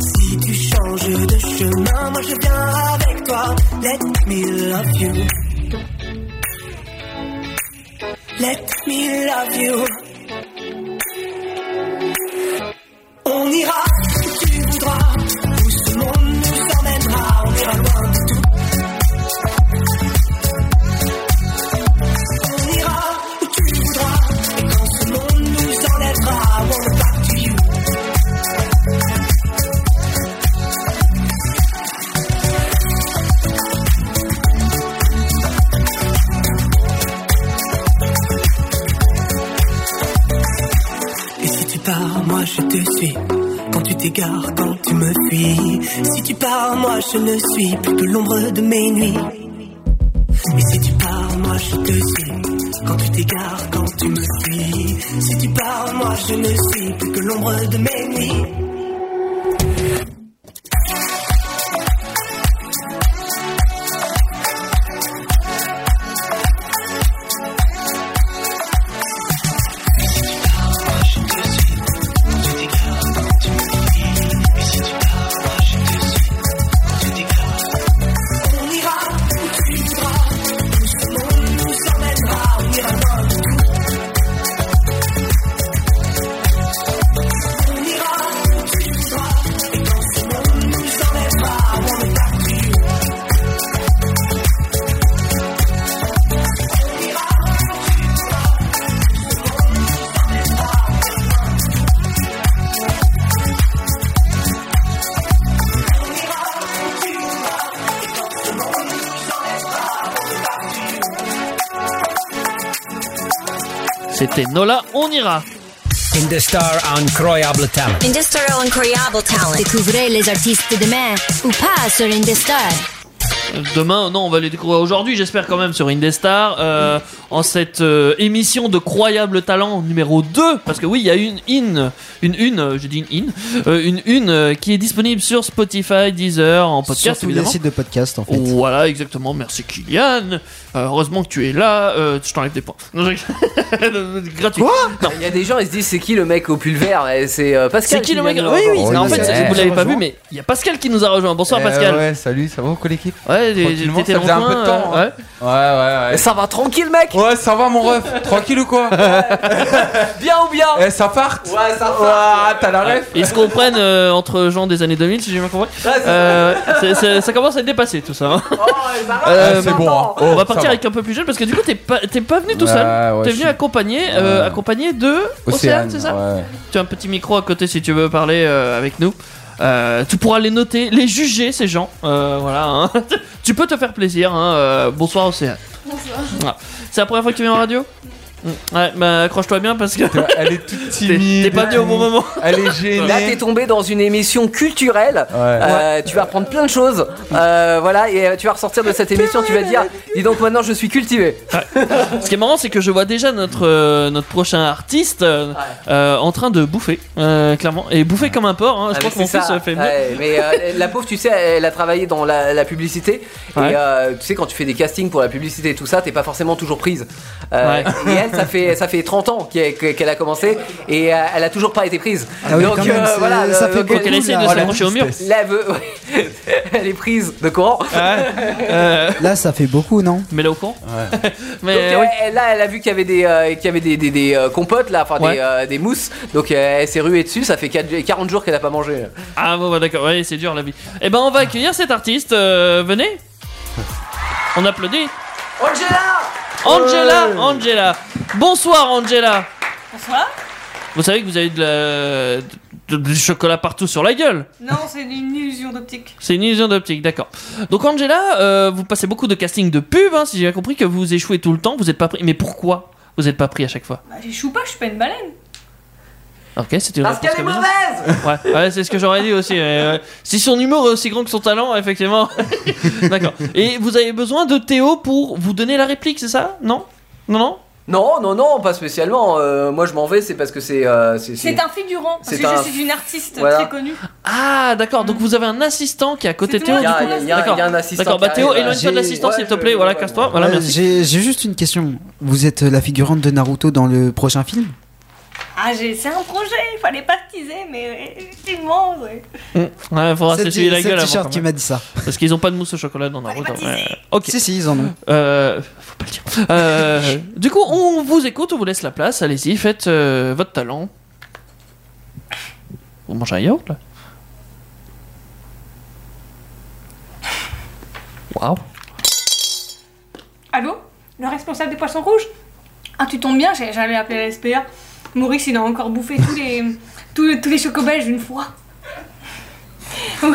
[SPEAKER 2] Si tu changes de chemin, moi je viens avec toi. Let me love you. Let me love you. On ira où tu voudras, où ce monde nous emmènera. On ira loin de tout. On ira où tu voudras, et quand ce monde nous enlèvera, I wanna back to you. Et si tu pars, moi je te suis. Quand tu t'égares, quand tu me fuis. Si tu pars, moi je ne suis plus que l'ombre de mes nuits. Et si tu pars, moi je te suis. Quand tu t'égares, quand tu me fuis. Si tu pars, moi je ne suis plus que l'ombre de mes nuits. On ira où tu voudras, où ce monde nous emmènera, on ira loin de tout. On ira où tu voudras, et quand ce monde nous enlèvera, I wanna back to you. On ira où tu voudras, où ce monde nous emmènera, on ira loin de tout. On ira où tu voudras, et quand ce monde nous enlèvera, I wanna back to you.
[SPEAKER 8] C'était Nola, on ira.
[SPEAKER 22] In the star incroyable talent.
[SPEAKER 10] Industrial Incroyable Talent. Découvrez les artistes demain ou pas sur Indestar.
[SPEAKER 8] Euh, Demain, non, on va les découvrir aujourd'hui, j'espère quand même, sur Indestar, euh, en cette euh, émission de Croyable Talent numéro 2, parce que oui, il y a une in, une une, euh, je dis une in, euh, une une euh, qui est disponible sur Spotify, Deezer, en
[SPEAKER 1] Sur
[SPEAKER 8] podcast,
[SPEAKER 1] tous les
[SPEAKER 8] évidemment.
[SPEAKER 1] sites de podcast en fait.
[SPEAKER 8] Voilà, exactement. Merci Kylian. Euh, heureusement que tu es là. Euh, je t'enlève des points. Non, je- Gratuit. Non.
[SPEAKER 4] Il y a des gens, ils se disent c'est qui le mec au pull vert Et C'est euh, Pascal.
[SPEAKER 8] C'est qui le mec
[SPEAKER 4] vient de
[SPEAKER 8] Oui,
[SPEAKER 4] nous
[SPEAKER 8] oui,
[SPEAKER 4] rejoindre.
[SPEAKER 8] en fait,
[SPEAKER 4] Ouais.
[SPEAKER 8] vous l'avez pas vu, mais il y a Pascal qui nous a rejoint. Bonsoir,
[SPEAKER 3] Eh,
[SPEAKER 8] Pascal.
[SPEAKER 3] Ouais, salut, ça va beaucoup l'équipe
[SPEAKER 8] Ouais,
[SPEAKER 3] Tranquillement,
[SPEAKER 8] t'étais
[SPEAKER 3] ça faisait un
[SPEAKER 8] loin,
[SPEAKER 3] peu de temps.
[SPEAKER 8] euh,
[SPEAKER 3] hein. Ouais, ouais, ouais.
[SPEAKER 4] ça va tranquille, mec
[SPEAKER 3] Ouais, ça va, mon ref Tranquille ou quoi
[SPEAKER 4] Bien ou bien
[SPEAKER 3] Eh, ça part
[SPEAKER 4] Ouais, ça
[SPEAKER 3] part t'as la ref
[SPEAKER 8] Ils se comprennent euh, entre gens des années 2000, si j'ai bien compris. Euh, c'est- c'est- ça commence à être dépassé tout ça. hein.
[SPEAKER 4] Oh,
[SPEAKER 8] Euh,
[SPEAKER 3] c'est bon, hein.
[SPEAKER 8] on
[SPEAKER 3] Oh,
[SPEAKER 8] va
[SPEAKER 3] ça
[SPEAKER 8] partir
[SPEAKER 3] va.
[SPEAKER 8] avec un peu plus jeune parce que du coup, t'es pas, t'es pas venu tout seul.
[SPEAKER 3] Ouais, ouais,
[SPEAKER 8] t'es
[SPEAKER 3] je
[SPEAKER 8] venu
[SPEAKER 3] suis-
[SPEAKER 8] accompagné, euh,
[SPEAKER 3] Ouais.
[SPEAKER 8] accompagné de Océane, c'est ça
[SPEAKER 3] ouais.
[SPEAKER 8] Tu as un petit micro à côté si tu veux parler euh, avec nous. Euh, tu pourras les noter, les juger ces gens. Euh, voilà. hein. tu peux te faire plaisir. hein. Euh, bonsoir Océane.
[SPEAKER 18] Bonsoir.
[SPEAKER 8] Voilà. C'est la première fois que tu viens en radio Mm. Ouais, bah accroche-toi bien parce que.
[SPEAKER 3] Elle est toute
[SPEAKER 8] timide. T'es pas venu au bon moment.
[SPEAKER 3] Elle est gênée.
[SPEAKER 4] Là, t'es tombé dans une émission culturelle. Euh, Tu vas apprendre plein de choses. Euh, voilà, et euh, tu vas ressortir de cette émission. Tu vas dire, dis donc maintenant, je suis cultivé.
[SPEAKER 8] Ce qui est marrant, c'est que je vois déjà notre, euh, notre prochain artiste euh, euh, en train de bouffer, euh, clairement. Et bouffer comme un porc, hein. je
[SPEAKER 4] Ah,
[SPEAKER 8] pense que
[SPEAKER 4] mais
[SPEAKER 8] mon
[SPEAKER 4] c'est
[SPEAKER 8] fils
[SPEAKER 4] ça.
[SPEAKER 8] euh, fait mieux.
[SPEAKER 4] Ouais, mais euh, la pauvre, tu sais, elle a travaillé dans la, la publicité.
[SPEAKER 8] Ouais.
[SPEAKER 4] Et euh, tu sais, quand tu fais des castings pour la publicité et tout ça, t'es pas forcément toujours prise. Euh, Et elle, ça fait, ça fait 30 ans qu'elle qu'elle a commencé et euh, elle a toujours pas été prise. euh,
[SPEAKER 1] Ah oui, quand même, c'est- ça fait
[SPEAKER 4] donc,
[SPEAKER 1] beaucoup,
[SPEAKER 8] qu'elle essaie de
[SPEAKER 4] là.
[SPEAKER 8] se brancher au mur.
[SPEAKER 4] Là, elle veut- ouais. elle est prise de courant.
[SPEAKER 1] Là, ça fait beaucoup, non
[SPEAKER 8] Mais là, au courant Euh, Mais
[SPEAKER 4] Donc,
[SPEAKER 8] oui.
[SPEAKER 4] elle- là, elle a vu qu'il y avait des, euh, qu'il y avait des, des, des, euh, compotes, là, enfin
[SPEAKER 8] Ouais.
[SPEAKER 4] des, euh, des mousses. Donc, euh, elle s'est ruée dessus. Ça fait 4 40 jours qu'elle a pas mangé.
[SPEAKER 8] Ah bon, bah, d'accord, ouais, c'est dur la vie. Eh ben, on va accueillir cet artiste, euh, venez. On applaudit.
[SPEAKER 4] Angela
[SPEAKER 8] Angela,
[SPEAKER 4] Ouais.
[SPEAKER 8] Angela. Bonsoir, Angela.
[SPEAKER 9] Bonsoir.
[SPEAKER 8] Vous savez que vous avez de la- de- de- du chocolat partout sur la gueule.
[SPEAKER 9] Non, c'est une illusion d'optique.
[SPEAKER 8] C'est une illusion d'optique, d'accord. Donc Angela, euh, vous passez beaucoup de castings de pub, hein, si j'ai bien compris que vous échouez tout le temps, vous n'êtes pas pris. Mais pourquoi vous n'êtes pas pris à chaque fois
[SPEAKER 9] Bah, j'échoue pas, je suis pas une baleine.
[SPEAKER 8] Ok, c'était une
[SPEAKER 9] Parce
[SPEAKER 8] réponse
[SPEAKER 9] qu'elle est
[SPEAKER 8] comme une autre. Ouais, ouais, c'est ce que j'aurais dit aussi. euh, ouais. si son humour est aussi grand que son talent, effectivement. d'accord. Et vous avez besoin de Théo pour vous donner la réplique, c'est ça Non Non, non
[SPEAKER 4] Non, non, non, pas spécialement. Euh, moi, je m'en vais, c'est parce que c'est. euh, c'est-
[SPEAKER 9] C'est
[SPEAKER 4] c'est-
[SPEAKER 9] un figurant, parce
[SPEAKER 4] C'est
[SPEAKER 9] que
[SPEAKER 4] un-
[SPEAKER 9] je suis une artiste
[SPEAKER 4] Voilà.
[SPEAKER 9] très connue.
[SPEAKER 8] Ah, d'accord. Donc vous avez un assistant qui est à côté de
[SPEAKER 9] C'est
[SPEAKER 8] Théo.
[SPEAKER 9] moi qui
[SPEAKER 8] du coup.
[SPEAKER 9] prends l'assistant.
[SPEAKER 8] D'accord.
[SPEAKER 4] Il y a un assistant
[SPEAKER 8] D'accord, bah
[SPEAKER 4] qui
[SPEAKER 8] Théo,
[SPEAKER 4] arrive, là.
[SPEAKER 8] éloigne-toi de
[SPEAKER 4] J'ai-
[SPEAKER 8] l'assistant,
[SPEAKER 4] ouais,
[SPEAKER 8] s'il te plaît. Voilà, casse-toi. Voilà,
[SPEAKER 1] Euh,
[SPEAKER 8] merci.
[SPEAKER 1] J'ai j'ai juste une question. Vous êtes la figurante de Naruto dans le prochain film
[SPEAKER 9] Ah, j'ai... c'est un projet, il fallait pas te teaser, mais euh, effectivement, ouais.
[SPEAKER 8] Mm. Ouais, faudra
[SPEAKER 1] C'est le
[SPEAKER 8] s'essuyer
[SPEAKER 1] t-
[SPEAKER 8] la
[SPEAKER 1] c'est le
[SPEAKER 8] gueule
[SPEAKER 1] t-shirt
[SPEAKER 8] avant, quand
[SPEAKER 1] qui
[SPEAKER 8] même.
[SPEAKER 1] m'a dit ça.
[SPEAKER 8] Parce qu'ils ont pas de mousse au chocolat dans Naruto. ouais. Ok.
[SPEAKER 1] Si, si, ils en ont.
[SPEAKER 8] Euh, faut pas le dire. Euh, du coup, on vous écoute, on vous laisse la place. Allez-y, faites euh, votre talent. Vous mangez un yaourt là Waouh.
[SPEAKER 9] Allô Le responsable des poissons rouges Ah, tu tombes bien, j'ai- j'allais appeler la SPA. Maurice, il a encore bouffé tous les, tous, les- tous les chocobelges une fois. Allô,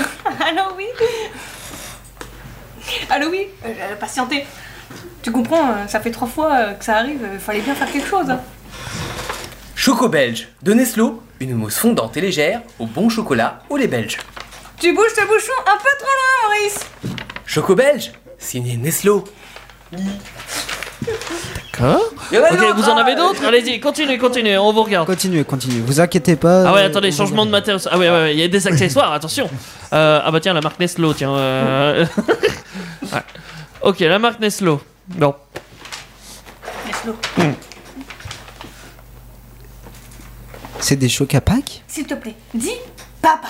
[SPEAKER 9] oui Allô, oui euh, euh, Patientez. Tu comprends, euh, ça fait trois fois euh, que ça arrive, il fallait bien faire quelque chose. hein.
[SPEAKER 4] Choco belge de Neslo, une mousse fondante et légère au bon chocolat au lait belge.
[SPEAKER 9] Tu bouges ce bouchon un peu trop loin, Maurice
[SPEAKER 4] Choco belge, signé Neslo.
[SPEAKER 8] D'accord.
[SPEAKER 4] Il y en a
[SPEAKER 8] Ok,
[SPEAKER 4] d'autres,
[SPEAKER 8] vous en
[SPEAKER 4] hein.
[SPEAKER 8] avez d'autres Allez-y, continuez, continuez, on vous regarde.
[SPEAKER 1] Continuez, continuez. Vous inquiétez pas.
[SPEAKER 8] Ah ouais,
[SPEAKER 1] euh,
[SPEAKER 8] attendez,
[SPEAKER 1] on-
[SPEAKER 8] changement de matériaux. Ah ouais, ouais, ouais, il y a des accessoires, attention. Euh, ah bah tiens, la marque Neslo, tiens. euh, ouais. Ok, la marque Neslo. Bon.
[SPEAKER 9] Laisse-le.
[SPEAKER 1] C'est des chocs à Pâques
[SPEAKER 9] S'il te plaît, dis papa.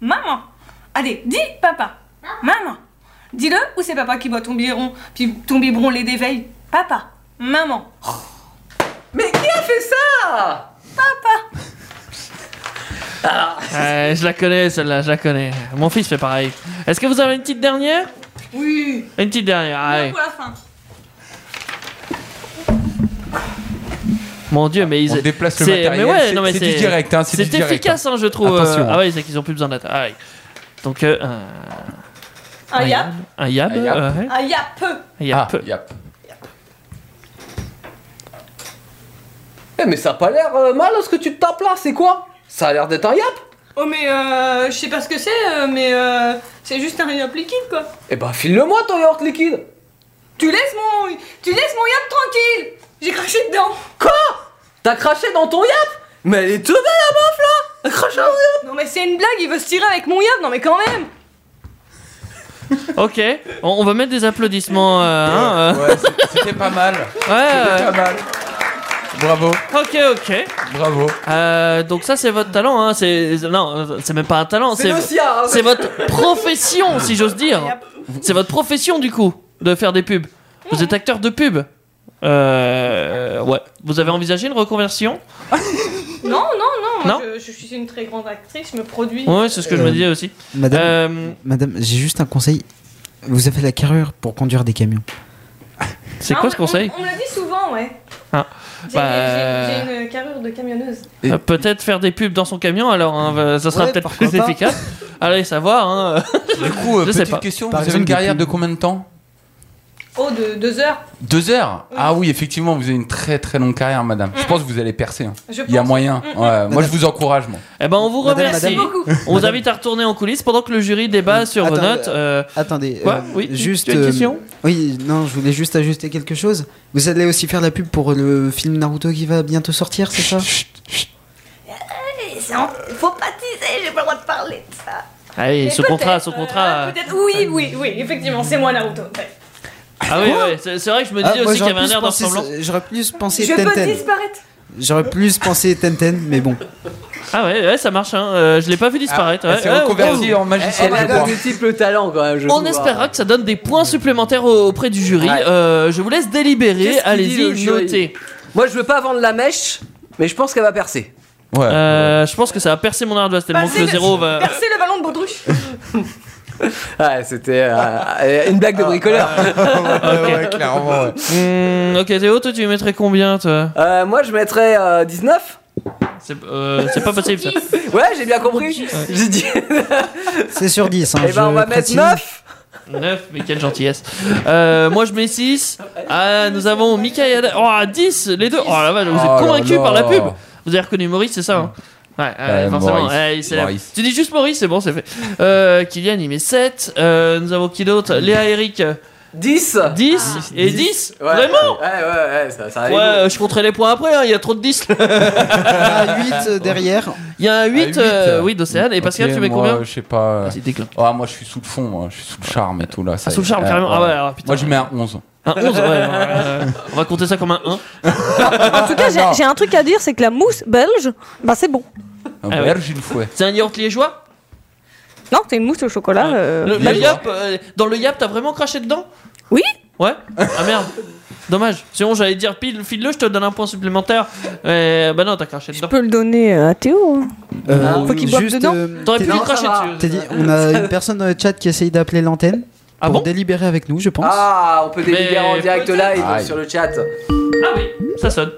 [SPEAKER 9] Maman. Allez, dis papa. Maman. Dis-le ou c'est papa qui boit ton biberon, puis ton biberon lait d'éveil. Papa. Maman.
[SPEAKER 4] Mais qui a fait ça Ah.
[SPEAKER 9] Papa.
[SPEAKER 8] Ouais, euh, je la connais, celle-là, je la connais. Mon fils fait pareil. Est-ce que vous avez une petite dernière
[SPEAKER 9] Oui.
[SPEAKER 8] Une petite dernière, ah allez.
[SPEAKER 9] Pour la fin.
[SPEAKER 8] Mon dieu, mais ils.
[SPEAKER 3] On déplace le
[SPEAKER 8] c'est-
[SPEAKER 3] matériel,
[SPEAKER 8] Mais ouais,
[SPEAKER 3] c'est-
[SPEAKER 8] non, mais
[SPEAKER 3] c'est du direct, hein, c'est du
[SPEAKER 8] c'est
[SPEAKER 3] direct,
[SPEAKER 8] efficace,
[SPEAKER 3] hein.
[SPEAKER 8] hein, je trouve. euh,
[SPEAKER 3] Attention.
[SPEAKER 8] Ah ouais, c'est qu'ils ont plus besoin d'attendre. Ah ouais. Donc, euh, un-
[SPEAKER 9] Un yap.
[SPEAKER 8] un yab.
[SPEAKER 3] Un yab.
[SPEAKER 8] euh, ouais.
[SPEAKER 9] Un
[SPEAKER 8] Ah.
[SPEAKER 9] yap.
[SPEAKER 8] Yap.
[SPEAKER 3] Yap.
[SPEAKER 18] Eh, mais ça a pas l'air euh, mal ce que tu te tapes là, c'est quoi Ça a l'air d'être un yap
[SPEAKER 9] Oh mais euh, je sais pas ce que c'est, euh, mais euh, c'est juste un yop liquide quoi.
[SPEAKER 18] Eh bah, file-le-moi ton yaourt liquide
[SPEAKER 9] Tu laisses mon, tu laisses mon yop tranquille. J'ai craché dedans.
[SPEAKER 18] Quoi T'as craché dans ton yap Mais elle est teubée la meuf là Elle crache dans mon yap
[SPEAKER 9] Non mais c'est une blague, il veut se tirer avec mon yop. Non mais quand même.
[SPEAKER 8] Ok, on, on va mettre des applaudissements. euh, hein, euh.
[SPEAKER 3] C'était pas mal.
[SPEAKER 8] Ouais,
[SPEAKER 3] C'était
[SPEAKER 8] ouais.
[SPEAKER 3] pas mal. Bravo.
[SPEAKER 8] Ok, ok. Euh,
[SPEAKER 3] Bravo.
[SPEAKER 8] donc ça, c'est votre talent. Hein. C'est non, c'est même pas un talent.
[SPEAKER 18] C'est le sien, hein.
[SPEAKER 8] c'est votre profession, si j'ose dire. C'est votre profession du coup de faire des pubs. Vous êtes acteur de pub. Euh, ouais. Vous avez envisagé une reconversion
[SPEAKER 9] Non non non.
[SPEAKER 8] Non
[SPEAKER 9] je, je suis une très grande actrice, je me produis.
[SPEAKER 8] Ouais, c'est ce que je me disais aussi.
[SPEAKER 1] Madame,
[SPEAKER 8] Euh,
[SPEAKER 1] madame j'ai juste un conseil. Vous avez la carrure pour conduire des camions.
[SPEAKER 8] C'est
[SPEAKER 9] Ah,
[SPEAKER 8] quoi
[SPEAKER 9] on-
[SPEAKER 8] ce conseil
[SPEAKER 9] On, on me l'a dit souvent, ouais.
[SPEAKER 8] Ah,
[SPEAKER 9] J'ai
[SPEAKER 8] bah,
[SPEAKER 9] j'ai- j'ai une carrure de camionneuse.
[SPEAKER 8] euh, peut-être faire des pubs dans son camion. Alors, hein, ça sera
[SPEAKER 3] Ouais,
[SPEAKER 8] peut-être
[SPEAKER 3] pourquoi
[SPEAKER 8] plus
[SPEAKER 3] pas.
[SPEAKER 8] efficace. Allez savoir. Hein.
[SPEAKER 3] Du coup, euh,
[SPEAKER 8] je sais
[SPEAKER 3] petite
[SPEAKER 8] pas.
[SPEAKER 3] question, vous avez une carrière de combien de temps
[SPEAKER 9] Oh de deux heures.
[SPEAKER 3] Deux heures Ah oui, effectivement, vous avez une très très longue carrière, madame. Je pense que vous allez percer. hein.
[SPEAKER 9] Mm. Je
[SPEAKER 3] Il y a
[SPEAKER 9] pense.
[SPEAKER 3] moyen.
[SPEAKER 9] Mm, mm.
[SPEAKER 3] Ouais, moi, je vous encourage, moi.
[SPEAKER 8] Eh ben, on vous
[SPEAKER 1] Madame,
[SPEAKER 8] remercie.
[SPEAKER 1] madame. Merci
[SPEAKER 8] On vous invite à retourner en coulisses pendant que le jury débat sur vos
[SPEAKER 1] Attends,
[SPEAKER 8] notes. euh,
[SPEAKER 1] Attendez,
[SPEAKER 8] quoi
[SPEAKER 1] euh,
[SPEAKER 8] Oui, tu-
[SPEAKER 1] juste.
[SPEAKER 8] tu as une
[SPEAKER 1] euh,
[SPEAKER 8] question
[SPEAKER 1] oui, non, je voulais juste ajuster quelque chose. Vous allez aussi faire la pub pour le film Naruto qui va bientôt sortir, c'est ça
[SPEAKER 9] Faut pas teaser, j'ai pas le droit de parler de ça.
[SPEAKER 8] Allez, Ah ce contrat, ce contrat.
[SPEAKER 9] Peut-être, oui, oui, oui, effectivement, c'est moi Naruto.
[SPEAKER 8] Ah oui, ouais, c'est c'est vrai que je me disais
[SPEAKER 1] Ah, moi,
[SPEAKER 8] aussi qu'il y
[SPEAKER 1] j'aurais
[SPEAKER 8] avait un
[SPEAKER 1] plus
[SPEAKER 8] air
[SPEAKER 1] pensé-
[SPEAKER 8] d'ensemble.
[SPEAKER 1] J'aurais plus pensé
[SPEAKER 9] Je peux
[SPEAKER 1] Tenten.
[SPEAKER 9] disparaître.
[SPEAKER 1] J'aurais plus pensé Tenten, mais bon.
[SPEAKER 8] Ah ouais, ouais, ça marche, hein. Euh, je l'ai pas vu disparaître.
[SPEAKER 1] Ah,
[SPEAKER 8] ouais. Oh,
[SPEAKER 1] elle s'est
[SPEAKER 8] Ouais,
[SPEAKER 1] reconvertie
[SPEAKER 8] on-
[SPEAKER 1] en magicienne,
[SPEAKER 18] Elle a de multiples talents quand même, je
[SPEAKER 8] On
[SPEAKER 18] trouve,
[SPEAKER 8] espérera
[SPEAKER 18] hein.
[SPEAKER 8] que ça donne des points supplémentaires au- auprès du jury. Euh, je vous laisse délibérer,
[SPEAKER 18] Qu'est-ce qu'il dit, le
[SPEAKER 8] allez-y,
[SPEAKER 18] jury
[SPEAKER 8] notez.
[SPEAKER 18] Moi, je veux pas vendre la mèche, mais je pense qu'elle va percer.
[SPEAKER 8] Euh, Je pense que ça va percer mon ardoise tellement que
[SPEAKER 18] Percer
[SPEAKER 8] le
[SPEAKER 18] le-
[SPEAKER 8] zéro va.
[SPEAKER 9] Percer Bah, le ballon de baudruche.
[SPEAKER 18] Ouais, c'était euh, une
[SPEAKER 8] Ah,
[SPEAKER 18] blague de bricoleur.
[SPEAKER 3] clairement,
[SPEAKER 8] Hmm, ok, Théo, toi tu mettrais combien toi
[SPEAKER 18] Euh, moi, je mettrais euh, 19.
[SPEAKER 8] C'est euh, c'est pas possible ça.
[SPEAKER 18] Ouais, j'ai bien compris. J'ai dit.
[SPEAKER 1] C'est sur 10. Hein,
[SPEAKER 18] Eh ben, on
[SPEAKER 1] je
[SPEAKER 18] va mettre
[SPEAKER 1] précise.
[SPEAKER 18] 9.
[SPEAKER 8] 9, mais quelle gentillesse. Euh, moi je mets 6. Ah, nous avons Mika et Ada. Oh, 10, les deux. Oh la vache, vous
[SPEAKER 3] Oh là
[SPEAKER 8] êtes convaincus
[SPEAKER 3] là.
[SPEAKER 8] par la pub. Vous avez reconnu Maurice, c'est ça hein Ouais, ouais,
[SPEAKER 3] Euh,
[SPEAKER 8] forcément.
[SPEAKER 3] Maurice.
[SPEAKER 8] Ouais, il s'élève.
[SPEAKER 3] Maurice.
[SPEAKER 8] Tu dis juste Maurice, c'est bon, c'est fait. Euh, Kylian, il met 7. Euh, nous avons qui d'autre Léa, Eric.
[SPEAKER 18] 10.
[SPEAKER 8] 10 et 10
[SPEAKER 18] Ah. Ouais.
[SPEAKER 8] Vraiment
[SPEAKER 18] Ouais, ouais, ouais, ça, ça
[SPEAKER 8] Ouais,
[SPEAKER 18] arrive.
[SPEAKER 8] euh, je compterai les points après, hein, il y a trop de 10.
[SPEAKER 1] Ah, 8 euh, derrière. Ah,
[SPEAKER 8] Il y a un 8, euh, oui, d'Océane. Et Pascal,
[SPEAKER 3] Ok,
[SPEAKER 8] tu mets
[SPEAKER 3] moi,
[SPEAKER 8] combien Ah,
[SPEAKER 3] euh, Je sais pas. Ah,
[SPEAKER 8] déclin.
[SPEAKER 3] moi, je suis sous le fond, moi. je suis sous le charme et tout là. ça
[SPEAKER 8] sous
[SPEAKER 3] y
[SPEAKER 8] le
[SPEAKER 3] est.
[SPEAKER 8] charme, carrément. Ah ouais, alors,
[SPEAKER 3] Moi, je mets un 11.
[SPEAKER 8] Un 11, ouais. euh, on va compter ça comme un 1.
[SPEAKER 9] En tout cas, j'ai- j'ai un truc à dire, c'est que la mousse belge, bah c'est bon.
[SPEAKER 3] Un
[SPEAKER 8] Ah ouais.
[SPEAKER 3] berge, une fouet.
[SPEAKER 8] C'est un yaourt liégeois
[SPEAKER 9] Non, c'est une mousse au chocolat. euh,
[SPEAKER 8] le, le
[SPEAKER 9] belge.
[SPEAKER 8] yap, euh, Dans le yap, t'as vraiment craché dedans
[SPEAKER 9] Oui
[SPEAKER 8] Ouais Ah merde Dommage. Sinon, j'allais dire pile, file-le, je te donne un point supplémentaire. Euh, bah non, t'as craché
[SPEAKER 9] Je
[SPEAKER 8] dedans.
[SPEAKER 9] peux le donner euh, à Théo. Ah,
[SPEAKER 1] Euh,
[SPEAKER 9] Faut qu'il boive
[SPEAKER 1] juste,
[SPEAKER 9] dedans. Ah,
[SPEAKER 1] euh,
[SPEAKER 8] T'aurais pu
[SPEAKER 1] Teddy-
[SPEAKER 8] lui cracher dessus.
[SPEAKER 1] Teddy, on a une personne dans le chat qui essaye d'appeler l'antenne
[SPEAKER 4] Ah
[SPEAKER 1] pour délibérer avec nous, je pense.
[SPEAKER 18] Ah, on peut délibérer en direct live
[SPEAKER 1] Aïe.
[SPEAKER 18] sur le chat.
[SPEAKER 8] Ah, Ça sonne.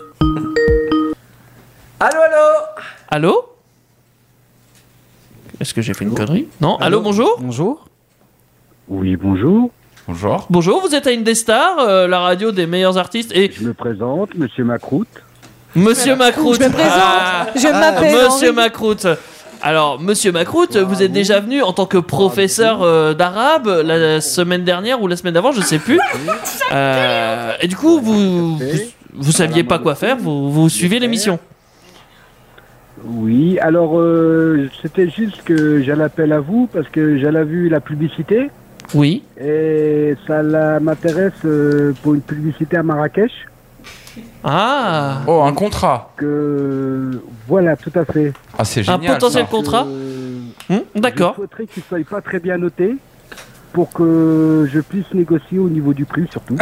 [SPEAKER 18] Allô, allô
[SPEAKER 8] Allô Est-ce que j'ai fait une connerie Non, allô, bonjour
[SPEAKER 1] Bonjour
[SPEAKER 7] Oui, bonjour.
[SPEAKER 3] Bonjour.
[SPEAKER 8] Bonjour, vous êtes à Indestar, euh, la radio des meilleurs artistes et...
[SPEAKER 7] Je me présente, monsieur Macroute.
[SPEAKER 8] Monsieur Macroute Ah,
[SPEAKER 7] Je me présente, je m'appelle
[SPEAKER 8] Monsieur
[SPEAKER 7] Henri.
[SPEAKER 8] Macroute alors, monsieur Macroute, vous
[SPEAKER 7] Ah,
[SPEAKER 8] êtes déjà venu en tant que professeur euh, d'arabe la semaine dernière ou la semaine d'avant, je sais plus. Euh, et du coup, vous, vous, vous saviez pas quoi faire, vous, vous suivez l'émission.
[SPEAKER 7] Oui, alors euh, c'était juste que j'allais appel à vous parce que j'allais vu la publicité.
[SPEAKER 8] Oui.
[SPEAKER 7] Et ça la- m'intéresse euh, pour une publicité à Marrakech.
[SPEAKER 8] Ah
[SPEAKER 3] Oh, un contrat
[SPEAKER 7] Que Euh, voilà, tout à fait.
[SPEAKER 3] Ah, c'est
[SPEAKER 8] Un
[SPEAKER 3] génial.
[SPEAKER 8] potentiel
[SPEAKER 3] ça.
[SPEAKER 8] contrat D'accord.
[SPEAKER 7] Je souhaiterais qu'il soit pas très bien noté pour que je puisse négocier au niveau du prix surtout.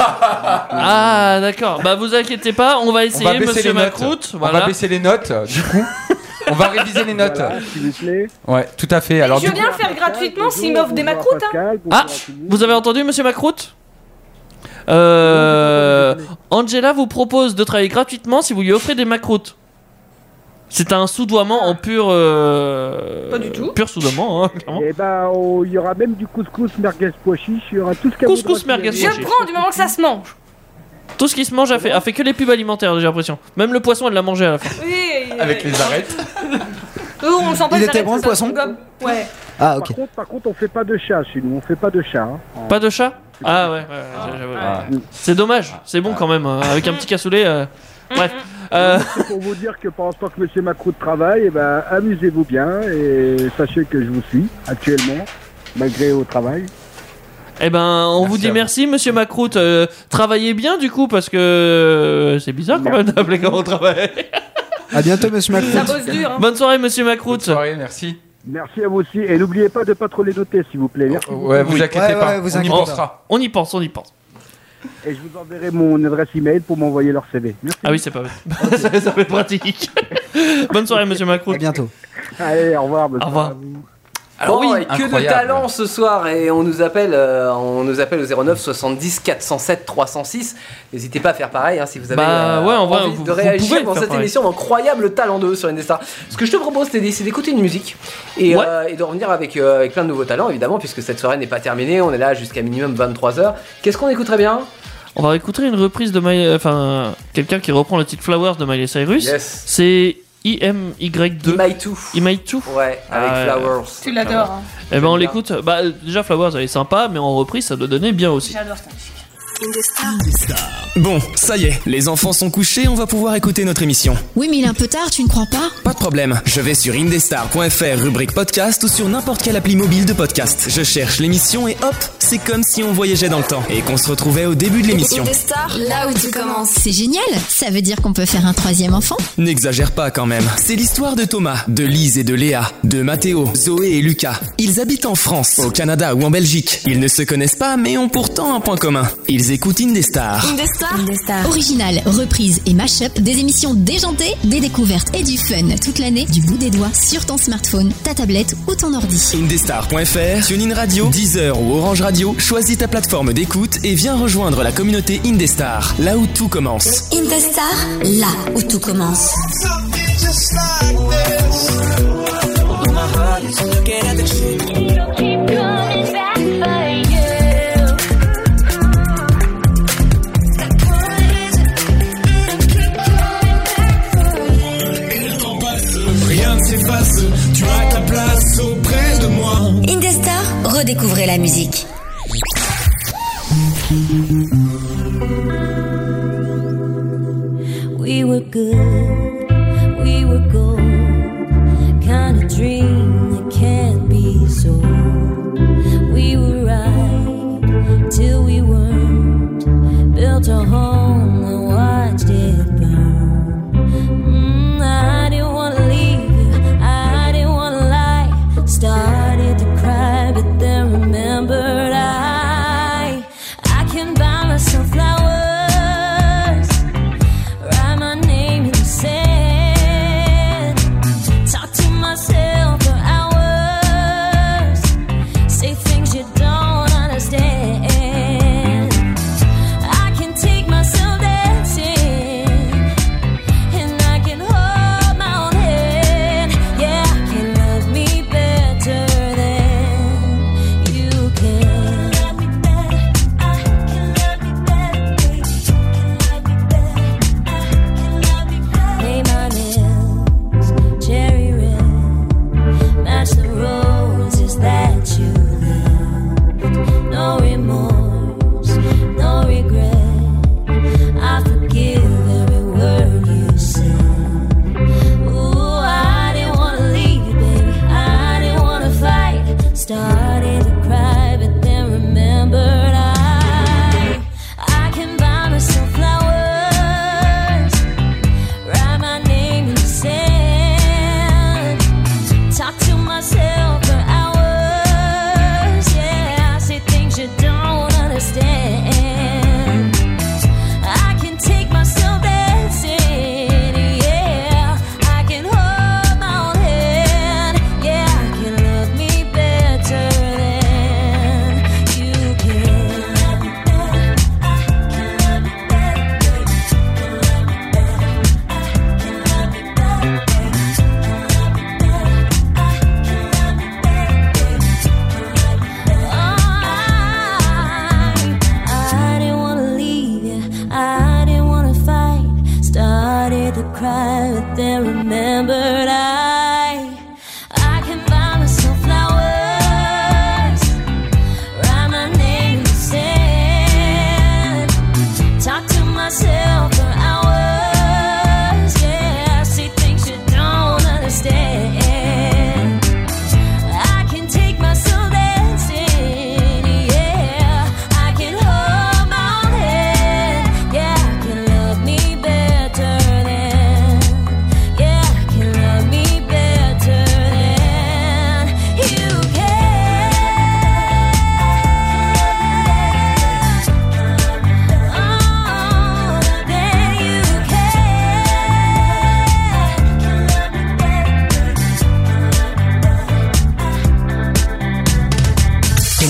[SPEAKER 8] Ah, d'accord. Bah, vous inquiétez pas, on va
[SPEAKER 3] On
[SPEAKER 8] essayer,
[SPEAKER 3] va baisser les
[SPEAKER 8] monsieur
[SPEAKER 3] notes.
[SPEAKER 8] Macroute.
[SPEAKER 3] On
[SPEAKER 8] Voilà.
[SPEAKER 3] va baisser les notes, euh, du coup. On va réviser les notes.
[SPEAKER 7] Voilà, s'il vous plaît.
[SPEAKER 3] Ouais, tout à fait. Alors,
[SPEAKER 9] Je
[SPEAKER 3] du coup,
[SPEAKER 9] viens le faire gratuitement s'il m'offre des macroutes. Hein.
[SPEAKER 8] Ah, vous avez entendu, monsieur Macroute euh, Angela vous propose de travailler gratuitement si vous lui offrez des macroutes. C'est un soudoiement en pur. euh, Pur soudoiement, hein, clairement.
[SPEAKER 7] Et
[SPEAKER 3] Ah,
[SPEAKER 7] ben,
[SPEAKER 3] oh,
[SPEAKER 7] on- il y aura même du couscous merguez pois chiche, il y aura tout ce qu'il y a.
[SPEAKER 8] Couscous merguez
[SPEAKER 9] Je prends du moment que ça se mange.
[SPEAKER 8] Tout ce qui se mange a fait, a fait que les pubs alimentaires, j'ai l'impression. Même le poisson, elle l'a mangé à la fin.
[SPEAKER 9] Oui,
[SPEAKER 24] Avec les arêtes.
[SPEAKER 9] Eux, on sent pas
[SPEAKER 8] Il
[SPEAKER 9] les
[SPEAKER 8] était
[SPEAKER 9] arêtes,
[SPEAKER 8] bon, le
[SPEAKER 9] ça,
[SPEAKER 8] poisson
[SPEAKER 9] on gobe. Ouais.
[SPEAKER 1] Ah,
[SPEAKER 3] ok. Par contre, par contre, on fait pas de chat chez nous, on fait pas de chat. hein.
[SPEAKER 8] Pas de chat Ah ouais, ouais, ouais, j'avoue.
[SPEAKER 24] Ah.
[SPEAKER 8] C'est dommage, c'est bon quand même, euh, avec un petit cassoulet. euh, Bref. Euh,
[SPEAKER 3] C'est pour vous dire que pendant ce temps que Monsieur Macron travaille, eh ben, amusez-vous bien et sachez que je vous suis actuellement, malgré au travail.
[SPEAKER 8] Eh ben, on vous dit merci, monsieur Macroute. Euh, travaillez bien du coup, parce que euh, c'est bizarre quand même d'appeler quand on travaille.
[SPEAKER 1] À bientôt, monsieur
[SPEAKER 3] Ça bosse dur, hein.
[SPEAKER 8] Bonne soirée, monsieur Macroute. Bonne
[SPEAKER 24] soirée, merci.
[SPEAKER 3] Merci à vous aussi et n'oubliez pas de pas trop les noter, s'il Oh, vous plaît. Merci beaucoup.
[SPEAKER 8] on, On y pense, on y pense.
[SPEAKER 3] Et je vous enverrai mon adresse email pour m'envoyer leur CV. Merci.
[SPEAKER 8] Ah oui, c'est pas vrai. ça, ça fait pratique. Bonne soirée, monsieur Macroute. À bientôt.
[SPEAKER 3] Allez, au revoir.
[SPEAKER 8] Au revoir. Oh
[SPEAKER 4] Alors oui, que de talent ce soir et on nous appelle, euh, on nous appelle au 09 70 407 306. N'hésitez pas à faire pareil hein, si vous avez
[SPEAKER 8] Bah,
[SPEAKER 4] euh,
[SPEAKER 8] ouais, en vrai,
[SPEAKER 4] envie
[SPEAKER 8] vous-
[SPEAKER 4] de
[SPEAKER 8] vous
[SPEAKER 4] réagir
[SPEAKER 8] pouvez
[SPEAKER 4] dans
[SPEAKER 8] faire
[SPEAKER 4] cette
[SPEAKER 8] pareil.
[SPEAKER 4] émission d'incroyable talent 2 sur Indestar. Ce que je te propose, Teddy, c'est d'écouter une musique et,
[SPEAKER 8] Ouais.
[SPEAKER 4] euh, et de revenir avec, euh, avec plein de nouveaux talents évidemment puisque cette soirée n'est pas terminée. On est là jusqu'à minimum 23 h Qu'est-ce qu'on écouterait bien
[SPEAKER 8] On va écouter une reprise de Miley. Enfin, quelqu'un qui reprend le titre Flowers de Miley Cyrus.
[SPEAKER 4] Yes.
[SPEAKER 8] C'est IMY2.
[SPEAKER 4] IMY2.
[SPEAKER 8] IMY2
[SPEAKER 4] Ouais, avec Flowers.
[SPEAKER 9] Tu l'adores, hein.
[SPEAKER 8] Ah, Eh ben,
[SPEAKER 9] J'aime bien.
[SPEAKER 8] on l'écoute. Bah, déjà, Flowers, elle est sympa, mais en reprise, ça doit donner bien aussi.
[SPEAKER 9] J'adore cette musique.
[SPEAKER 5] Bon, ça y est, les enfants sont couchés, on va pouvoir écouter notre émission.
[SPEAKER 19] Oui, mais il est un peu tard, tu ne crois pas
[SPEAKER 5] Pas de problème, je vais sur indestar.fr rubrique podcast ou sur n'importe quelle appli mobile de podcast. Je cherche l'émission et hop, c'est comme si on voyageait dans le temps et qu'on se retrouvait au début de l'émission.
[SPEAKER 19] stars, là où tu commences. C'est génial. Ça veut dire qu'on peut faire un troisième enfant
[SPEAKER 5] N'exagère pas quand même. C'est l'histoire de Thomas, de Lise et de Léa, de Mathéo, Zoé et Lucas. Ils habitent en France, au Canada ou en Belgique. Ils ne se connaissent pas mais ont pourtant un point commun. Ils écoutent
[SPEAKER 13] Ah.
[SPEAKER 5] Indestar.
[SPEAKER 19] Indestar. Original, reprise et mashup, des émissions déjantées, des découvertes et du fun toute l'année du bout des doigts sur ton smartphone, ta tablette ou ton ordi.
[SPEAKER 5] Indestar.fr, TuneIn Radio, Deezer ou Orange Radio, choisis ta plateforme d'écoute et viens rejoindre la communauté Indestar, là où tout commence.
[SPEAKER 13] Indestar, là où tout commence.
[SPEAKER 2] Rien ne s'efface, tu as ta place auprès de moi.
[SPEAKER 13] Indestar, redécouvrez la musique.
[SPEAKER 10] We were good, we were gold. Kind of dream that can't be sold. We were right till we weren't. Built a home and watched it burn. Mm, I didn't want to leave you, I didn't want to lie. Started to cry, but then remembered I. I can buy myself flowers write my name in the sand. Talk to myself for hours. Say things you don't understand. I can take myself dancing, and I can hold my own hand. Yeah, I can love me better than you can. I can love me better, baby. Paint my nails cherry red, match the roses that you left. No remorse, no regret. I forgive every word you said. Ooh, I didn't wanna leave you, baby. I didn't wanna fight. Started to cry, but then remembered I I can buy myself flowers. Write my name in the sand. Talk to myself for hours.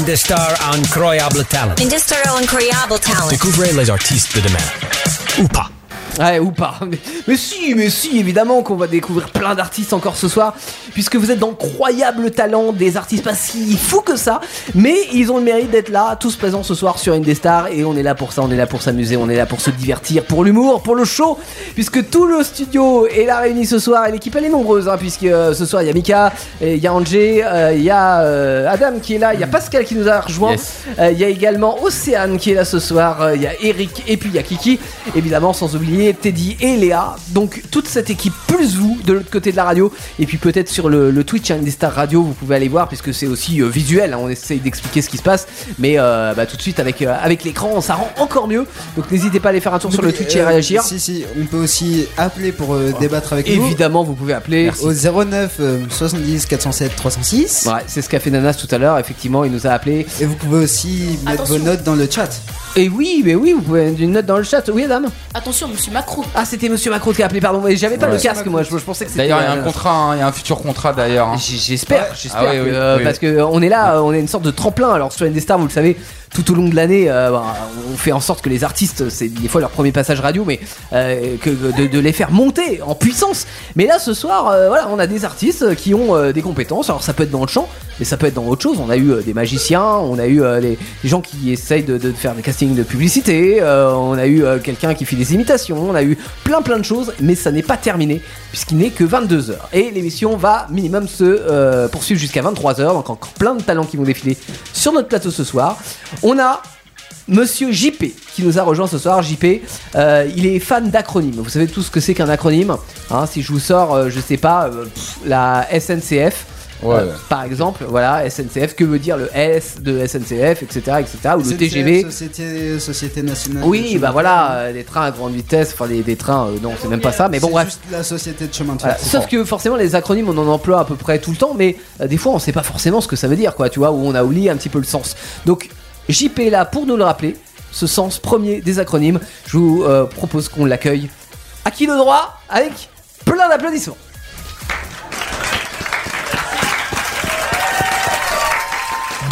[SPEAKER 22] Indestar Incroyable Talent.
[SPEAKER 21] Industrial Incroyable Talent.
[SPEAKER 22] Découvrez les artistes de demain. Ou pas.
[SPEAKER 4] Ouais, ou pas. Mais, mais si, mais si, évidemment qu'on va découvrir plein d'artistes encore ce soir, puisque vous êtes d'incroyables talents, des artistes pas si fous que ça, mais ils ont le mérite d'être là, tous présents ce soir sur Indestar, et on est là pour ça, on est là pour s'amuser, on est là pour se divertir, pour l'humour, pour le show, puisque tout le studio est là réuni ce soir, et l'équipe elle est nombreuse, hein, puisque euh, ce soir il y a Mika, et il y a Angé, euh, il y a euh, Adam qui est là, il y a Pascal qui nous a rejoint, euh, il y a également Océane qui est là ce soir, euh, il y a Eric, et puis il y a Kiki, évidemment sans oublier Teddy et Léa. Donc toute cette équipe, plus vous de l'autre côté de la radio, et puis peut-être sur le, le Twitch hein, des Stars Radio, vous pouvez aller voir puisque c'est aussi euh, visuel, hein, on essaye d'expliquer ce qui se passe, mais euh, bah, tout de suite avec, euh, avec l'écran, ça rend encore mieux. Donc n'hésitez pas à aller faire un tour sur le Twitch et à
[SPEAKER 1] Euh,
[SPEAKER 4] réagir.
[SPEAKER 1] Si, si, on peut aussi appeler pour euh, débattre avec nous.
[SPEAKER 4] Évidemment, vous pouvez appeler
[SPEAKER 1] Au 09 euh, 70 407 306.
[SPEAKER 4] Ouais, c'est ce qu'a fait Nanas tout à l'heure, effectivement, il nous a appelé.
[SPEAKER 1] Et vous pouvez aussi mettre vos notes dans le chat.
[SPEAKER 4] Et oui, mais oui, vous pouvez mettre une note dans le chat. Oui, dame
[SPEAKER 11] Attention, monsieur Macron.
[SPEAKER 4] Ah, c'était monsieur Macron qui a appelé, pardon, mais j'avais pas
[SPEAKER 3] Ouais.
[SPEAKER 4] le casque, moi, je, je pensais que c'était.
[SPEAKER 3] D'ailleurs, il y a un
[SPEAKER 4] euh,
[SPEAKER 3] contrat, hein, il y a un futur contrat d'ailleurs.
[SPEAKER 4] J'espère, j'espère
[SPEAKER 3] Ah
[SPEAKER 4] que, euh, parce que euh, on est là, euh, on est une sorte de tremplin. Alors sur Indestar, vous le savez, tout au long de l'année, euh, bah, on fait en sorte que les artistes, c'est des fois leur premier passage radio, mais euh, que de, de les faire monter en puissance. Mais là, ce soir, euh, voilà, on a des artistes qui ont euh, des compétences. Alors ça peut être dans le chant, mais ça peut être dans autre chose. On a eu euh, des magiciens, on a eu euh, les, les gens qui essayent de, de faire des castings de publicité, euh, on a eu euh, quelqu'un qui fait des imitations, on a eu plein plein de choses, mais ça n'est pas terminé puisqu'il n'est que 22h. Et l'émission va minimum se euh, poursuivre jusqu'à 23h, donc encore plein de talents qui vont défiler sur notre plateau ce soir. On a Monsieur JP qui nous a rejoint ce soir. JP, euh, il est fan d'acronymes. Vous savez tout ce que c'est qu'un acronyme. hein, si je vous sors, euh, je sais pas, euh, pff, la SNCF.
[SPEAKER 3] Ouais.
[SPEAKER 4] euh, par exemple, voilà, SNCF, que veut dire le S de SNCF, etc., etc., ou le TGV.
[SPEAKER 1] Société, Société Nationale.
[SPEAKER 4] Oui, bah voilà, euh, des trains à grande vitesse, enfin des, des trains, euh, non, c'est même pas ça, mais bon,
[SPEAKER 1] C'est
[SPEAKER 4] bref.
[SPEAKER 1] juste la Société de chemin de fer.
[SPEAKER 4] Voilà. Sauf que forcément les acronymes on en emploie à peu près tout le temps mais euh, des fois on sait pas forcément ce que ça veut dire quoi tu vois où on a oublié un petit peu le sens donc JP est là pour nous le rappeler ce sens premier des acronymes je vous euh, propose qu'on l'accueille à qui le droit avec plein d'applaudissements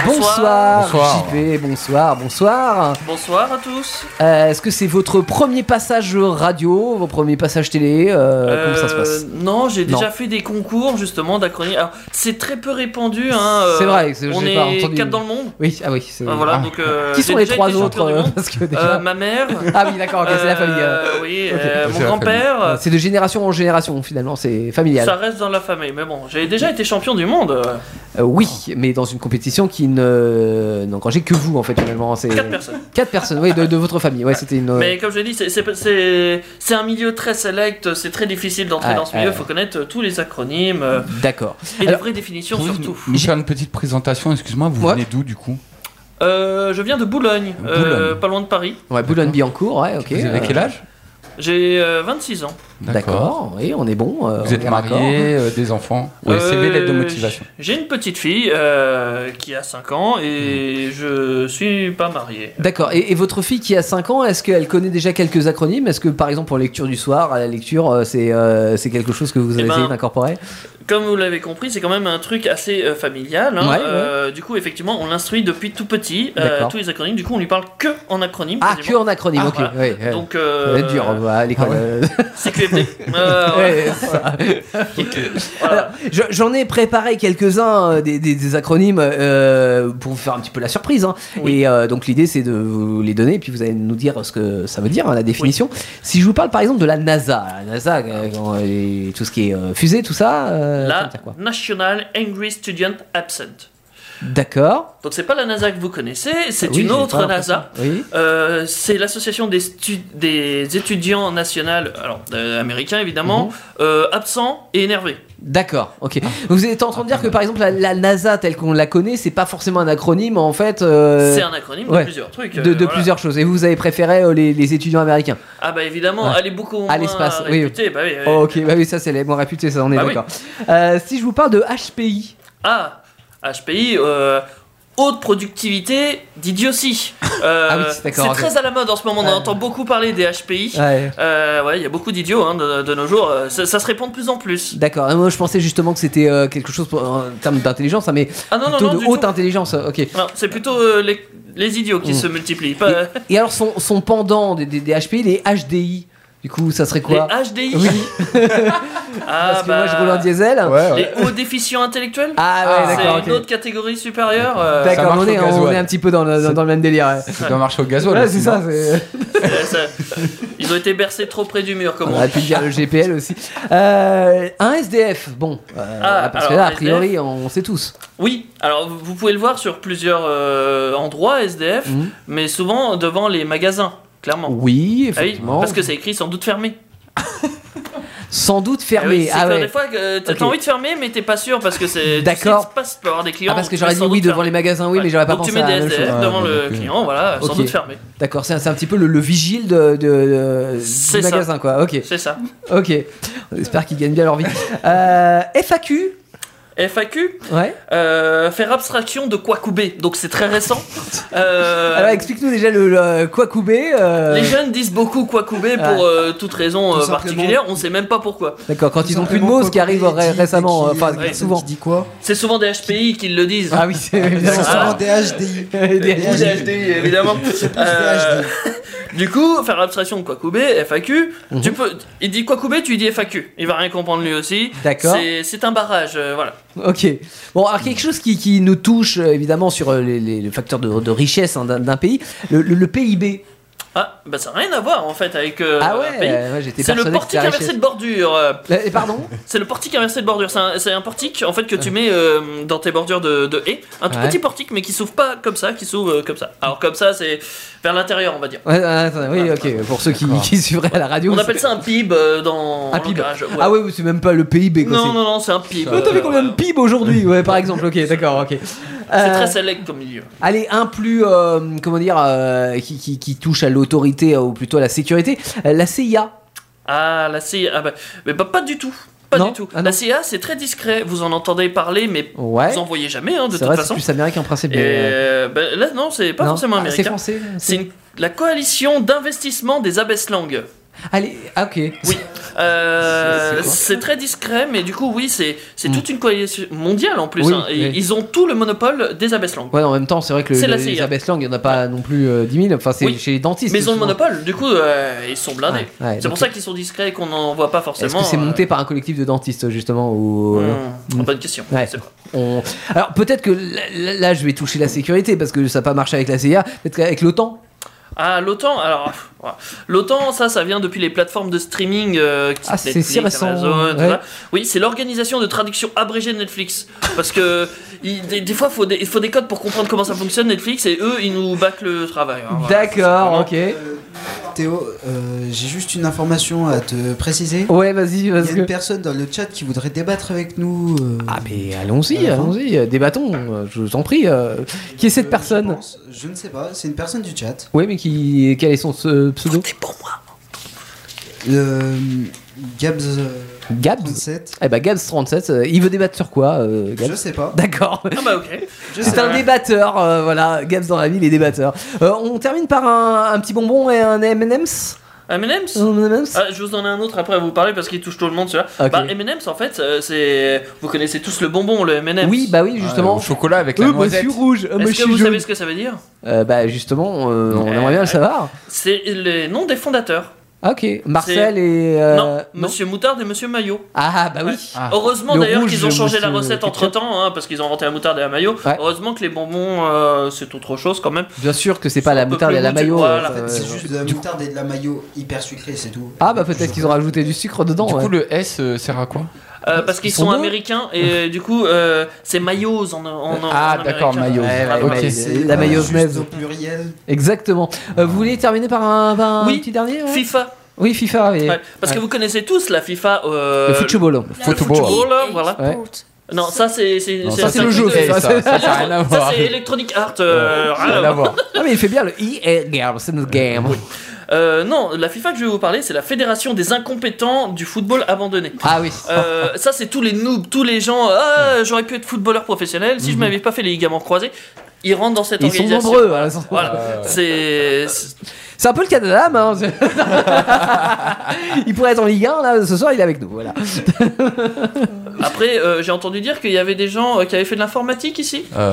[SPEAKER 4] Bonsoir,
[SPEAKER 8] Bonsoir.
[SPEAKER 4] JP, bonsoir, bonsoir.
[SPEAKER 8] Bonsoir à tous.
[SPEAKER 4] Euh, Est-ce que c'est votre premier passage radio, vos premiers passages télé euh, Comment ça se
[SPEAKER 8] Euh,
[SPEAKER 4] passe
[SPEAKER 8] Non, j'ai
[SPEAKER 4] Non.
[SPEAKER 8] déjà fait des concours justement d'acronymes. Alors, c'est très peu répandu. Hein, euh,
[SPEAKER 4] C'est vrai, c'est-
[SPEAKER 8] on
[SPEAKER 4] j'ai
[SPEAKER 8] est
[SPEAKER 4] pas entendu.
[SPEAKER 8] quatre dans le monde.
[SPEAKER 4] Oui, ah oui. c'est-
[SPEAKER 8] Ah, voilà,
[SPEAKER 4] Ah.
[SPEAKER 8] donc, euh,
[SPEAKER 4] Qui
[SPEAKER 8] j'ai
[SPEAKER 4] sont les
[SPEAKER 8] déjà
[SPEAKER 4] trois
[SPEAKER 8] été
[SPEAKER 4] autres
[SPEAKER 8] champion du
[SPEAKER 4] euh,
[SPEAKER 8] monde.
[SPEAKER 4] Parce que déjà.
[SPEAKER 8] Euh, ma mère.
[SPEAKER 4] Ah oui, d'accord, ok, c'est la famille.
[SPEAKER 8] Euh, oui,
[SPEAKER 4] Ok.
[SPEAKER 8] euh, mon grand-père.
[SPEAKER 4] C'est de génération en génération finalement, c'est familial.
[SPEAKER 8] Ça reste dans la famille, mais bon, j'ai déjà été champion du monde. euh,
[SPEAKER 4] Euh, oui, mais dans une compétition qui ne euh, n'engrangeait que vous en fait finalement. C'est...
[SPEAKER 8] Quatre personnes.
[SPEAKER 4] Quatre personnes, oui, de, de votre famille. Ouais, c'était une.
[SPEAKER 8] Mais comme je l'ai dit, c'est- c'est- c'est c'est un milieu très select, c'est très difficile d'entrer
[SPEAKER 4] Ouais,
[SPEAKER 8] dans ce milieu, il
[SPEAKER 4] ouais.
[SPEAKER 8] faut connaître euh, tous les acronymes. euh,
[SPEAKER 4] D'accord.
[SPEAKER 8] Et la
[SPEAKER 4] Alors-
[SPEAKER 8] vraie définition
[SPEAKER 3] Pouvez-vous
[SPEAKER 8] surtout.
[SPEAKER 3] Nous faire une petite présentation, excuse-moi, vous venez d'où du coup
[SPEAKER 8] Euh, je viens de Boulogne, euh,
[SPEAKER 3] Boulogne.
[SPEAKER 8] pas loin de Paris.
[SPEAKER 4] Ouais, Boulogne-Billancourt, ouais, ok.
[SPEAKER 3] Vous avez quel âge
[SPEAKER 8] J'ai euh, 26 ans.
[SPEAKER 4] D'accord, oui, on est bon. euh,
[SPEAKER 3] Vous êtes
[SPEAKER 4] on est raccord.
[SPEAKER 3] marié, euh, des enfants. Ouais, CV, lettre de
[SPEAKER 8] Euh,
[SPEAKER 3] motivation.
[SPEAKER 8] J'ai une petite fille euh, qui a 5 ans
[SPEAKER 4] Hmm.
[SPEAKER 8] et je suis pas marié.
[SPEAKER 4] D'accord. Et, et votre fille qui a 5 ans, est-ce qu'elle connaît déjà quelques acronymes Est-ce que par exemple pour lecture du soir, à la lecture, euh, c'est euh, c'est quelque chose que vous
[SPEAKER 8] Eh
[SPEAKER 4] avez
[SPEAKER 8] ben,
[SPEAKER 4] essayé d'incorporer
[SPEAKER 8] Comme vous l'avez compris, c'est quand même un truc assez euh, familial. hein.
[SPEAKER 4] Ouais, ouais.
[SPEAKER 8] Euh, Du coup, effectivement, on l'instruit depuis tout petit, euh,
[SPEAKER 4] D'accord.
[SPEAKER 8] tous les acronymes. Du coup, on lui parle que en acronyme.
[SPEAKER 4] Ah, que en acronyme, ok. ouais, ouais.
[SPEAKER 8] Donc,
[SPEAKER 4] Ça
[SPEAKER 8] euh, ah
[SPEAKER 4] va être dur euh, à l'école. euh.
[SPEAKER 8] CQFD. Euh, ouais.
[SPEAKER 4] Ouais, c'est ça. Alors, je- J'en ai préparé quelques-uns euh, des, des- des acronymes euh, pour vous faire un petit peu la surprise. hein. Et euh, donc l'idée c'est de vous les donner, puis vous allez nous dire ce que ça veut dire, hein, la définition. Si je vous parle par exemple de la NASA, la NASA euh, quand- et tout ce qui est euh, fusée, tout ça. euh, ça
[SPEAKER 8] La
[SPEAKER 4] veut dire quoi
[SPEAKER 8] National Angry Student Absent.
[SPEAKER 4] D'accord.
[SPEAKER 8] Donc c'est pas la NASA que vous connaissez, c'est
[SPEAKER 4] Ah oui,
[SPEAKER 8] une
[SPEAKER 4] j'ai
[SPEAKER 8] autre
[SPEAKER 4] pas
[SPEAKER 8] NASA.
[SPEAKER 4] Oui.
[SPEAKER 8] Euh, c'est l'association des, stu- des étudiants nationaux, alors euh, américains
[SPEAKER 4] Mhm.
[SPEAKER 8] évidemment, euh, absents et énervés.
[SPEAKER 4] D'accord, ok. Vous êtes en train de dire que par exemple la, la NASA telle qu'on la connaît, c'est pas forcément un acronyme en fait. euh,
[SPEAKER 8] C'est un acronyme de plusieurs trucs,
[SPEAKER 4] De,
[SPEAKER 8] euh,
[SPEAKER 4] de
[SPEAKER 8] voilà.
[SPEAKER 4] plusieurs choses. Et vous avez préféré euh, les, les étudiants américains
[SPEAKER 8] Ah bah évidemment,
[SPEAKER 4] Ouais.
[SPEAKER 8] elle est beaucoup moins
[SPEAKER 4] à l'espace. Oui,
[SPEAKER 8] réputée. Bah oui, oui.
[SPEAKER 4] Oh, ok, bah oui, ça c'est les moins réputés, ça on est
[SPEAKER 8] Bah oui.
[SPEAKER 4] d'accord. Euh, si je vous parle de HPI,
[SPEAKER 8] Ah, HPI, euh, haute productivité, Didier aussi. Euh,
[SPEAKER 4] Ah oui, d'accord,
[SPEAKER 8] c'est
[SPEAKER 4] ok.
[SPEAKER 8] très à la mode en ce moment, on
[SPEAKER 4] Ouais.
[SPEAKER 8] entend beaucoup parler des HPI.
[SPEAKER 4] Ouais.
[SPEAKER 8] Euh, ouais, il y a beaucoup d'idiots hein, de, de nos jours, Euh, ça, ça se répand de plus en plus.
[SPEAKER 4] D'accord, euh, moi je pensais justement que c'était euh, quelque chose pour- en termes d'intelligence, hein, mais
[SPEAKER 8] Ah non, non,
[SPEAKER 4] plutôt
[SPEAKER 8] non,
[SPEAKER 4] de
[SPEAKER 8] du
[SPEAKER 4] haute intelligence, euh, ok.
[SPEAKER 8] Non, c'est plutôt euh, les, les idiots qui
[SPEAKER 4] Mm.
[SPEAKER 8] se multiplient. Pas, euh,
[SPEAKER 4] Et alors son, son pendant des, des, des HPI, les HDI, du coup ça serait quoi
[SPEAKER 8] Les HDI
[SPEAKER 4] Oui,
[SPEAKER 8] Ah,
[SPEAKER 4] parce que
[SPEAKER 8] bah,
[SPEAKER 4] moi je roule en diesel.
[SPEAKER 8] Les hauts déficients intellectuels
[SPEAKER 4] Ah ouais, d'accord,
[SPEAKER 8] C'est
[SPEAKER 4] ok.
[SPEAKER 8] une autre catégorie supérieure. euh,
[SPEAKER 4] D'accord, on, est- on est un petit peu dans le, dans, dans le même délire. ouais.
[SPEAKER 3] Ça doit marcher au gasoil.
[SPEAKER 4] Ouais,
[SPEAKER 3] aussi,
[SPEAKER 4] c'est ça.
[SPEAKER 3] non
[SPEAKER 4] c'est-
[SPEAKER 8] Euh, ça- Ils ont été bercés trop près du mur, comme
[SPEAKER 4] On
[SPEAKER 8] on
[SPEAKER 4] aurait
[SPEAKER 8] dit.
[SPEAKER 4] pu dire le GPL aussi. Euh, un SDF, bon, euh,
[SPEAKER 8] Ah,
[SPEAKER 4] parce que
[SPEAKER 8] alors,
[SPEAKER 4] là, a
[SPEAKER 8] SDF.
[SPEAKER 4] priori, on sait tous.
[SPEAKER 8] Oui, alors vous pouvez le voir sur plusieurs euh, endroits SDF,
[SPEAKER 4] Mhm.
[SPEAKER 8] mais souvent devant les magasins, clairement.
[SPEAKER 4] Oui,
[SPEAKER 8] Ah oui,
[SPEAKER 4] effectivement.
[SPEAKER 8] parce que c'est écrit sans doute fermé.
[SPEAKER 4] Sans doute
[SPEAKER 8] Ah
[SPEAKER 4] fermé.
[SPEAKER 8] oui, c'est
[SPEAKER 4] Ah,
[SPEAKER 8] que
[SPEAKER 4] ouais.
[SPEAKER 8] Des fois, que euh, t'as
[SPEAKER 4] Ok.
[SPEAKER 8] t'as envie de fermer, mais t'es pas sûr parce que c'est.
[SPEAKER 4] D'accord.
[SPEAKER 8] Tu sais, il se passe, tu peux avoir des clients.
[SPEAKER 4] Ah, parce que
[SPEAKER 8] mais
[SPEAKER 4] j'aurais dit
[SPEAKER 8] sans
[SPEAKER 4] oui
[SPEAKER 8] doute
[SPEAKER 4] devant
[SPEAKER 8] fermé.
[SPEAKER 4] les magasins, oui,
[SPEAKER 8] Ouais.
[SPEAKER 4] mais j'aurais pas
[SPEAKER 8] Donc
[SPEAKER 4] pensé
[SPEAKER 8] tu mets
[SPEAKER 4] à
[SPEAKER 8] des
[SPEAKER 4] la même
[SPEAKER 8] SDF
[SPEAKER 4] chose.
[SPEAKER 8] devant
[SPEAKER 3] Ah,
[SPEAKER 8] le client, voilà, sans
[SPEAKER 4] Ok.
[SPEAKER 8] doute fermé.
[SPEAKER 4] D'accord, c'est un, c'est un petit peu le, le vigile de, de- de-
[SPEAKER 8] C'est
[SPEAKER 4] du
[SPEAKER 8] ça.
[SPEAKER 4] magasin, quoi. Ok.
[SPEAKER 8] C'est ça.
[SPEAKER 4] Ok. On espère qu'ils gagnent bien leur vie. Euh, FAQ.
[SPEAKER 8] FAQ
[SPEAKER 4] Ouais.
[SPEAKER 8] euh, Faire abstraction de quoi couper. Donc c'est très récent. Euh,
[SPEAKER 4] Alors explique-nous déjà le, le Kwakubé. Ah euh,
[SPEAKER 8] Les jeunes disent beaucoup quoi couper
[SPEAKER 4] Ouais.
[SPEAKER 8] pour euh, toute raison
[SPEAKER 4] Tout
[SPEAKER 8] euh,
[SPEAKER 4] simplement.
[SPEAKER 8] particulière, on sait même pas pourquoi.
[SPEAKER 4] D'accord, quand ils ont plus de mots, ce qui arrive ré- récemment, enfin
[SPEAKER 8] Ouais.
[SPEAKER 4] souvent.
[SPEAKER 8] Qui C'est souvent des HPI qui le disent.
[SPEAKER 4] Ah oui, c'est évidemment.
[SPEAKER 8] Ah.
[SPEAKER 4] HDI.
[SPEAKER 8] Des HDI, évidemment. Euh, du coup, faire abstraction de Kwakubé, FAQ,
[SPEAKER 4] Mhm.
[SPEAKER 8] tu peux, il dit Kwakubé, tu lui dis FAQ. Il va rien comprendre lui aussi.
[SPEAKER 4] D'accord.
[SPEAKER 8] C'est- C'est un barrage, euh, voilà.
[SPEAKER 4] Ok. Bon, alors quelque chose qui, qui nous touche euh, évidemment sur euh, les, les- les facteurs de, de richesse hein, d'un d'un pays, le, le- le PIB.
[SPEAKER 8] Ah, bah ça n'a rien à voir en fait avec. euh,
[SPEAKER 4] Ah ouais,
[SPEAKER 8] un pays.
[SPEAKER 4] ouais, j'étais
[SPEAKER 8] C'est le
[SPEAKER 4] persuadé que
[SPEAKER 8] portique
[SPEAKER 4] c'était
[SPEAKER 8] inversé
[SPEAKER 4] arraché.
[SPEAKER 8] de bordure.
[SPEAKER 4] Et pardon
[SPEAKER 8] C'est le portique inversé de bordure. C'est un, c'est un portique en fait que tu mets euh, dans tes bordures de, de haies. Un tout
[SPEAKER 4] Ouais.
[SPEAKER 8] petit portique mais qui s'ouvre pas comme ça, qui s'ouvre euh, comme ça. Alors comme ça, c'est vers l'intérieur, on va dire.
[SPEAKER 4] Ouais, attends, oui, ok. Pour ceux qui, qui suivraient à la radio.
[SPEAKER 8] On
[SPEAKER 4] c'est-
[SPEAKER 8] appelle ça un PIB euh, dans
[SPEAKER 4] un
[SPEAKER 8] le
[SPEAKER 4] PIB.
[SPEAKER 8] garage. Ouais.
[SPEAKER 4] Ah ouais, c'est même pas le PIB. Quoi,
[SPEAKER 8] Non,
[SPEAKER 4] c'est-
[SPEAKER 8] non, non, c'est un PIB.
[SPEAKER 4] Oh, T'as vu
[SPEAKER 8] euh,
[SPEAKER 4] combien de PIB aujourd'hui Ouais, par exemple. Ok, d'accord, ok.
[SPEAKER 8] C'est
[SPEAKER 4] Euh,
[SPEAKER 8] très select comme milieu.
[SPEAKER 4] Allez, un plus, euh, comment dire, euh, qui, qui- qui touche à l'autorité euh, ou plutôt à la sécurité, euh, la CIA.
[SPEAKER 8] Ah, la CIA. Ah bah, mais bah, pas du tout. Pas
[SPEAKER 4] Non
[SPEAKER 8] du tout. la CIA, c'est très discret. Vous en entendez parler, mais
[SPEAKER 4] Ouais.
[SPEAKER 8] vous en voyez jamais, hein, de
[SPEAKER 4] C'est
[SPEAKER 8] toute
[SPEAKER 4] vrai, c'est
[SPEAKER 8] façon.
[SPEAKER 4] plus américain en principe.
[SPEAKER 8] Et,
[SPEAKER 4] mais, euh,
[SPEAKER 8] euh, bah, là, non, c'est pas
[SPEAKER 4] Non.
[SPEAKER 8] forcément
[SPEAKER 4] Ah, c'est
[SPEAKER 8] américain.
[SPEAKER 4] français,
[SPEAKER 8] C'est une- la coalition d'investissement des abaisse-langues.
[SPEAKER 4] Allez, ah, ok.
[SPEAKER 8] Oui. Euh,
[SPEAKER 4] C'est- c'est quoi Hmm.
[SPEAKER 8] c'est très discret, mais du coup, oui, c'est c'est toute une coalition mondiale en plus.
[SPEAKER 4] Oui,
[SPEAKER 8] hein. Et
[SPEAKER 4] oui.
[SPEAKER 8] Ils ont tout le monopole des abaisse-langues.
[SPEAKER 4] Ouais, en même temps, c'est vrai que le,
[SPEAKER 8] C'est la
[SPEAKER 4] les
[SPEAKER 8] CIA.
[SPEAKER 4] langues, il n'y en a pas non plus euh, 10 000. Enfin, c'est
[SPEAKER 8] Oui.
[SPEAKER 4] chez les dentistes.
[SPEAKER 8] Mais ils ont le
[SPEAKER 4] souvent.
[SPEAKER 8] monopole, du coup, euh, ils sont blindés.
[SPEAKER 4] Ouais, ouais,
[SPEAKER 8] c'est
[SPEAKER 4] donc-
[SPEAKER 8] pour ça qu'ils sont discrets et qu'on n'en voit pas
[SPEAKER 4] Est-ce
[SPEAKER 8] forcément.
[SPEAKER 4] que c'est
[SPEAKER 8] euh,
[SPEAKER 4] monté par un collectif de dentistes, justement ou... euh, Mm.
[SPEAKER 8] Hmm, bonne question,
[SPEAKER 4] Ouais. On- Alors, peut-être que là, là- là, je vais toucher la sécurité parce que ça n'a pas marché avec la CIA. Peut-être qu'avec l'OTAN.
[SPEAKER 8] Ah, l'OTAN, alors. pff, voilà. L'OTAN, ça, ça vient depuis les plateformes de streaming. euh, qui-
[SPEAKER 4] Ah, c'est
[SPEAKER 8] Netflix,
[SPEAKER 4] si récent,
[SPEAKER 8] Amazon, tout
[SPEAKER 4] ouais.
[SPEAKER 8] ça. Oui, c'est l'organisation de traduction abrégée de Netflix. Parce que il- des, des fois, faut des, faut des codes pour comprendre comment ça fonctionne Netflix et eux, ils nous bâclent le travail. hein, voilà.
[SPEAKER 4] D'accord, ok.
[SPEAKER 1] Théo, euh, j'ai juste une information à te préciser.
[SPEAKER 4] Ouais, vas-y,
[SPEAKER 1] Il y a une personne dans le chat qui voudrait débattre avec nous. euh,
[SPEAKER 4] Ah, mais allons-y, allons-y, euh, débattons, euh, je vous en prie. euh, Qui est cette personne
[SPEAKER 1] Je ne sais pas, c'est une personne du chat.
[SPEAKER 4] Oui, mais qui... quel est son euh, pseudo
[SPEAKER 1] Euh, Gabs. euh,
[SPEAKER 4] Gabs
[SPEAKER 1] 37.
[SPEAKER 4] Eh ben, Gabs37, euh, il veut débattre sur quoi euh, Gabs
[SPEAKER 1] Je sais pas.
[SPEAKER 4] D'accord.
[SPEAKER 8] Ah bah ok.
[SPEAKER 4] C'est un débatteur, euh, voilà, Gabs dans la ville, il est débatteur. Euh, on termine par un, un petit bonbon et un M&M's
[SPEAKER 8] M&M's
[SPEAKER 4] M&M's
[SPEAKER 8] Ah, je vous en ai un autre après à vous parler parce qu'il touche tout le monde celui-là.
[SPEAKER 4] Ah, Ok.
[SPEAKER 8] Bah, M&M's en fait, euh, c'est vous connaissez tous le bonbon le M&M's.
[SPEAKER 4] Oui, bah oui, justement.
[SPEAKER 3] Euh, au Ah, chocolat avec
[SPEAKER 4] Euh, moi, je suis rouge, euh, moi,
[SPEAKER 8] Est-ce
[SPEAKER 4] je
[SPEAKER 8] que
[SPEAKER 4] suis
[SPEAKER 8] vous
[SPEAKER 4] jaune.
[SPEAKER 8] savez ce que ça veut dire
[SPEAKER 4] Euh, bah justement, euh, on aimerait bien le savoir.
[SPEAKER 8] C'est les noms des fondateurs.
[SPEAKER 4] Ah, ok, Marcel
[SPEAKER 8] C'est-
[SPEAKER 4] et... euh,
[SPEAKER 8] non, Monsieur Moutarde et Monsieur Maillot.
[SPEAKER 4] Ah bah oui.
[SPEAKER 8] Heureusement
[SPEAKER 4] Le
[SPEAKER 8] d'ailleurs
[SPEAKER 4] rouge,
[SPEAKER 8] qu'ils ont changé la
[SPEAKER 4] monsieur
[SPEAKER 8] recette
[SPEAKER 4] Ketchup.
[SPEAKER 8] entre temps, parce qu'ils ont inventé la moutarde et la maillot. Heureusement que les bonbons, euh, c'est autre chose quand même.
[SPEAKER 4] Bien sûr que c'est pas la
[SPEAKER 8] peu
[SPEAKER 4] moutarde et
[SPEAKER 8] plus
[SPEAKER 4] la
[SPEAKER 8] goûté,
[SPEAKER 4] maillot.
[SPEAKER 8] voilà.
[SPEAKER 4] euh,
[SPEAKER 8] En fait,
[SPEAKER 1] C'est
[SPEAKER 4] euh,
[SPEAKER 1] juste de la moutarde et de la maillot hyper sucrée, c'est tout.
[SPEAKER 4] Ah bah peut-être qu'ils ont rajouté du sucre dedans.
[SPEAKER 3] Du coup,
[SPEAKER 4] ouais.
[SPEAKER 3] le S euh, sert à quoi
[SPEAKER 8] Euh, parce qu'ils
[SPEAKER 4] Ils sont
[SPEAKER 8] sont,
[SPEAKER 4] deux
[SPEAKER 8] américains et euh, du coup, euh, c'est maillots en, en, hein. en-
[SPEAKER 3] Ah,
[SPEAKER 8] en
[SPEAKER 3] d'accord,
[SPEAKER 8] américain.
[SPEAKER 3] maillot.
[SPEAKER 4] Ouais, Ah,
[SPEAKER 3] Ah,
[SPEAKER 4] ouais,
[SPEAKER 3] ok.
[SPEAKER 4] mais
[SPEAKER 3] C'est
[SPEAKER 4] la
[SPEAKER 3] pas
[SPEAKER 4] maillotnaise.
[SPEAKER 3] juste
[SPEAKER 1] au pluriel.
[SPEAKER 4] Exactement. Euh, vous voulez terminer par un, par un
[SPEAKER 8] Oui,
[SPEAKER 4] petit dernier ouais
[SPEAKER 8] FIFA.
[SPEAKER 4] Oui, FIFA. oui.
[SPEAKER 8] Ouais, parce que vous connaissez tous la FIFA. euh,
[SPEAKER 4] Le football.
[SPEAKER 8] Le
[SPEAKER 4] Le
[SPEAKER 8] football, hein,
[SPEAKER 4] football.
[SPEAKER 8] voilà.
[SPEAKER 4] Ouais.
[SPEAKER 8] Non, ça c'est c'est
[SPEAKER 4] Non,
[SPEAKER 8] c'est
[SPEAKER 4] ça,
[SPEAKER 8] un
[SPEAKER 4] c'est le
[SPEAKER 8] truc
[SPEAKER 4] jeu,
[SPEAKER 8] de-
[SPEAKER 4] ça, ça, ça,
[SPEAKER 8] c'est-
[SPEAKER 4] ça a rien à
[SPEAKER 8] ça,
[SPEAKER 4] voir.
[SPEAKER 8] c'est Electronic Art. euh, rien à voir.
[SPEAKER 4] Ah mais il fait bien le EA Games, c'est notre game.
[SPEAKER 8] Euh, non, la FIFA que je vais vous parler, c'est la Fédération des incompétents du football abandonné. Euh,
[SPEAKER 4] Ah oui.
[SPEAKER 8] ça, euh, c'est tous les noobs, tous les gens. Ah, j'aurais pu être footballeur professionnel si je m'avais pas fait les ligaments croisés. ils rentrent dans cette
[SPEAKER 4] Mhm. Ils sont
[SPEAKER 8] organisation.
[SPEAKER 4] nombreux, hein,
[SPEAKER 8] voilà.
[SPEAKER 4] à la-
[SPEAKER 8] Voilà. C'est.
[SPEAKER 4] C'est un peu le cas de la dame. hein. il pourrait être en Ligue 1, là, ce soir, il est avec nous. Voilà.
[SPEAKER 8] Après, euh, j'ai entendu dire qu'il y avait des gens euh, qui avaient fait de l'informatique ici.
[SPEAKER 4] Ouais.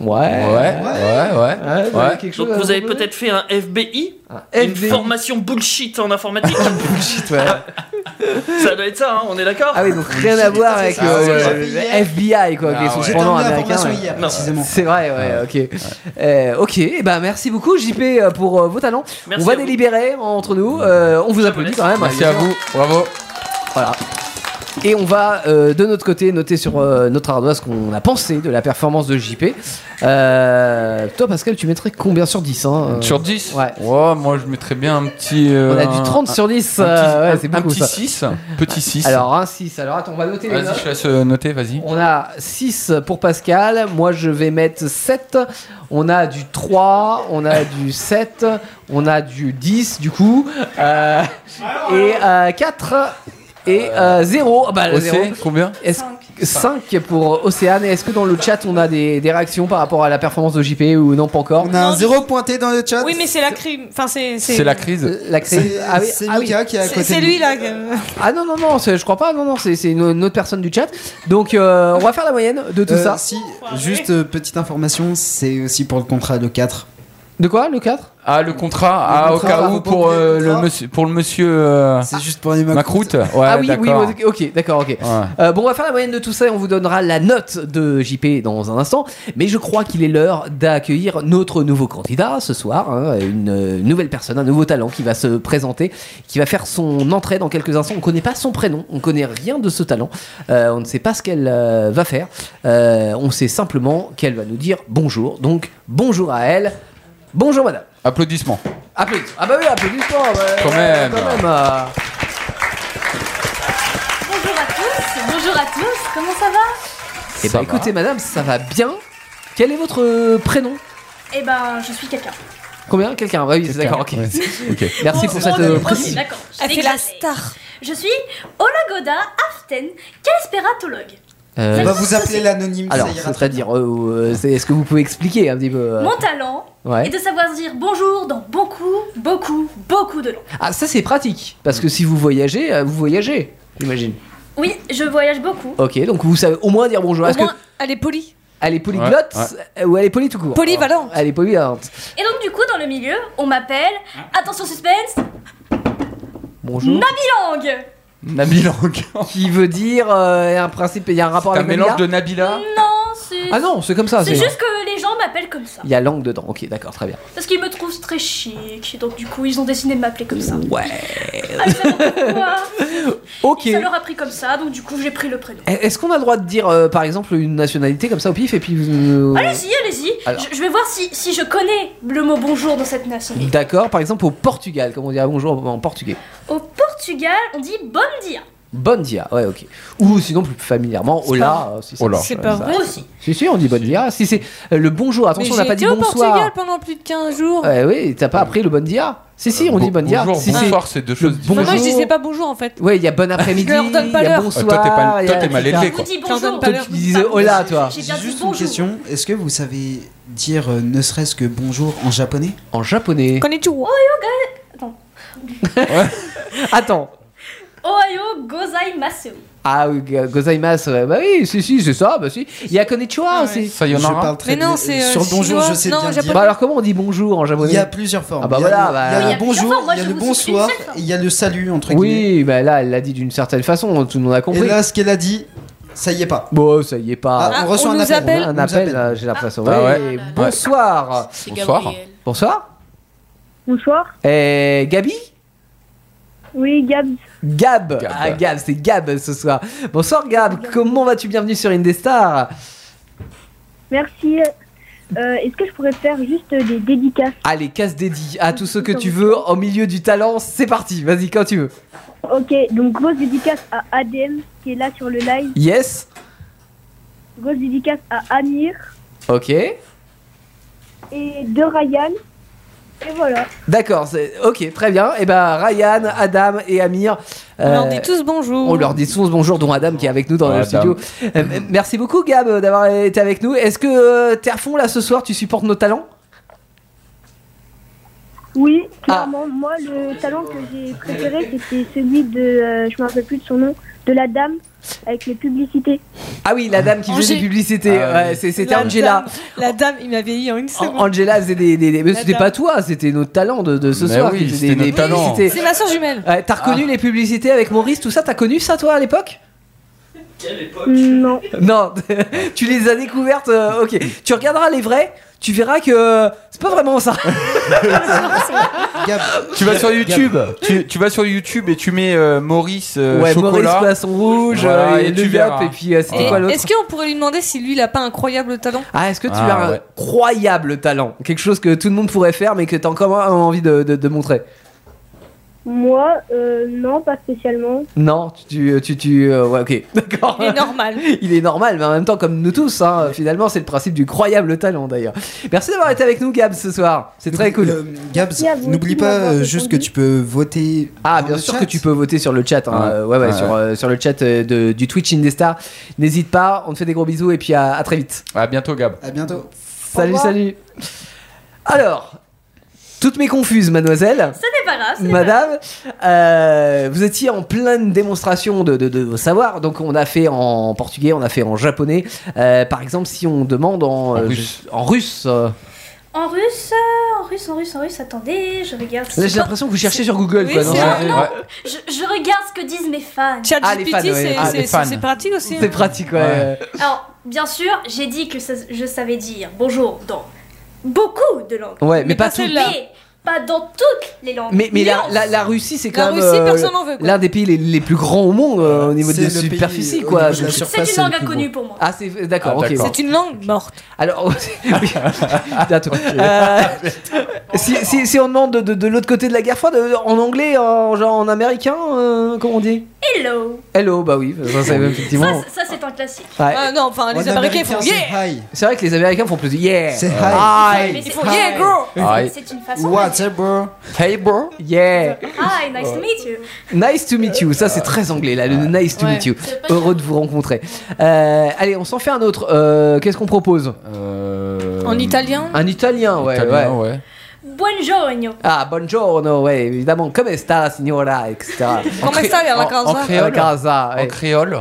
[SPEAKER 3] Ouais, ouais, ouais.
[SPEAKER 4] vous avez
[SPEAKER 3] ouais.
[SPEAKER 4] quelque
[SPEAKER 8] Donc vous avez peut-être fait un FBI, une formation bullshit en informatique. bullshit,
[SPEAKER 3] ouais.
[SPEAKER 8] ça doit être ça, hein, on est d'accord
[SPEAKER 4] Ah oui, donc rien à voir avec
[SPEAKER 8] Ah,
[SPEAKER 4] euh,
[SPEAKER 8] ouais.
[SPEAKER 4] le FBI, quoi,
[SPEAKER 8] Ah
[SPEAKER 4] avec les sous
[SPEAKER 8] ouais. J'ai
[SPEAKER 4] surprenants
[SPEAKER 8] terminé la
[SPEAKER 4] américains.
[SPEAKER 8] formation hier,
[SPEAKER 4] ouais.
[SPEAKER 8] précisément.
[SPEAKER 4] C'est vrai, ouais, ok. Euh, ok, eh ben merci beaucoup, JP, euh, pour euh, vos talents.
[SPEAKER 8] Merci
[SPEAKER 4] on va
[SPEAKER 8] à vous.
[SPEAKER 4] délibérer entre nous. euh, on vous applaudit quand même. hein,
[SPEAKER 3] Merci à vous, bravo.
[SPEAKER 4] Voilà. Et on va euh, de notre côté noter sur euh, notre ardoise ce qu'on a pensé de la performance de JP. Euh, toi, Pascal, tu mettrais combien sur 10 hein, euh,
[SPEAKER 3] Sur 10
[SPEAKER 4] Ouais.
[SPEAKER 3] moi je mettrais bien un petit.
[SPEAKER 4] On
[SPEAKER 3] euh,
[SPEAKER 4] a du
[SPEAKER 3] un-
[SPEAKER 4] 30 sur 10.
[SPEAKER 3] Un,
[SPEAKER 4] euh,
[SPEAKER 3] petit-
[SPEAKER 4] ouais, c'est
[SPEAKER 3] un
[SPEAKER 4] beaucoup,
[SPEAKER 3] petit
[SPEAKER 4] ça.
[SPEAKER 3] 6. Petit 6.
[SPEAKER 4] Alors, un 6. Alors, attends, on va noter les
[SPEAKER 3] Vas-y,
[SPEAKER 4] notes.
[SPEAKER 3] je te laisse euh, noter, vas-y.
[SPEAKER 4] On a 6 pour Pascal, moi je vais mettre 7, on a du 3, on a du 7, on a du 10 du coup, euh, et 4 et euh, Ah, 0.
[SPEAKER 3] Océ, combien
[SPEAKER 4] 5 pour Océane, et est-ce que dans le chat on a des, des réactions par rapport à la performance de JP ou non pas encore
[SPEAKER 1] On a un zéro pointé dans le chat. Euh,
[SPEAKER 9] Oui, mais c'est la crime. Enfin, c'est.
[SPEAKER 4] La crise.
[SPEAKER 1] C'est-
[SPEAKER 4] Ah oui,
[SPEAKER 1] c'est
[SPEAKER 4] ah oui.
[SPEAKER 1] Lucas qui est à
[SPEAKER 9] C'est- côté c'est de lui, nous. là, que-
[SPEAKER 4] Ah non, non, non, c'est- je crois pas. Non, non, c'est c'est une, une autre personne du chat. Donc, euh, on va faire la moyenne de tout
[SPEAKER 1] Euh,
[SPEAKER 4] ça.
[SPEAKER 1] si, Juste euh, petite information, c'est aussi pour le contrat de 4.
[SPEAKER 4] De quoi, le 4
[SPEAKER 3] Ah, le contrat, ah,
[SPEAKER 1] contrat,
[SPEAKER 3] au cas où
[SPEAKER 1] rapport
[SPEAKER 3] pour,
[SPEAKER 1] au
[SPEAKER 3] euh, le
[SPEAKER 1] contrat.
[SPEAKER 3] monsieur, pour le monsieur. euh,
[SPEAKER 1] C'est juste pour les
[SPEAKER 3] Macroute. Ouais,
[SPEAKER 4] ah oui, oui,
[SPEAKER 3] d'accord.
[SPEAKER 4] oui, ok, d'accord, ok.
[SPEAKER 3] Ouais.
[SPEAKER 4] Euh, bon, on va faire la moyenne de tout ça et on vous donnera la note de JP dans un instant. Mais je crois qu'il est l'heure d'accueillir notre nouveau candidat ce soir, hein, une euh, nouvelle personne, un nouveau talent qui va se présenter, qui va faire son entrée dans quelques instants. On ne connaît pas son prénom, on ne connaît rien de ce talent, euh, on ne sait pas ce qu'elle euh, va faire. Euh, on sait simplement qu'elle va nous dire bonjour. Donc, bonjour à elle. Bonjour madame.
[SPEAKER 3] Applaudissements.
[SPEAKER 4] Applaudissements. Ah bah oui, applaudissements. ouais,
[SPEAKER 3] Quand
[SPEAKER 4] ouais,
[SPEAKER 3] même.
[SPEAKER 4] Quand même. euh.
[SPEAKER 6] Bonjour à tous, bonjour à tous, comment ça va
[SPEAKER 4] Eh ben, écoutez, madame, ça va bien. Quel est votre euh, prénom
[SPEAKER 6] Eh ben, je suis quelqu'un.
[SPEAKER 4] Combien Quelqu'un Ouais, Oui, c'est d'accord, ok. Merci
[SPEAKER 6] Oh,
[SPEAKER 4] pour cette
[SPEAKER 6] oh,
[SPEAKER 4] euh,
[SPEAKER 6] oh,
[SPEAKER 4] précision.
[SPEAKER 6] D'accord. Elle fait la star. Je suis Olagoda Aften, caspératologue.
[SPEAKER 4] Euh,
[SPEAKER 1] On va vous appeler l'anonyme,
[SPEAKER 4] Alors,
[SPEAKER 1] ça ira.
[SPEAKER 4] c'est-à-dire, euh, euh, c'est- est-ce que vous pouvez expliquer un petit peu euh,
[SPEAKER 6] Mon talent
[SPEAKER 4] ouais.
[SPEAKER 6] est de savoir dire bonjour dans beaucoup, beaucoup, beaucoup de langues.
[SPEAKER 4] Ah, ça c'est pratique, parce que si vous voyagez, euh, vous voyagez, j'imagine.
[SPEAKER 6] Oui, je voyage beaucoup.
[SPEAKER 4] Ok, donc vous savez au moins dire bonjour.
[SPEAKER 6] Au
[SPEAKER 4] Euh, Est-ce
[SPEAKER 6] moins,
[SPEAKER 4] que
[SPEAKER 6] elle est polie.
[SPEAKER 4] elle est polyglotte
[SPEAKER 6] Ouais, ouais.
[SPEAKER 4] euh, ou elle est polie tout court
[SPEAKER 6] Polyvalente.
[SPEAKER 4] Elle est polyvalente.
[SPEAKER 6] Et donc, du coup, dans le milieu, on m'appelle,
[SPEAKER 1] Hein
[SPEAKER 6] attention suspense,
[SPEAKER 4] Bonjour.
[SPEAKER 6] Nabilang.
[SPEAKER 3] Nabilang.
[SPEAKER 4] Qui veut dire euh, un principe, il y a un rapport
[SPEAKER 3] C'est un
[SPEAKER 4] avec
[SPEAKER 3] mélange de
[SPEAKER 4] Nabila
[SPEAKER 3] Nabila
[SPEAKER 6] Non, c'est.
[SPEAKER 4] Hein Ah non, c'est comme ça,
[SPEAKER 6] C'est
[SPEAKER 4] c'est-
[SPEAKER 6] juste que les gens m'appellent comme ça.
[SPEAKER 4] Il y a langue dedans. Ok, d'accord, très bien.
[SPEAKER 6] Parce qu'ils me trouvent très chic, donc du coup ils ont décidé de m'appeler comme ça.
[SPEAKER 4] Ouais.
[SPEAKER 6] Ah, Pourquoi
[SPEAKER 4] Ok. Eh,
[SPEAKER 6] Ça leur a pris comme ça, donc du coup j'ai pris le prénom.
[SPEAKER 4] Est-ce qu'on a le droit de dire, euh, par exemple, une nationalité comme ça au pif et puis euh, vous...
[SPEAKER 6] Allez-y, allez-y.
[SPEAKER 4] Alors.
[SPEAKER 6] Je, je vais voir si, si je connais le mot bonjour dans cette nation.
[SPEAKER 4] D'accord, par exemple au Portugal, comme on dirait bonjour en portugais.
[SPEAKER 6] Au Portugal, on dit bon dia.
[SPEAKER 4] Bon dia, ouais, ok. Ou sinon plus familièrement,
[SPEAKER 6] C'est
[SPEAKER 4] hola.
[SPEAKER 6] pas-
[SPEAKER 4] euh, si
[SPEAKER 6] Hola. C'est pas
[SPEAKER 4] ça-
[SPEAKER 6] vrai aussi.
[SPEAKER 4] Si, si, on dit bon dia. Si c'est euh, le bonjour, attention, on n'a pas dit
[SPEAKER 25] au Portugal
[SPEAKER 4] bonsoir.
[SPEAKER 25] pendant plus de 15 jours.
[SPEAKER 4] Ouais, oui, t'as pas appris le bon dia Si, si, on dit bon dia.
[SPEAKER 3] Bonjour,
[SPEAKER 4] Si, si.
[SPEAKER 3] bonsoir, c'est deux
[SPEAKER 4] Le
[SPEAKER 3] choses différentes.
[SPEAKER 4] bonjour.
[SPEAKER 25] Moi, je disais pas bonjour en fait.
[SPEAKER 4] Ouais, il y a bon après-midi,
[SPEAKER 25] Je leur donne
[SPEAKER 4] il y
[SPEAKER 25] pas
[SPEAKER 4] a
[SPEAKER 25] l'heure.
[SPEAKER 4] bonsoir.
[SPEAKER 3] Ah, toi, t'es pas-
[SPEAKER 4] il y
[SPEAKER 3] toi,
[SPEAKER 4] a-
[SPEAKER 3] t'es mal
[SPEAKER 4] etc.
[SPEAKER 3] élevé, quoi.
[SPEAKER 6] Je vous dis
[SPEAKER 25] Je leur donne
[SPEAKER 6] bonjour.
[SPEAKER 25] pas
[SPEAKER 4] Toi, tu disais hola, toi.
[SPEAKER 6] J'ai
[SPEAKER 1] J'ai
[SPEAKER 6] bien dit
[SPEAKER 1] juste une
[SPEAKER 6] bonjour.
[SPEAKER 1] question. Est-ce que vous savez dire euh, ne serait-ce que bonjour en japonais
[SPEAKER 4] En japonais
[SPEAKER 6] Oh yo ga- Attends.
[SPEAKER 4] Attends.
[SPEAKER 6] Ohayo gozaimasu.
[SPEAKER 4] Ah oui, go- gozaimasu, ouais, bah oui, si, si, c'est ça, bah si. Il y a
[SPEAKER 1] Ah
[SPEAKER 4] konnichiwa aussi.
[SPEAKER 3] Sayonara. Je parle très
[SPEAKER 1] Mais non, bien- c'est, euh, sur le bonjour, chinois. je sais Non, bien japonais. dire.
[SPEAKER 4] Bah alors comment on dit bonjour en japonais
[SPEAKER 1] Il y a plusieurs formes.
[SPEAKER 4] Ah bah
[SPEAKER 1] Il y a
[SPEAKER 4] voilà,
[SPEAKER 1] le-
[SPEAKER 4] bah-
[SPEAKER 1] il y a le bonjour, il y a le bonsoir, et il y a le salut entre guillemets.
[SPEAKER 4] Oui, bah là, elle l'a dit d'une certaine façon, hein, tout le monde a compris.
[SPEAKER 1] Et là, ce qu'elle a dit, ça y est pas.
[SPEAKER 4] Bon, ça y est pas.
[SPEAKER 1] Ah, on Ah, reçoit on un nous appel. appelle.
[SPEAKER 4] On a
[SPEAKER 1] On
[SPEAKER 4] Un
[SPEAKER 1] nous
[SPEAKER 4] appel,
[SPEAKER 1] appelle.
[SPEAKER 4] là, j'ai l'impression.
[SPEAKER 1] Ah
[SPEAKER 4] Ouais.
[SPEAKER 1] ouais.
[SPEAKER 4] Bonsoir.
[SPEAKER 1] C'est Bonsoir. Gabriel.
[SPEAKER 4] Bonsoir.
[SPEAKER 26] Bonsoir.
[SPEAKER 4] Eh, Gabi
[SPEAKER 26] Oui, Gab.
[SPEAKER 4] Gab. Ah, Gab, c'est Gab ce soir. Bonsoir, Gab. Comment vas-tu Bienvenue sur Indestar.
[SPEAKER 26] Merci. Euh, Est-ce que je pourrais faire juste des dédicaces
[SPEAKER 4] Allez, casse dédié à tous ceux que tu veux au milieu du talent. C'est parti. Vas-y, quand tu veux.
[SPEAKER 26] Ok, donc grosse dédicace à ADM qui est là sur le live.
[SPEAKER 4] Yes.
[SPEAKER 26] Grosse dédicace à Amir
[SPEAKER 4] Ok.
[SPEAKER 26] et de Ryan. Et voilà.
[SPEAKER 4] D'accord, c'est- ok, très bien. Et ben Ryan, Eh Adam et Amir, Euh,
[SPEAKER 9] leur dit tous bonjour.
[SPEAKER 4] On leur dit tous bonjour, dont Adam qui est avec nous dans
[SPEAKER 3] Ouais,
[SPEAKER 4] le
[SPEAKER 3] Adam.
[SPEAKER 4] studio. Euh, m- merci beaucoup, Gab, euh, d'avoir été avec nous. Est-ce que euh, Terfond, là, ce soir, tu supportes nos talents
[SPEAKER 8] Oui, clairement. Moi, le talent que j'ai préféré, c'était celui de, euh, je me rappelle plus de son nom, de la dame avec les publicités.
[SPEAKER 4] Ah oui, la dame qui faisait des
[SPEAKER 9] Angé-
[SPEAKER 4] publicités.
[SPEAKER 3] Ah oui.
[SPEAKER 4] Ouais, c'est- C'était
[SPEAKER 9] La
[SPEAKER 4] Angela.
[SPEAKER 9] dame- la dame, il m'avait eu en une seconde.
[SPEAKER 4] Angela faisait des. des- des- Mais
[SPEAKER 9] La
[SPEAKER 4] c'était
[SPEAKER 9] dame.
[SPEAKER 4] pas toi, c'était nos talents de, de ce
[SPEAKER 3] Mais
[SPEAKER 4] soir.
[SPEAKER 3] oui,
[SPEAKER 4] qui faisaient
[SPEAKER 3] c'était
[SPEAKER 4] des-
[SPEAKER 3] nos
[SPEAKER 4] des
[SPEAKER 3] talents.
[SPEAKER 4] publicités.
[SPEAKER 9] C'est ma soeur jumelle.
[SPEAKER 4] Ouais, t'as reconnu les publicités avec Maurice, tout ça T'as connu ça, toi, à l'époque
[SPEAKER 8] Non.
[SPEAKER 4] Non, tu les as découvertes, euh, ok. Tu regarderas les vrais, tu verras que euh, c'est pas vraiment ça.
[SPEAKER 3] Tu vas sur YouTube, tu, tu vas sur YouTube et tu mets euh, Maurice euh,
[SPEAKER 4] ouais,
[SPEAKER 3] chocolat.
[SPEAKER 4] Maurice Poisson Rouge,
[SPEAKER 3] Voilà,
[SPEAKER 4] euh, et
[SPEAKER 3] et
[SPEAKER 4] le
[SPEAKER 3] tu
[SPEAKER 4] Yop,
[SPEAKER 3] verras.
[SPEAKER 4] et puis euh, c'était
[SPEAKER 3] Et
[SPEAKER 4] quoi l'autre
[SPEAKER 9] Est-ce qu'on pourrait lui demander si lui il a pas un incroyable talent
[SPEAKER 4] Ah, est-ce que tu
[SPEAKER 3] Ah,
[SPEAKER 4] as un
[SPEAKER 3] ouais.
[SPEAKER 4] incroyable talent Quelque chose que tout le monde pourrait faire, mais que t'as encore envie de, de- de montrer
[SPEAKER 8] Moi, euh, non, pas spécialement.
[SPEAKER 4] Non, tu. tu, tu euh, ouais, ok, d'accord.
[SPEAKER 9] Il est normal.
[SPEAKER 4] Il est normal, mais en même temps, comme nous tous, hein, finalement, c'est le principe du croyable talent d'ailleurs. Merci d'avoir été avec nous, Gab, ce soir. C'est très cool.
[SPEAKER 1] euh, Gabs, n'oublie pas euh, juste que tu peux voter.
[SPEAKER 4] Ah, bien sûr que tu peux voter sur le chat. hein.
[SPEAKER 1] Ouais.
[SPEAKER 4] Euh, Ouais, ouais,
[SPEAKER 1] Ouais,
[SPEAKER 4] sur,
[SPEAKER 1] ouais.
[SPEAKER 4] euh, sur le chat euh, de- du Twitch Indestar. N'hésite pas, on te fait des gros bisous et puis à, à très vite.
[SPEAKER 3] À bientôt, Gab.
[SPEAKER 1] À bientôt.
[SPEAKER 4] Salut, salut. Alors, toutes mes confuses, mademoiselle.
[SPEAKER 26] Ce n'est pas grave. ce n'est pas grave.
[SPEAKER 4] Madame, euh, vous étiez en pleine démonstration de, de, de vos savoirs. Donc, on a fait en portugais, on a fait en japonais. Euh, par exemple, si on demande en, euh,
[SPEAKER 3] russe.
[SPEAKER 4] je- en russe, euh,
[SPEAKER 26] En russe, euh, en russe, en russe, en russe, attendez, je regarde.
[SPEAKER 4] là, j'ai l'impression que vous cherchez sur Google.
[SPEAKER 26] Oui,
[SPEAKER 4] quoi,
[SPEAKER 26] c'est
[SPEAKER 4] non
[SPEAKER 26] vrai, non, Je, je regarde ce que disent mes fans.
[SPEAKER 4] Ah, les fans, ouais.
[SPEAKER 9] c'est-
[SPEAKER 4] Ah,
[SPEAKER 9] c'est-
[SPEAKER 4] les fans.
[SPEAKER 9] c'est pratique aussi. hein.
[SPEAKER 4] C'est pratique, ouais.
[SPEAKER 9] Ouais.
[SPEAKER 26] Alors, bien sûr, j'ai dit que ça- je savais dire bonjour dans beaucoup de langues.
[SPEAKER 4] Ouais, mais Mais pas pas toutes. celle-là.
[SPEAKER 26] Mais pas dans toutes les langues.
[SPEAKER 4] Mais, mais la,
[SPEAKER 26] Nuance.
[SPEAKER 4] la, la Russie, c'est
[SPEAKER 26] La
[SPEAKER 4] quand même
[SPEAKER 26] Russie,
[SPEAKER 4] euh,
[SPEAKER 26] personne n'en veut, quoi.
[SPEAKER 4] l'un des pays les, les plus grands au monde euh, au niveau
[SPEAKER 1] C'est
[SPEAKER 4] de la
[SPEAKER 1] le pays,
[SPEAKER 4] superficie,
[SPEAKER 1] euh, au
[SPEAKER 4] quoi.
[SPEAKER 1] niveau de la C'est surface,
[SPEAKER 26] une c'est le langue plus inconnue gros. pour moi.
[SPEAKER 4] Ah, c'est d'accord,
[SPEAKER 3] Ah,
[SPEAKER 4] ok.
[SPEAKER 3] d'accord.
[SPEAKER 9] C'est une langue morte.
[SPEAKER 4] Alors, oui, bientôt. Euh, si, si, si on demande de, de- de l'autre côté de la guerre froide, euh, en anglais, en, genre en américain, euh, comment on dit
[SPEAKER 26] Hello.
[SPEAKER 4] Hello, bah oui, ça, c'est effectivement.
[SPEAKER 26] Ça, c'est un classique.
[SPEAKER 4] Ouais.
[SPEAKER 9] Ah non, enfin les
[SPEAKER 4] En
[SPEAKER 9] Américains
[SPEAKER 4] américain,
[SPEAKER 9] font
[SPEAKER 4] c'est
[SPEAKER 9] yeah.
[SPEAKER 1] Hi.
[SPEAKER 4] C'est vrai que les Américains font plus de yeah.
[SPEAKER 1] C'est hi.
[SPEAKER 4] Hi.
[SPEAKER 26] Mais c'est-
[SPEAKER 9] Ils font yeah, girl.
[SPEAKER 4] Hi.
[SPEAKER 26] C'est une façon.
[SPEAKER 1] What's up, bro?
[SPEAKER 4] Hey bro. Yeah.
[SPEAKER 26] Hi, nice to meet you.
[SPEAKER 4] Nice to meet you,
[SPEAKER 3] Euh,
[SPEAKER 4] ça c'est très anglais là, le nice to
[SPEAKER 26] Ouais.
[SPEAKER 4] meet you.
[SPEAKER 26] C'est pas
[SPEAKER 4] Heureux de vous rencontrer. Euh, allez, on s'en fait un autre. Euh, Qu'est-ce qu'on propose
[SPEAKER 9] En italien
[SPEAKER 4] Un italien, ouais.
[SPEAKER 3] Euh, Italien,
[SPEAKER 4] ouais.
[SPEAKER 26] Buongiorno.
[SPEAKER 4] Ah, buongiorno, ouais, évidemment. Come sta, signora, etc.
[SPEAKER 9] Comment ça, vers la
[SPEAKER 3] en-
[SPEAKER 9] casa
[SPEAKER 3] en créole.
[SPEAKER 4] La casa, ouais.
[SPEAKER 3] En créole.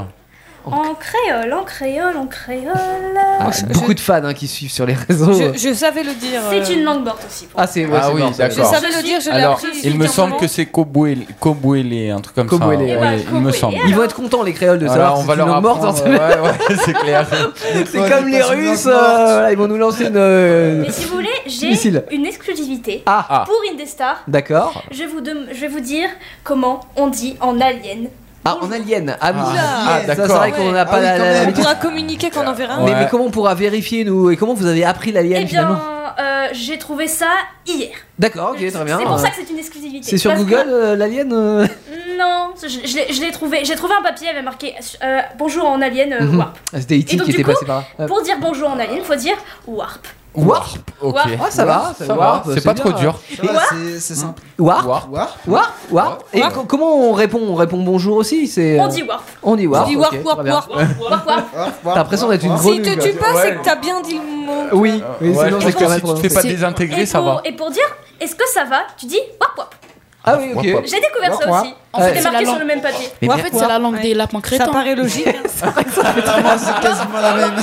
[SPEAKER 26] En créole, en créole, en créole.
[SPEAKER 4] Ah, beaucoup de fans hein, qui suivent sur les réseaux.
[SPEAKER 9] Je, je savais le dire.
[SPEAKER 26] C'est
[SPEAKER 9] euh,
[SPEAKER 26] une langue morte aussi.
[SPEAKER 4] Ah, c'est ouais,
[SPEAKER 3] Ah
[SPEAKER 4] c'est
[SPEAKER 3] oui,
[SPEAKER 4] mort, ça.
[SPEAKER 3] d'accord.
[SPEAKER 9] Je savais le dire, je l'ai
[SPEAKER 3] Alors,
[SPEAKER 9] appris.
[SPEAKER 3] il me
[SPEAKER 9] C'était un
[SPEAKER 3] semble
[SPEAKER 9] moment.
[SPEAKER 3] que c'est Kobuele, Kobuele, un truc comme
[SPEAKER 4] Kobuele,
[SPEAKER 3] ça.
[SPEAKER 4] ouais.
[SPEAKER 3] ouais, il me semble.
[SPEAKER 4] Ils vont être contents, les créoles, de
[SPEAKER 3] Voilà,
[SPEAKER 4] savoir
[SPEAKER 3] on
[SPEAKER 4] que
[SPEAKER 3] va
[SPEAKER 4] c'est une
[SPEAKER 3] leur
[SPEAKER 4] langue morte.
[SPEAKER 3] apprendre.
[SPEAKER 4] hein.
[SPEAKER 3] Ouais, ouais, c'est clair.
[SPEAKER 4] C'est comme les
[SPEAKER 1] c'est une langue
[SPEAKER 4] Russes,
[SPEAKER 1] morte.
[SPEAKER 4] euh, voilà, ils vont nous lancer une. euh,
[SPEAKER 26] Mais si vous voulez, j'ai
[SPEAKER 4] Missile.
[SPEAKER 26] une exclusivité
[SPEAKER 4] Ah.
[SPEAKER 26] pour Indestar.
[SPEAKER 4] D'accord.
[SPEAKER 26] Je, vous dem- je vais vous dire comment on dit en alien.
[SPEAKER 4] Ah, en alien. Ah, oui.
[SPEAKER 3] Ah,
[SPEAKER 4] Ça,
[SPEAKER 3] d'accord. Ah
[SPEAKER 4] C'est vrai qu'on n'a pas la- la-
[SPEAKER 9] On
[SPEAKER 4] l'habitude.
[SPEAKER 9] pourra communiquer quand on en verra. un.
[SPEAKER 4] Euh, Mais,
[SPEAKER 3] Ouais.
[SPEAKER 4] mais comment on pourra vérifier nous et comment vous avez appris l'alien
[SPEAKER 26] Eh
[SPEAKER 4] finalement
[SPEAKER 26] bien, euh, j'ai trouvé ça hier.
[SPEAKER 4] D'accord, ok, très bien.
[SPEAKER 26] C'est pour ça que
[SPEAKER 4] Euh,
[SPEAKER 26] c'est une exclusivité.
[SPEAKER 4] c'est sur
[SPEAKER 26] Parce
[SPEAKER 4] Google euh, l'alien euh
[SPEAKER 26] que- Non, je, je l'ai- je l'ai trouvé. J'ai trouvé un papier, il avait marqué euh, Bonjour en alien euh,
[SPEAKER 4] Mhm.
[SPEAKER 26] Warp.
[SPEAKER 4] Ah, C'était
[SPEAKER 26] Et
[SPEAKER 4] E.T.
[SPEAKER 26] donc,
[SPEAKER 4] qui
[SPEAKER 26] du
[SPEAKER 4] était
[SPEAKER 26] coup,
[SPEAKER 4] passé par là. Euh,
[SPEAKER 26] Pour dire bonjour en alien, il faut dire Warp.
[SPEAKER 4] Warp
[SPEAKER 3] Ok.
[SPEAKER 26] Warp.
[SPEAKER 4] Ah, ça va, ça
[SPEAKER 3] ça
[SPEAKER 4] va,
[SPEAKER 3] va.
[SPEAKER 4] c'est
[SPEAKER 3] C'est pas
[SPEAKER 4] bien.
[SPEAKER 3] trop dur.
[SPEAKER 1] Ça va, c'est- C'est simple.
[SPEAKER 4] Warp
[SPEAKER 3] Warp.
[SPEAKER 1] Warp.
[SPEAKER 4] Warp Warp Et co- comment on répond On répond bonjour aussi c'est, euh,
[SPEAKER 26] On dit Warp.
[SPEAKER 4] On dit Warp.
[SPEAKER 9] On dit
[SPEAKER 4] ok,
[SPEAKER 9] warp,
[SPEAKER 4] très
[SPEAKER 9] warp,
[SPEAKER 4] bien.
[SPEAKER 9] warp.
[SPEAKER 26] Warp, warp.
[SPEAKER 4] T'as l'impression d'être une
[SPEAKER 9] S'il
[SPEAKER 4] grenouille.
[SPEAKER 9] te
[SPEAKER 4] quoi.
[SPEAKER 9] tue pas, c'est que t'as bien dit le mot.
[SPEAKER 4] Oui, oui,
[SPEAKER 3] Euh, Ouais,
[SPEAKER 4] sinon
[SPEAKER 3] je
[SPEAKER 4] c'est
[SPEAKER 3] pense
[SPEAKER 4] quand
[SPEAKER 3] que
[SPEAKER 4] même
[SPEAKER 3] si tu te fais pas désintégrer,
[SPEAKER 26] Et
[SPEAKER 3] ça va.
[SPEAKER 26] pour, et pour dire Est-ce que ça va Tu dis Warp, warp.
[SPEAKER 4] Ah oui, ok.
[SPEAKER 26] J'ai découvert ça
[SPEAKER 4] Warp.
[SPEAKER 26] aussi.
[SPEAKER 11] En fait,
[SPEAKER 26] C'était
[SPEAKER 11] c'est la
[SPEAKER 26] marqué sur
[SPEAKER 11] langue.
[SPEAKER 26] le même papier.
[SPEAKER 4] Mais
[SPEAKER 11] Ou en
[SPEAKER 4] bien-
[SPEAKER 11] fait, c'est la langue des lapins
[SPEAKER 9] Ça
[SPEAKER 11] crétins.
[SPEAKER 9] paraît logique. hein.
[SPEAKER 1] C'est quasiment la même.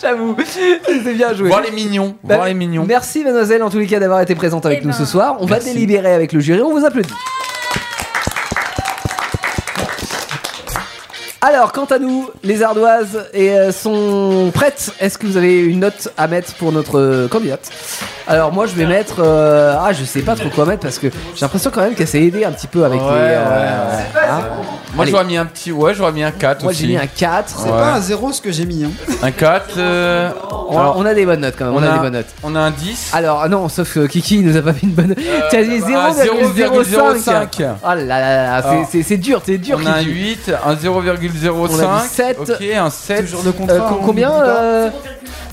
[SPEAKER 4] J'avoue, c'est bien joué.
[SPEAKER 3] Voir les mignons.
[SPEAKER 4] Bah,
[SPEAKER 3] Voir les mignons.
[SPEAKER 4] Merci mademoiselle en tous les cas d'avoir été présente avec
[SPEAKER 26] Eh
[SPEAKER 4] nous
[SPEAKER 26] ben,
[SPEAKER 4] ce soir. On va
[SPEAKER 3] merci.
[SPEAKER 4] délibérer avec le jury, on vous applaudit. Alors, quant à nous, les ardoises et, euh, sont prêtes. Est-ce que vous avez une note à mettre pour notre euh, candidate Alors moi, je vais mettre... euh, ah, je sais pas trop quoi mettre parce que j'ai l'impression quand même qu'elle s'est aidée un petit peu avec
[SPEAKER 3] Ouais,
[SPEAKER 4] les... euh,
[SPEAKER 3] ouais, ouais.
[SPEAKER 4] hein.
[SPEAKER 3] Moi,
[SPEAKER 4] Allez.
[SPEAKER 3] j'aurais mis un petit. Ouais, j'aurais mis un 4
[SPEAKER 4] Moi,
[SPEAKER 3] aussi.
[SPEAKER 4] j'ai mis un 4.
[SPEAKER 1] C'est
[SPEAKER 3] Ouais.
[SPEAKER 1] pas un zéro ce que j'ai mis. Hein.
[SPEAKER 3] Un 4. euh,
[SPEAKER 4] On,
[SPEAKER 3] alors,
[SPEAKER 4] on a des bonnes notes quand même, on, a, des bonnes notes.
[SPEAKER 3] On a un 10.
[SPEAKER 4] Alors ah non, sauf que Kiki il nous a pas mis une bonne. T'as mis
[SPEAKER 3] ah,
[SPEAKER 4] 0,05.
[SPEAKER 3] 0,05.
[SPEAKER 4] Oh là là là, c'est-
[SPEAKER 3] Alors,
[SPEAKER 4] c'est c'est dur, c'est dur.
[SPEAKER 3] On a un
[SPEAKER 4] Kiki.
[SPEAKER 3] 8, un
[SPEAKER 4] On a mis
[SPEAKER 3] 0,05.
[SPEAKER 4] sept.
[SPEAKER 3] Ok, un 7.
[SPEAKER 1] Toujours le
[SPEAKER 4] Euh,
[SPEAKER 1] contrat.
[SPEAKER 4] co-
[SPEAKER 1] on
[SPEAKER 4] combien
[SPEAKER 1] n'oublie pas. Oh.
[SPEAKER 4] euh,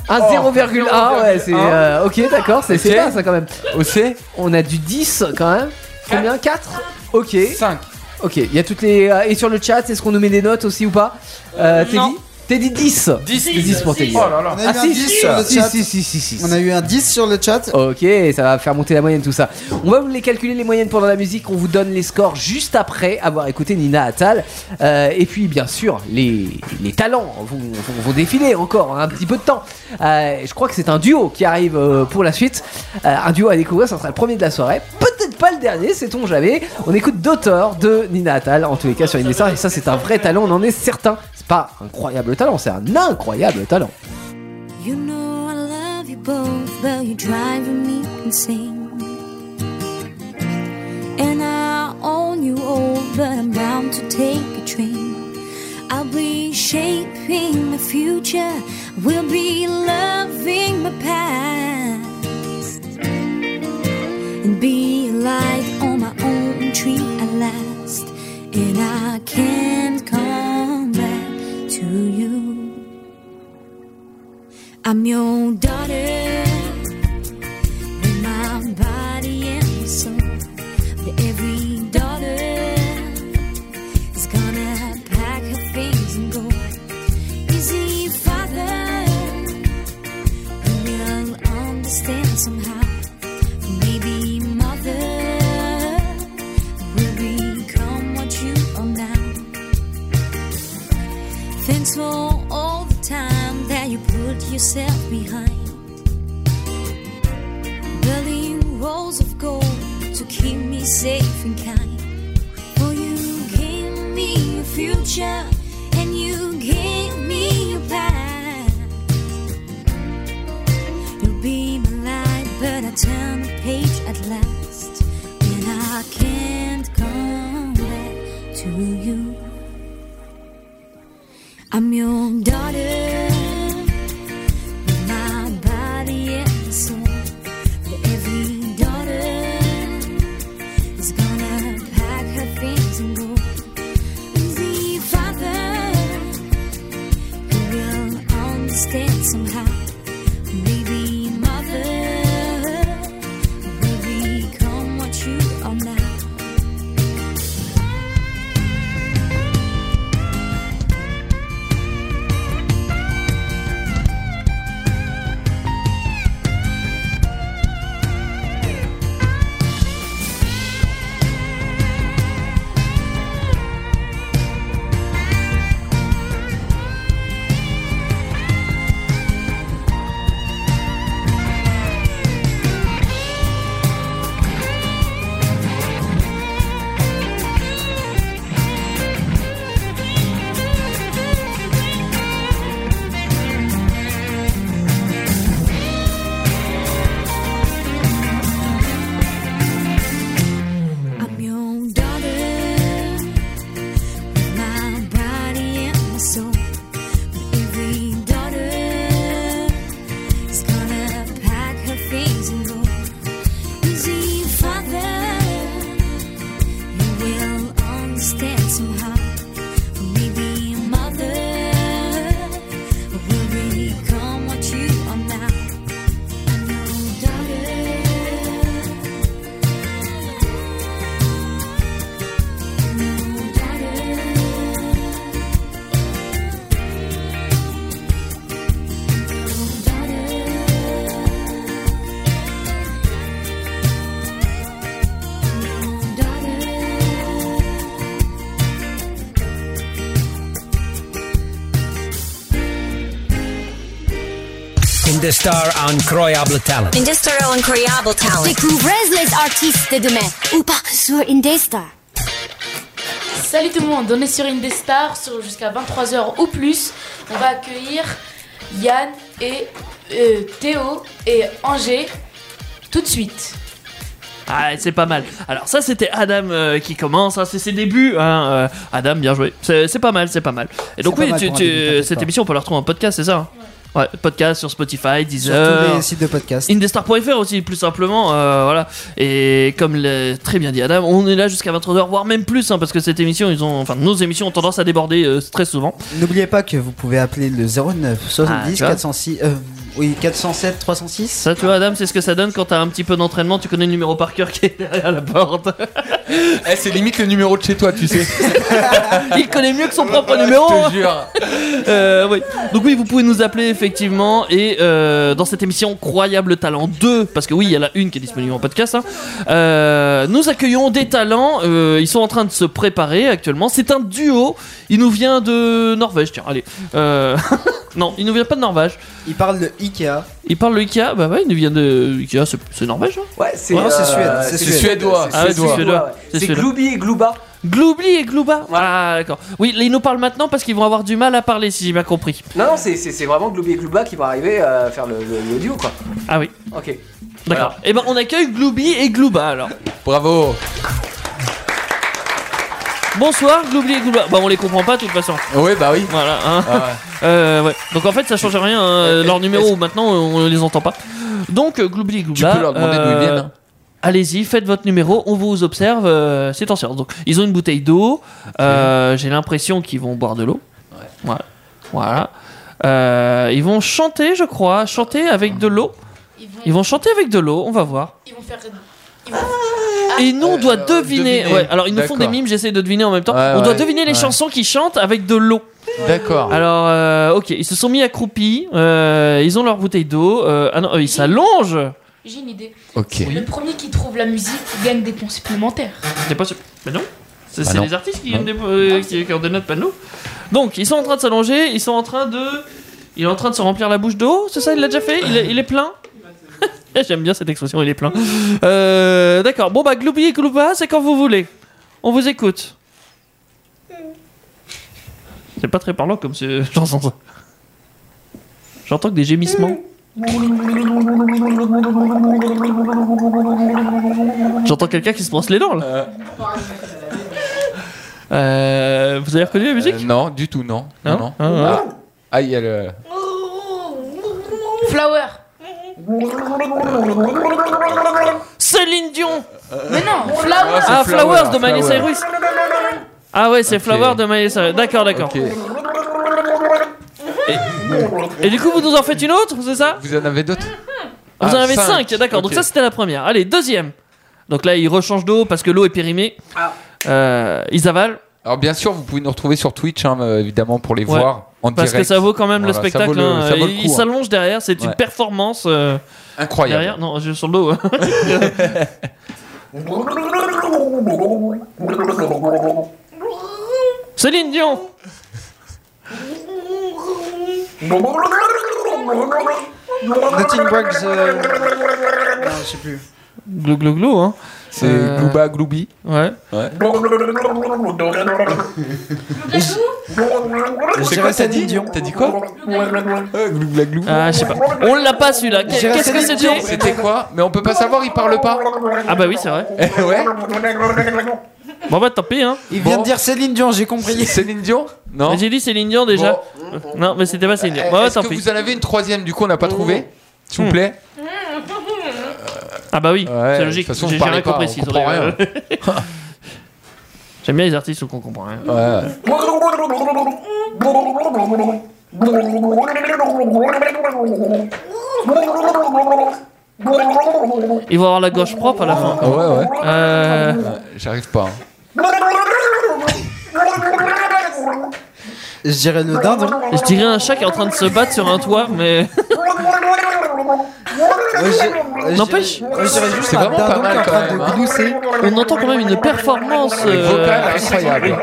[SPEAKER 4] Un
[SPEAKER 3] Oh,
[SPEAKER 4] 0,1, ouais, c'est.
[SPEAKER 1] Hein
[SPEAKER 4] euh,
[SPEAKER 8] Hein
[SPEAKER 4] ok, d'accord, c'est c'est
[SPEAKER 3] Ok.
[SPEAKER 4] bien ça quand même.
[SPEAKER 3] OC
[SPEAKER 4] On a du 10 quand même. Combien 4 Ok.
[SPEAKER 3] 5.
[SPEAKER 4] Ok, il y a toutes les. euh, et sur le chat, est-ce qu'on nous met des notes aussi ou pas euh, Teddy
[SPEAKER 1] non.
[SPEAKER 4] Teddy 10
[SPEAKER 1] 10,
[SPEAKER 4] 10 pour Teddy.
[SPEAKER 1] Oh là là. On a eu
[SPEAKER 4] Ah
[SPEAKER 1] un
[SPEAKER 4] si,
[SPEAKER 1] 10 sur le
[SPEAKER 4] si,
[SPEAKER 1] chat.
[SPEAKER 4] si, si, si, si.
[SPEAKER 1] On a eu un 10 sur le chat.
[SPEAKER 4] Ok, ça va faire monter la moyenne tout ça. On va vous les calculer les moyennes pendant la musique, on vous donne les scores juste après avoir écouté Nina Attal. Euh, et puis bien sûr, les, les talents vont, vont- vont défiler encore un petit peu de temps. Euh, je crois que c'est un duo qui arrive euh, pour la suite. Euh, un duo à découvrir, ça sera le premier de la soirée. Peut-être pas le dernier, sait-on jamais. On écoute d'auteurs de Nina Attal, en tous les cas sur Indestar, et ça c'est un vrai talent, on en est certain. C'est pas un incroyable talent, c'est un incroyable talent.
[SPEAKER 13] You know I love you both, but you're driving me insane. And I own you all, but I'm bound to take a train. I'll be shaping the future, we'll be loving my past. And be a light on my own tree at last. And I can't come back to you. I'm your daughter with my body and soul. But every daughter is gonna pack her things and go. Easy father, and we'll understand somehow. Maybe mother will become what you are now. Thanks for all the time that you put yourself behind. Building walls of gold to keep me safe and kind. For you gave me a future and you gave me a past. You'll be my light, but I turn the page at last. And I can't come back to you. I'm your daughter, with my body and soul. But every daughter is gonna pack her things and go. Easy father, who will understand somehow. Maybe mother will become what you are now. I'm your daughter, with my body and my soul. But every daughter is gonna pack her things and go. Easy, father, you will understand somehow. Maybe mother will become what you are now. I'm your daughter.
[SPEAKER 22] Indestar Incroyable Talent.
[SPEAKER 13] Industrial Incroyable Talent. Découvrez les artistes de demain ou pas sur Indestar.
[SPEAKER 11] Salut tout le monde, on est sur Indestar sur jusqu'à 23h ou plus. On va accueillir Yann et euh, Théo et Angers tout de suite.
[SPEAKER 8] Ah, c'est pas mal. Alors ça, c'était Adam euh, qui commence. hein, c'est ses débuts. hein, euh, Adam, bien joué. C'est c'est pas mal, c'est pas mal. Et donc
[SPEAKER 1] pas
[SPEAKER 8] oui,
[SPEAKER 1] mal
[SPEAKER 8] tu-
[SPEAKER 1] pour un
[SPEAKER 8] tu-
[SPEAKER 1] débutant, t'inquiète
[SPEAKER 8] cette
[SPEAKER 1] pas.
[SPEAKER 8] émission, on peut la retrouver en podcast, c'est ça hein. ouais. podcast sur Spotify,
[SPEAKER 1] Sur
[SPEAKER 4] Euh.
[SPEAKER 8] Deezer.
[SPEAKER 1] tous les sites de podcast.
[SPEAKER 8] Indestar.fr aussi, plus simplement. euh, voilà. Et comme l'a très bien dit Adam, on est là jusqu'à 23h, voire même plus, hein, parce que cette émission, ils ont, enfin, nos émissions ont tendance à déborder euh, très souvent.
[SPEAKER 1] N'oubliez pas que vous pouvez appeler le 09
[SPEAKER 8] Ah, tu
[SPEAKER 1] 70
[SPEAKER 8] vois.
[SPEAKER 1] 406 euh, oui 407 306.
[SPEAKER 8] Ça, tu vois, Adam, c'est ce que ça donne quand t'as un petit peu d'entraînement. Tu connais le numéro par cœur qui est derrière la porte.
[SPEAKER 3] Eh, c'est limite le numéro de chez toi, tu sais.
[SPEAKER 8] Il connaît mieux que son propre numéro.
[SPEAKER 3] Je te jure.
[SPEAKER 8] Euh, oui. Donc oui, vous pouvez nous appeler effectivement et euh, dans cette émission Croyable Talent 2, parce que oui, il y en a la une qui est disponible en podcast, hein, euh, nous accueillons des talents, euh, ils sont en train de se préparer actuellement, c'est un duo, il nous vient de Norvège, tiens, allez. Euh, non, il nous vient pas de Norvège.
[SPEAKER 1] Il parle de Ikea.
[SPEAKER 8] Il parle de Ikea, bah ouais, il nous vient de Ikea, c'est- c'est Norvège hein
[SPEAKER 18] Ouais, c'est
[SPEAKER 8] Ouais,
[SPEAKER 18] euh,
[SPEAKER 8] Ah ouais,
[SPEAKER 18] C'est suédois. ouais.
[SPEAKER 8] C'est
[SPEAKER 18] C'est
[SPEAKER 8] suédois.
[SPEAKER 18] Gloubi et Glouba.
[SPEAKER 8] Gloubli et Glouba. Voilà, d'accord. Oui, là, ils nous parlent maintenant parce qu'ils vont avoir du mal à parler, si j'ai bien compris.
[SPEAKER 18] Non, non, c'est- c'est c'est vraiment Gloubi et Glouba qui va arriver euh, à faire le, le- le duo, quoi.
[SPEAKER 8] Ah oui.
[SPEAKER 18] Ok.
[SPEAKER 8] D'accord. Et ben on accueille Gloubi et Glouba alors.
[SPEAKER 3] Bravo.
[SPEAKER 8] Bonsoir Gloubli et Glouba. Bah on les comprend pas de toute façon.
[SPEAKER 3] Oui bah oui.
[SPEAKER 8] Voilà. hein.
[SPEAKER 3] Ah ouais.
[SPEAKER 8] Euh, ouais. Donc en fait ça change rien. hein, leur numéro maintenant on les entend pas. Donc euh, Gloubli et Glouba.
[SPEAKER 3] Tu peux leur demander d'où ils viennent, hein.
[SPEAKER 8] Euh, Allez-y, faites votre numéro, on vous observe, euh, c'est en séance. Donc, ils ont une bouteille d'eau, euh, j'ai l'impression qu'ils vont boire de l'eau. Ouais. Voilà. Euh, ils vont chanter, je crois, chanter avec de l'eau.
[SPEAKER 11] Ils vont-
[SPEAKER 8] Ils vont chanter avec de l'eau, on va voir.
[SPEAKER 11] Ils vont faire.
[SPEAKER 8] Et nous, on doit
[SPEAKER 3] Euh,
[SPEAKER 8] deviner.
[SPEAKER 3] deviner.
[SPEAKER 8] Ouais, alors, ils nous font des
[SPEAKER 3] D'accord.
[SPEAKER 8] mimes, j'essaie de deviner en même temps.
[SPEAKER 3] Ouais,
[SPEAKER 8] on doit
[SPEAKER 3] ouais,
[SPEAKER 8] deviner les
[SPEAKER 3] ouais.
[SPEAKER 8] chansons qu'ils chantent avec de l'eau.
[SPEAKER 3] D'accord.
[SPEAKER 8] Alors, euh, ok, ils se sont mis accroupis. euh, ils ont leur bouteille d'eau. euh, ah non, euh, ils s'allongent.
[SPEAKER 11] J'ai une idée.
[SPEAKER 3] Ok.
[SPEAKER 11] Le premier qui trouve la musique gagne des points supplémentaires.
[SPEAKER 8] C'est pas sûr. Mais non. C'est
[SPEAKER 3] Bah
[SPEAKER 8] c'est
[SPEAKER 3] non.
[SPEAKER 8] les artistes qui,
[SPEAKER 3] Non.
[SPEAKER 8] donnent des- euh, qui, qui ordonnent notre panneau. Donc, ils sont en train de s'allonger. Ils sont en train de. Il est en train de se remplir la bouche d'eau. C'est ça, il l'a déjà fait il est, il est plein J'aime bien cette expression, il est plein. Euh, D'accord. Bon, bah, Gloubi et Glouba, c'est quand vous voulez. On vous écoute. C'est pas très parlant comme ce- j'entends ça. J'entends que des gémissements. J'entends quelqu'un qui se brosse les dents là. Euh, vous avez reconnu la musique
[SPEAKER 3] Non, du tout, non.
[SPEAKER 8] Non
[SPEAKER 3] Non, non.
[SPEAKER 8] Ah, ah.
[SPEAKER 3] Ah, Ah, il y a le.
[SPEAKER 11] Flower.
[SPEAKER 8] Céline Dion
[SPEAKER 11] Mais non,
[SPEAKER 8] Ah,
[SPEAKER 11] Flower.
[SPEAKER 8] Flowers, de Miley Cyrus Ah ouais, c'est Flower de Miley Cyrus. D'accord, d'accord. Et, et du coup, vous nous en faites une autre, c'est ça
[SPEAKER 3] Vous en avez d'autres
[SPEAKER 8] Vous en
[SPEAKER 3] Ah,
[SPEAKER 8] avez
[SPEAKER 3] cinq.
[SPEAKER 8] 5, d'accord. Donc
[SPEAKER 3] Ok.
[SPEAKER 8] ça, c'était la première. Allez, deuxième. Donc là, ils rechangent d'eau parce que l'eau est périmée. Euh, ils avalent.
[SPEAKER 3] Ah. Alors bien sûr, vous pouvez nous retrouver sur Twitch, hein, euh, évidemment, pour les
[SPEAKER 8] Ouais.
[SPEAKER 3] voir en
[SPEAKER 8] Parce
[SPEAKER 3] direct.
[SPEAKER 8] que ça vaut quand même
[SPEAKER 3] Voilà,
[SPEAKER 8] le
[SPEAKER 3] ça vaut
[SPEAKER 8] spectacle. hein.
[SPEAKER 3] ça vaut
[SPEAKER 8] Il-
[SPEAKER 3] coup,
[SPEAKER 8] il
[SPEAKER 3] hein.
[SPEAKER 8] s'allonge derrière, c'est une
[SPEAKER 3] Ouais.
[SPEAKER 8] performance. euh,
[SPEAKER 3] Incroyable.
[SPEAKER 8] Derrière, non, je sur le dos. hein. Céline Dion
[SPEAKER 1] Nothing breaks. euh, Non,
[SPEAKER 3] uh,
[SPEAKER 1] je sais plus.
[SPEAKER 8] Glou glou glou, hein.
[SPEAKER 3] C'est
[SPEAKER 8] Euh,
[SPEAKER 3] Glouba Gloubi.
[SPEAKER 8] Ouais.
[SPEAKER 3] ouais.
[SPEAKER 1] Je
[SPEAKER 3] C'est quoi
[SPEAKER 1] dirais
[SPEAKER 3] t'as
[SPEAKER 1] Céline
[SPEAKER 3] dit
[SPEAKER 1] Dion.
[SPEAKER 3] T'as dit quoi Euh, Gloubla glou.
[SPEAKER 8] Ah, je sais pas. On l'a pas celui-là. Qu'est-
[SPEAKER 3] J'irais
[SPEAKER 8] Qu'est-ce que
[SPEAKER 3] Céline Dion.
[SPEAKER 8] c'était
[SPEAKER 3] C'était quoi Mais on peut pas savoir, il parle pas.
[SPEAKER 8] Ah bah oui, c'est vrai.
[SPEAKER 3] Eh ouais.
[SPEAKER 8] Bon bah tant pis, hein.
[SPEAKER 1] Il vient de dire Céline Dion, j'ai compris.
[SPEAKER 3] Céline Dion Non.
[SPEAKER 8] Mais J'ai dit Céline Dion déjà. Non, mais c'était pas Céline Dion. Bon, bah,
[SPEAKER 3] Est-ce
[SPEAKER 8] tant
[SPEAKER 3] que
[SPEAKER 8] pis. Oh. Hmm.
[SPEAKER 3] vous en avez une troisième du coup on n'a pas trouvé S'il vous plaît.
[SPEAKER 8] Ah bah oui,
[SPEAKER 3] Ouais,
[SPEAKER 8] c'est logique.
[SPEAKER 3] de toute façon,
[SPEAKER 8] J'ai
[SPEAKER 3] vous
[SPEAKER 8] jamais
[SPEAKER 3] parlez pas,
[SPEAKER 8] compris
[SPEAKER 3] on
[SPEAKER 8] s'ils
[SPEAKER 3] comprend
[SPEAKER 8] auraient- J'aime bien les artistes où qu'on comprend rien.
[SPEAKER 3] Ouais.
[SPEAKER 8] Ils vont avoir la gauche propre à la fin.
[SPEAKER 3] Ah ouais, ouais.
[SPEAKER 8] Euh,
[SPEAKER 3] Ouais, J'arrive pas. hein.
[SPEAKER 1] Je dirais le dindon.
[SPEAKER 8] Je dirais un chat qui est en train de se battre sur un toit, mais. N'empêche,
[SPEAKER 3] C'est vraiment pas mal quand même. hein.
[SPEAKER 8] on entend quand même une performance.
[SPEAKER 3] Les vocales
[SPEAKER 8] euh,
[SPEAKER 3] incroyables.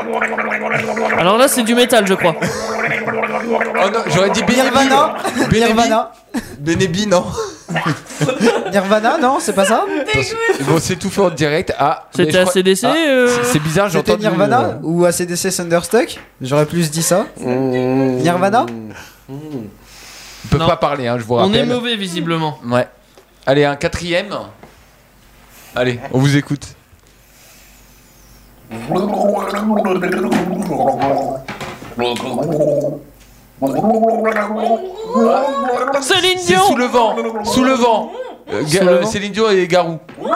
[SPEAKER 8] Alors là, c'est du métal, je crois.
[SPEAKER 3] Oh non, j'aurais dit Benebi.
[SPEAKER 1] Nirvana.
[SPEAKER 3] Benebi.
[SPEAKER 1] Nirvana.
[SPEAKER 3] Benebi, non.
[SPEAKER 1] Nirvana, non, c'est pas ça
[SPEAKER 3] Bon, c'est tout fait en direct. Ah, mais
[SPEAKER 8] C'était
[SPEAKER 3] je crois-
[SPEAKER 8] AC/DC,
[SPEAKER 3] Ah,
[SPEAKER 8] euh,
[SPEAKER 3] c'est- C'est bizarre, euh.
[SPEAKER 1] C'était
[SPEAKER 3] j'entends.
[SPEAKER 1] Nirvana ou ACDC Thunderstruck J'aurais plus dit ça.
[SPEAKER 3] Mmh.
[SPEAKER 1] Nirvana
[SPEAKER 3] On peut pas parler, hein, je vous
[SPEAKER 8] On
[SPEAKER 3] rappelle.
[SPEAKER 8] est mauvais, visiblement.
[SPEAKER 3] Ouais. Allez, un quatrième. Allez, on vous écoute.
[SPEAKER 8] Céline
[SPEAKER 3] C'est
[SPEAKER 8] Dion
[SPEAKER 3] sous le vent. Sous le vent. Euh, Ga-
[SPEAKER 8] Sous le
[SPEAKER 3] euh,
[SPEAKER 8] vent.
[SPEAKER 3] Céline Dion et Garou.
[SPEAKER 8] Ouais.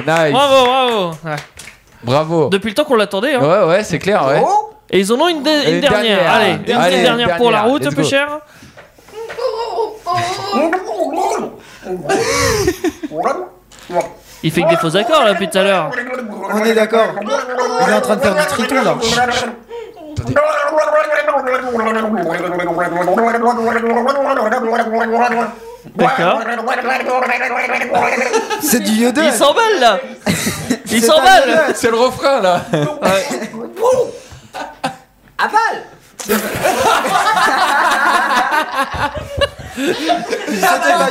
[SPEAKER 3] nice.
[SPEAKER 8] Euh, Bravo, bravo. Ouais.
[SPEAKER 3] Bravo.
[SPEAKER 8] Depuis le temps qu'on l'attendait. Hein.
[SPEAKER 3] Ouais, ouais, c'est clair, ouais.
[SPEAKER 8] Et ils en ont une, de- une
[SPEAKER 3] Une
[SPEAKER 8] dernière.
[SPEAKER 3] dernière.
[SPEAKER 8] Allez, une petite
[SPEAKER 3] Allez,
[SPEAKER 8] dernière,
[SPEAKER 3] une
[SPEAKER 8] pour la
[SPEAKER 3] dernière.
[SPEAKER 8] route,
[SPEAKER 3] Let's
[SPEAKER 8] peu
[SPEAKER 3] go.
[SPEAKER 8] cher. Il fait que des faux accords là depuis tout à l'heure.
[SPEAKER 1] On est d'accord. Il est en train de faire du triton là.
[SPEAKER 8] D'accord.
[SPEAKER 1] C'est du Yoda.
[SPEAKER 8] Il s'emballe là. Il
[SPEAKER 3] C'est pas
[SPEAKER 8] s'emballe.
[SPEAKER 3] mal, C'est le refrain là.
[SPEAKER 18] Aval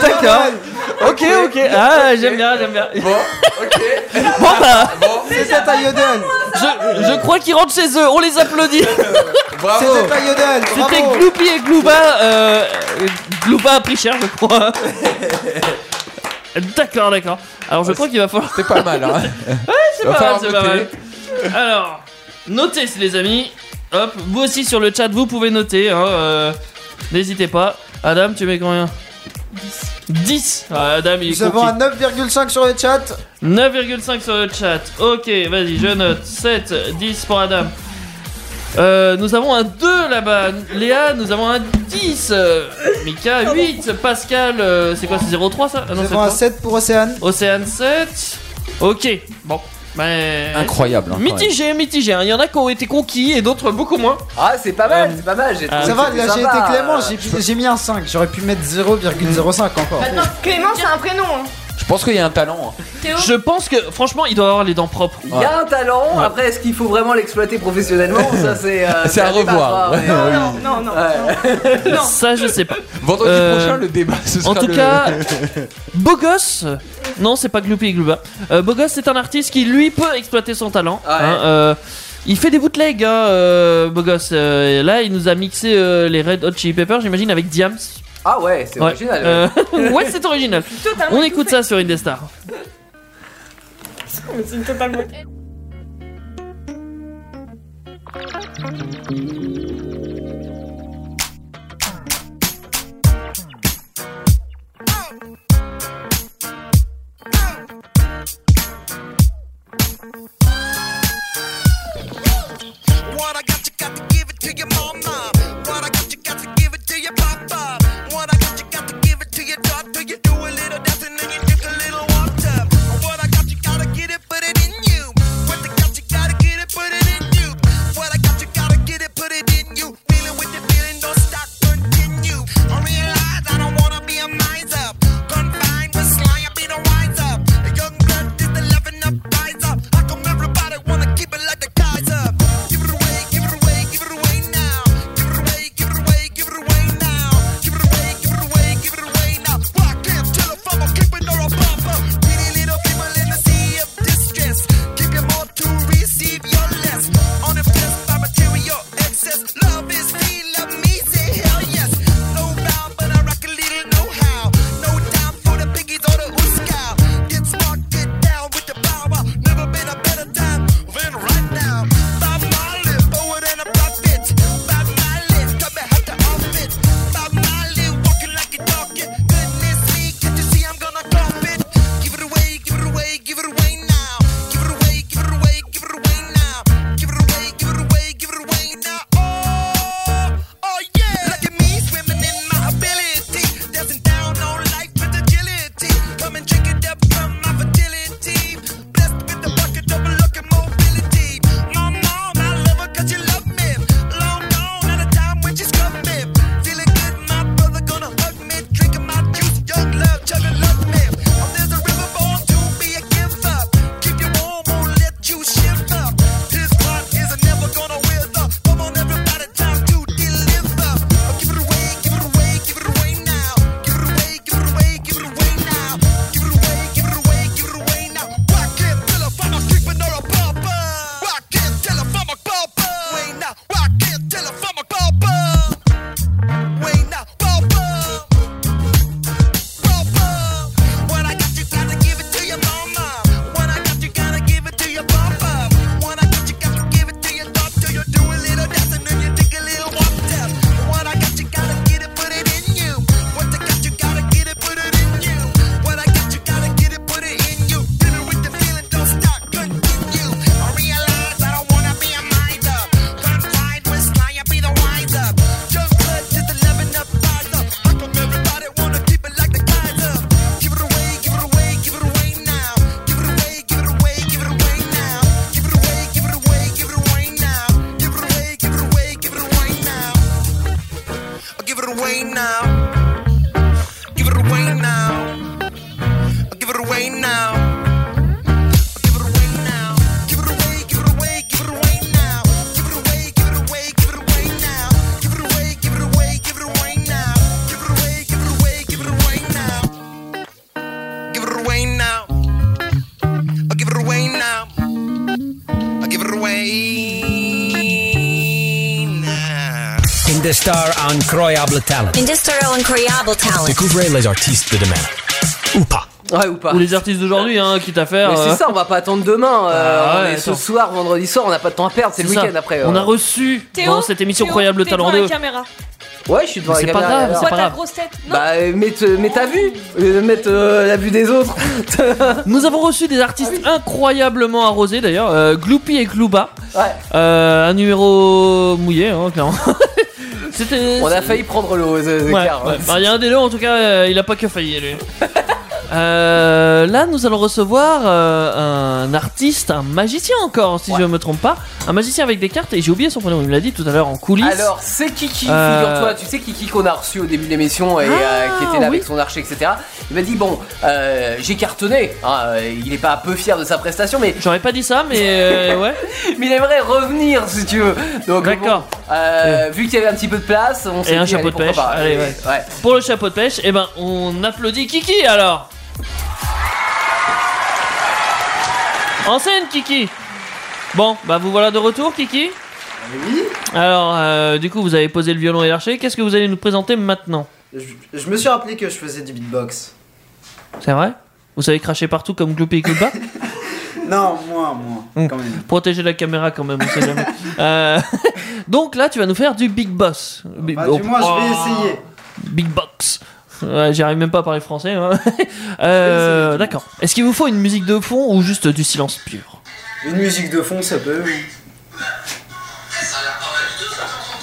[SPEAKER 8] D'accord. Ok, ok. Ah, j'aime bien, j'aime bien. Bon, ok. Bon bah.
[SPEAKER 1] C'était un yodel.
[SPEAKER 8] Je, je crois qu'ils rentrent chez eux. On les applaudit.
[SPEAKER 1] Bravo. C'était un yodel.
[SPEAKER 8] C'était
[SPEAKER 1] bravo.
[SPEAKER 8] Gloopy et Glooba. Euh, Glooba a pris cher, je crois. D'accord, d'accord. Alors je crois qu'il va falloir. C'est pas mal, hein. ouais, c'est
[SPEAKER 3] Va
[SPEAKER 8] pas mal,
[SPEAKER 3] falloir
[SPEAKER 8] c'est pas mal.
[SPEAKER 3] noter.
[SPEAKER 8] Alors, notez les amis. Hop, vous aussi sur le chat, vous pouvez noter. hein, euh, N'hésitez pas. Adam, tu mets combien 10. 10 Ah, Adam, il est
[SPEAKER 1] Nous avons
[SPEAKER 8] conquis.
[SPEAKER 1] un 9,5 sur le chat.
[SPEAKER 8] 9,5 sur le chat. Ok, vas-y, je note. 7, 10 pour Adam. Euh, nous avons un 2 là-bas. Léa, nous avons un 10. euh, Mika, 8. Pascal, euh, c'est quoi C'est 0,3 ça ah, non,
[SPEAKER 1] Nous
[SPEAKER 8] c'est
[SPEAKER 1] avons un
[SPEAKER 8] trois.
[SPEAKER 1] 7 pour Océane.
[SPEAKER 8] Océane 7. Ok, bon. Mais...
[SPEAKER 3] Incroyable, hein, quand
[SPEAKER 8] mitigé, mitigé. hein. Il y en a qui ont été conquis et d'autres beaucoup moins. Euh,
[SPEAKER 18] Ah, c'est pas mal, c'est pas mal. J'ai
[SPEAKER 8] Ah,
[SPEAKER 1] Ça va, là j'ai été clément, j'ai- j'ai mis un 5. J'aurais pu mettre 0,05 encore.
[SPEAKER 25] Clément, c'est un prénom. hein.
[SPEAKER 3] Je pense qu'il y a un talent. hein.
[SPEAKER 8] Je pense que, franchement, il doit avoir les dents propres.
[SPEAKER 18] Il y a un talent, après est-ce qu'il faut vraiment l'exploiter professionnellement Ça c'est. euh,
[SPEAKER 8] C'est à
[SPEAKER 18] un débat,
[SPEAKER 8] revoir.
[SPEAKER 18] ça, mais, euh,
[SPEAKER 8] Non,
[SPEAKER 25] Non, non.
[SPEAKER 8] Ça, je sais pas. Euh,
[SPEAKER 3] Vendredi prochain, le débat, ce
[SPEAKER 8] En
[SPEAKER 3] sera
[SPEAKER 8] tout
[SPEAKER 3] le-
[SPEAKER 8] cas, Beau Gosse, euh, non, c'est pas Gloopy et Glooba. Euh, Beau Gosse, c'est un artiste qui, lui, peut exploiter son talent.
[SPEAKER 18] Ah
[SPEAKER 8] hein, euh, il fait des bootlegs, hein, euh, Beau Gosse. euh, et là, il nous a mixé euh, les Red Hot Chili Peppers, j'imagine, avec Diams.
[SPEAKER 18] Ah ouais, c'est
[SPEAKER 8] Ouais.
[SPEAKER 18] original.
[SPEAKER 8] Euh,
[SPEAKER 18] ouais.
[SPEAKER 8] ouais, c'est original.
[SPEAKER 25] Totalement
[SPEAKER 8] On écoute ça sur Indestar.
[SPEAKER 25] Mais c'est une totale beauté.
[SPEAKER 12] What I got, you got to give it to your mama. What I got, you got to give it to your papa. What I got, you got to give it to your daughter. You do a little dancing and you drink a little water. What I got, you gotta get it, put it in you. What I got, you gotta get it, put it in you. What I got, you gotta get it, put it in you. Oh, Oh,
[SPEAKER 22] star incroyable talent.
[SPEAKER 10] Industrial Incroyable Talent.
[SPEAKER 22] Découvrez les artistes de demain. Ou pas.
[SPEAKER 4] Ouais, ou pas.
[SPEAKER 8] Ou les artistes d'aujourd'hui, hein, quitte à faire.
[SPEAKER 4] Mais
[SPEAKER 8] euh,
[SPEAKER 4] c'est ça, on va pas attendre demain. euh,
[SPEAKER 8] Ah
[SPEAKER 4] on
[SPEAKER 8] ouais,
[SPEAKER 4] est ce
[SPEAKER 8] attends.
[SPEAKER 4] soir, vendredi soir, on n'a pas de temps à perdre, c'est le
[SPEAKER 8] c'est ça.
[SPEAKER 4] week-end après. euh.
[SPEAKER 8] On a reçu
[SPEAKER 9] Théo,
[SPEAKER 8] dans cette émission
[SPEAKER 9] Théo,
[SPEAKER 8] Croyable
[SPEAKER 9] t'es
[SPEAKER 8] Talent
[SPEAKER 9] devant
[SPEAKER 8] 2.
[SPEAKER 9] la caméra.
[SPEAKER 4] Ouais, je suis devant
[SPEAKER 8] Mais
[SPEAKER 4] la
[SPEAKER 8] c'est pas
[SPEAKER 4] caméra,
[SPEAKER 8] grave,
[SPEAKER 4] alors.
[SPEAKER 8] c'est pas
[SPEAKER 9] Ta
[SPEAKER 8] grave.
[SPEAKER 9] grosse tête.
[SPEAKER 4] Bah, euh, mets, te- mets ta vue, euh, mets euh, la vue des autres.
[SPEAKER 9] Euh,
[SPEAKER 8] Nous avons reçu des
[SPEAKER 4] Ah
[SPEAKER 8] artistes incroyablement arrosés d'ailleurs, euh, Gloopy et Glooba. Euh, un numéro mouillé, hein, clairement. C'était.
[SPEAKER 4] On a failli prendre l'eau, c'est c'est
[SPEAKER 8] Ouais,
[SPEAKER 4] clair.
[SPEAKER 8] ouais. Bah, il y a un des deux, en tout cas, euh, il a pas que failli, lui. Euh, là, nous allons recevoir euh, un artiste, un magicien encore, si je me trompe pas. Un magicien avec des cartes, et j'ai oublié son prénom, il me l'a dit tout à l'heure en coulisses.
[SPEAKER 4] Alors, c'est Kiki,
[SPEAKER 8] Euh, Ah,
[SPEAKER 4] figure-toi, tu sais Kiki qu'on a reçu au début de l'émission et euh, qui était là avec son archer, etc. Il m'a dit Bon, euh, j'ai cartonné, hein, il est pas peu fier de sa prestation, mais.
[SPEAKER 8] J'aurais pas dit ça, mais euh, ouais.
[SPEAKER 4] mais il aimerait revenir si tu veux. Donc, D'accord. Vu qu'il y avait un petit peu de place, on s'est
[SPEAKER 8] Et un
[SPEAKER 4] dit,
[SPEAKER 8] chapeau
[SPEAKER 4] allez,
[SPEAKER 8] de
[SPEAKER 4] pourquoi
[SPEAKER 8] pêche,
[SPEAKER 4] pas.
[SPEAKER 8] allez, ouais. Pour le chapeau de pêche, eh ben, on applaudit Kiki alors. En scène, Kiki. Bon, bah vous voilà de retour, Kiki.
[SPEAKER 1] Eh Oui.
[SPEAKER 8] Alors, euh, du coup, vous avez posé le violon et l'archer. Qu'est-ce que vous allez nous présenter maintenant
[SPEAKER 1] Je, je me suis rappelé que je faisais du beatbox.
[SPEAKER 8] C'est vrai Vous savez cracher partout comme Gloopy et Gloopa
[SPEAKER 1] Non, moi, moi.
[SPEAKER 8] Hmm. Protéger la caméra quand même, on sait jamais. Euh, Donc là, tu vas nous faire du Big Boss. Big-
[SPEAKER 1] Bah, du moins, je vais
[SPEAKER 8] Oh.
[SPEAKER 1] essayer.
[SPEAKER 8] Big Box. Ouais, J'arrive même pas à parler français. hein. Euh, D'accord. Est-ce qu'il vous faut une musique de fond ou juste du silence pur
[SPEAKER 1] Une musique de fond, ça peut. oui.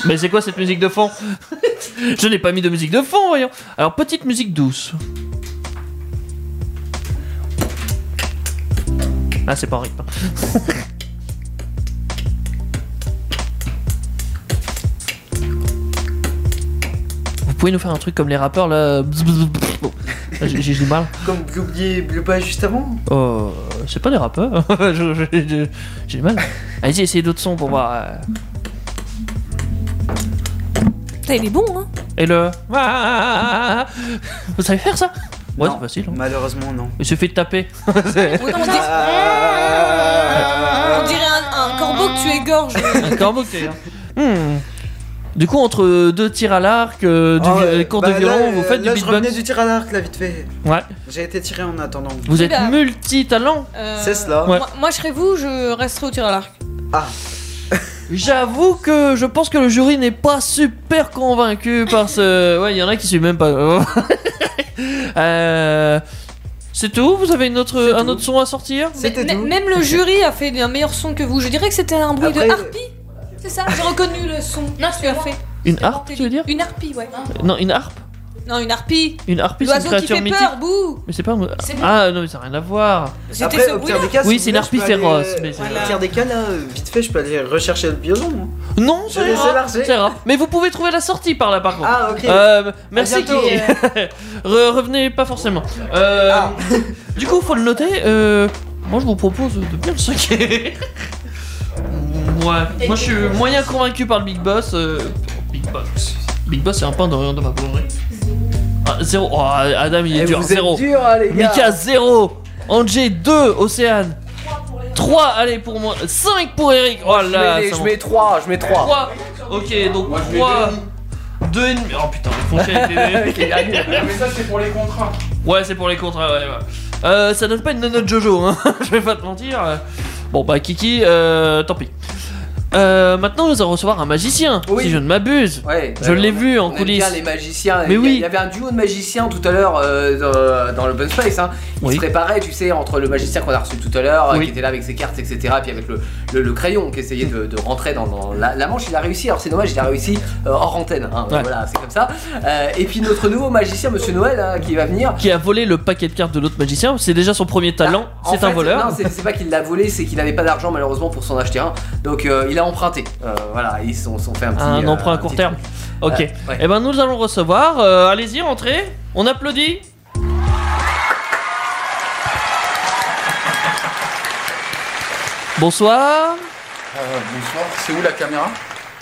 [SPEAKER 8] Mais c'est quoi cette musique de fond Je n'ai pas mis de musique de fond, voyons. Alors, petite musique douce. Ah, c'est pas en rythme. Vous pouvez nous faire un truc comme les rappeurs là Bon, J'ai j'ai du mal.
[SPEAKER 1] Comme Gloubier et pas juste avant.
[SPEAKER 8] Oh, c'est pas des rappeurs. Je- je- je- J'ai du mal. Allez-y, essayez d'autres sons pour voir. euh.
[SPEAKER 9] Putain, il est bon, hein.
[SPEAKER 8] Et le. Ah. Vous savez faire ça Ouais, c'est facile. hein.
[SPEAKER 1] Malheureusement, non.
[SPEAKER 8] Il suffit de taper.
[SPEAKER 9] On dirait, on dirait un, un corbeau que tu égorges.
[SPEAKER 8] Un corbeau que t'es, hein. Hmm. Du coup, entre deux tirs à l'arc, euh, du
[SPEAKER 1] Ah ouais,
[SPEAKER 8] vi- cours
[SPEAKER 1] bah
[SPEAKER 8] de
[SPEAKER 1] là,
[SPEAKER 8] violon,
[SPEAKER 1] euh,
[SPEAKER 8] vous faites
[SPEAKER 1] là,
[SPEAKER 8] du
[SPEAKER 1] Je revenais
[SPEAKER 8] beatbox.
[SPEAKER 1] du tir à l'arc, là, vite fait.
[SPEAKER 8] Ouais.
[SPEAKER 1] J'ai été tiré en attendant.
[SPEAKER 8] Vous êtes multi-talent
[SPEAKER 9] Euh,
[SPEAKER 1] C'est cela.
[SPEAKER 9] Moi, moi, je serais vous, je resterais au tir à l'arc.
[SPEAKER 8] J'avoue que je pense que le jury n'est pas super convaincu par ce. Ouais, il y en a qui suivent même pas. Euh, C'est tout Vous avez une autre, un autre son à sortir
[SPEAKER 9] Mais- mais- Même le jury a fait un meilleur son que vous. Je dirais que c'était un bruit
[SPEAKER 8] Après-
[SPEAKER 9] de harpie. C'est ça, j'ai reconnu le son que tu as fait.
[SPEAKER 8] Une harpe, Ah, tu veux dire
[SPEAKER 9] Une harpie, ouais.
[SPEAKER 8] Non, une harpe
[SPEAKER 9] Non, une harpie.
[SPEAKER 8] Une harpie, c'est une
[SPEAKER 9] L'oiseau qui
[SPEAKER 8] créature
[SPEAKER 9] fait
[SPEAKER 8] mythique.
[SPEAKER 9] peur, bouh.
[SPEAKER 8] Mais c'est pas un.
[SPEAKER 9] C'est bon.
[SPEAKER 8] Ah non, mais ça n'a rien à voir.
[SPEAKER 9] C'était Après, ce au pire bruit-là. des cas,
[SPEAKER 8] Oui,
[SPEAKER 1] si
[SPEAKER 8] c'est une
[SPEAKER 1] vous
[SPEAKER 8] harpie
[SPEAKER 1] voulez, je peux aller,
[SPEAKER 8] féroce.
[SPEAKER 1] euh,
[SPEAKER 8] mais c'est-
[SPEAKER 1] Au pire des cas, là, euh, vite fait, je peux aller rechercher le biolon. moi.
[SPEAKER 8] Non,
[SPEAKER 1] Je
[SPEAKER 8] c'est
[SPEAKER 1] les ai
[SPEAKER 8] rare,
[SPEAKER 1] largués.
[SPEAKER 8] c'est rare. Mais vous pouvez trouver la sortie par là, par contre.
[SPEAKER 1] Ah, ok.
[SPEAKER 8] Euh,
[SPEAKER 1] À
[SPEAKER 8] merci,
[SPEAKER 1] bientôt.
[SPEAKER 8] Kiki. Re- revenez pas forcément. Euh,
[SPEAKER 9] Ah.
[SPEAKER 8] Du coup, faut le noter. euh, moi, je vous propose de bien le saquer. ouais. Moi, je suis moyen convaincu par le Big Boss. euh, Big Boss. Big Boss, c'est un pain de rien de ma boulangerie. Ah, zéro. Oh, Adam, il est
[SPEAKER 4] Eh,
[SPEAKER 8] dur.
[SPEAKER 4] vous êtes
[SPEAKER 8] zéro.
[SPEAKER 4] durs, hein, les gars.
[SPEAKER 8] Mika, zéro. Angé, 2. Océane. 3, allez pour moi. 5 pour Eric. Oh
[SPEAKER 4] Je
[SPEAKER 8] là,
[SPEAKER 4] mets les-
[SPEAKER 8] ça
[SPEAKER 4] je
[SPEAKER 8] monte.
[SPEAKER 4] mets 3, je mets 3.
[SPEAKER 8] Trois. Ok, donc 3. 2 et demi. Oh putain, le fonchet
[SPEAKER 4] Ok, il a
[SPEAKER 8] était.
[SPEAKER 4] mis.
[SPEAKER 3] ça, c'est pour les contrats.
[SPEAKER 8] ouais, c'est pour les contrats, ouais, ouais. Euh, ça donne pas une note Jojo, hein. je vais pas te mentir. Bon, bah, Kiki, euh, tant pis. Euh, maintenant, nous allons recevoir un magicien, si je ne m'abuse.
[SPEAKER 4] Ouais,
[SPEAKER 8] je
[SPEAKER 4] ouais,
[SPEAKER 8] l'ai
[SPEAKER 4] on a-
[SPEAKER 8] vu en
[SPEAKER 4] on aime
[SPEAKER 8] coulisses.
[SPEAKER 4] bien les magiciens.
[SPEAKER 8] Mais
[SPEAKER 4] il y a-
[SPEAKER 8] oui.
[SPEAKER 4] Il y avait un duo de magiciens tout à l'heure euh, dans- dans l'open space. Hein, qui
[SPEAKER 8] Oui.
[SPEAKER 4] se préparait, tu sais, entre le magicien qu'on a reçu tout à l'heure, euh, qui était là avec ses cartes, etc. Puis avec le, le- le crayon qui essayait de, de rentrer dans, dans la, la manche. Il a réussi. Alors c'est dommage, il a réussi euh, hors antenne. hein,
[SPEAKER 8] Ouais.
[SPEAKER 4] Voilà, c'est comme ça. Euh, et puis notre nouveau magicien, Monsieur Noël, hein, qui va venir.
[SPEAKER 8] Qui a volé le paquet de cartes de l'autre magicien, c'est déjà son premier talent,
[SPEAKER 2] Ah,
[SPEAKER 4] En
[SPEAKER 8] c'est un
[SPEAKER 4] fait,
[SPEAKER 8] voleur.
[SPEAKER 4] Non, c'est c'est pas qu'il l'a volé, c'est qu'il n'avait pas d'argent malheureusement pour s'en acheter un. Donc euh, il a emprunté. Euh, voilà, ils se sont, sont fait un petit.
[SPEAKER 8] Un
[SPEAKER 4] euh,
[SPEAKER 8] emprunt à court
[SPEAKER 4] petit
[SPEAKER 8] terme.
[SPEAKER 4] truc.
[SPEAKER 8] Ok.
[SPEAKER 4] Euh, ouais.
[SPEAKER 8] Et ben nous allons recevoir. euh, Allez-y, rentrez. On applaudit. Bonsoir.
[SPEAKER 3] Euh, bonsoir, c'est où la caméra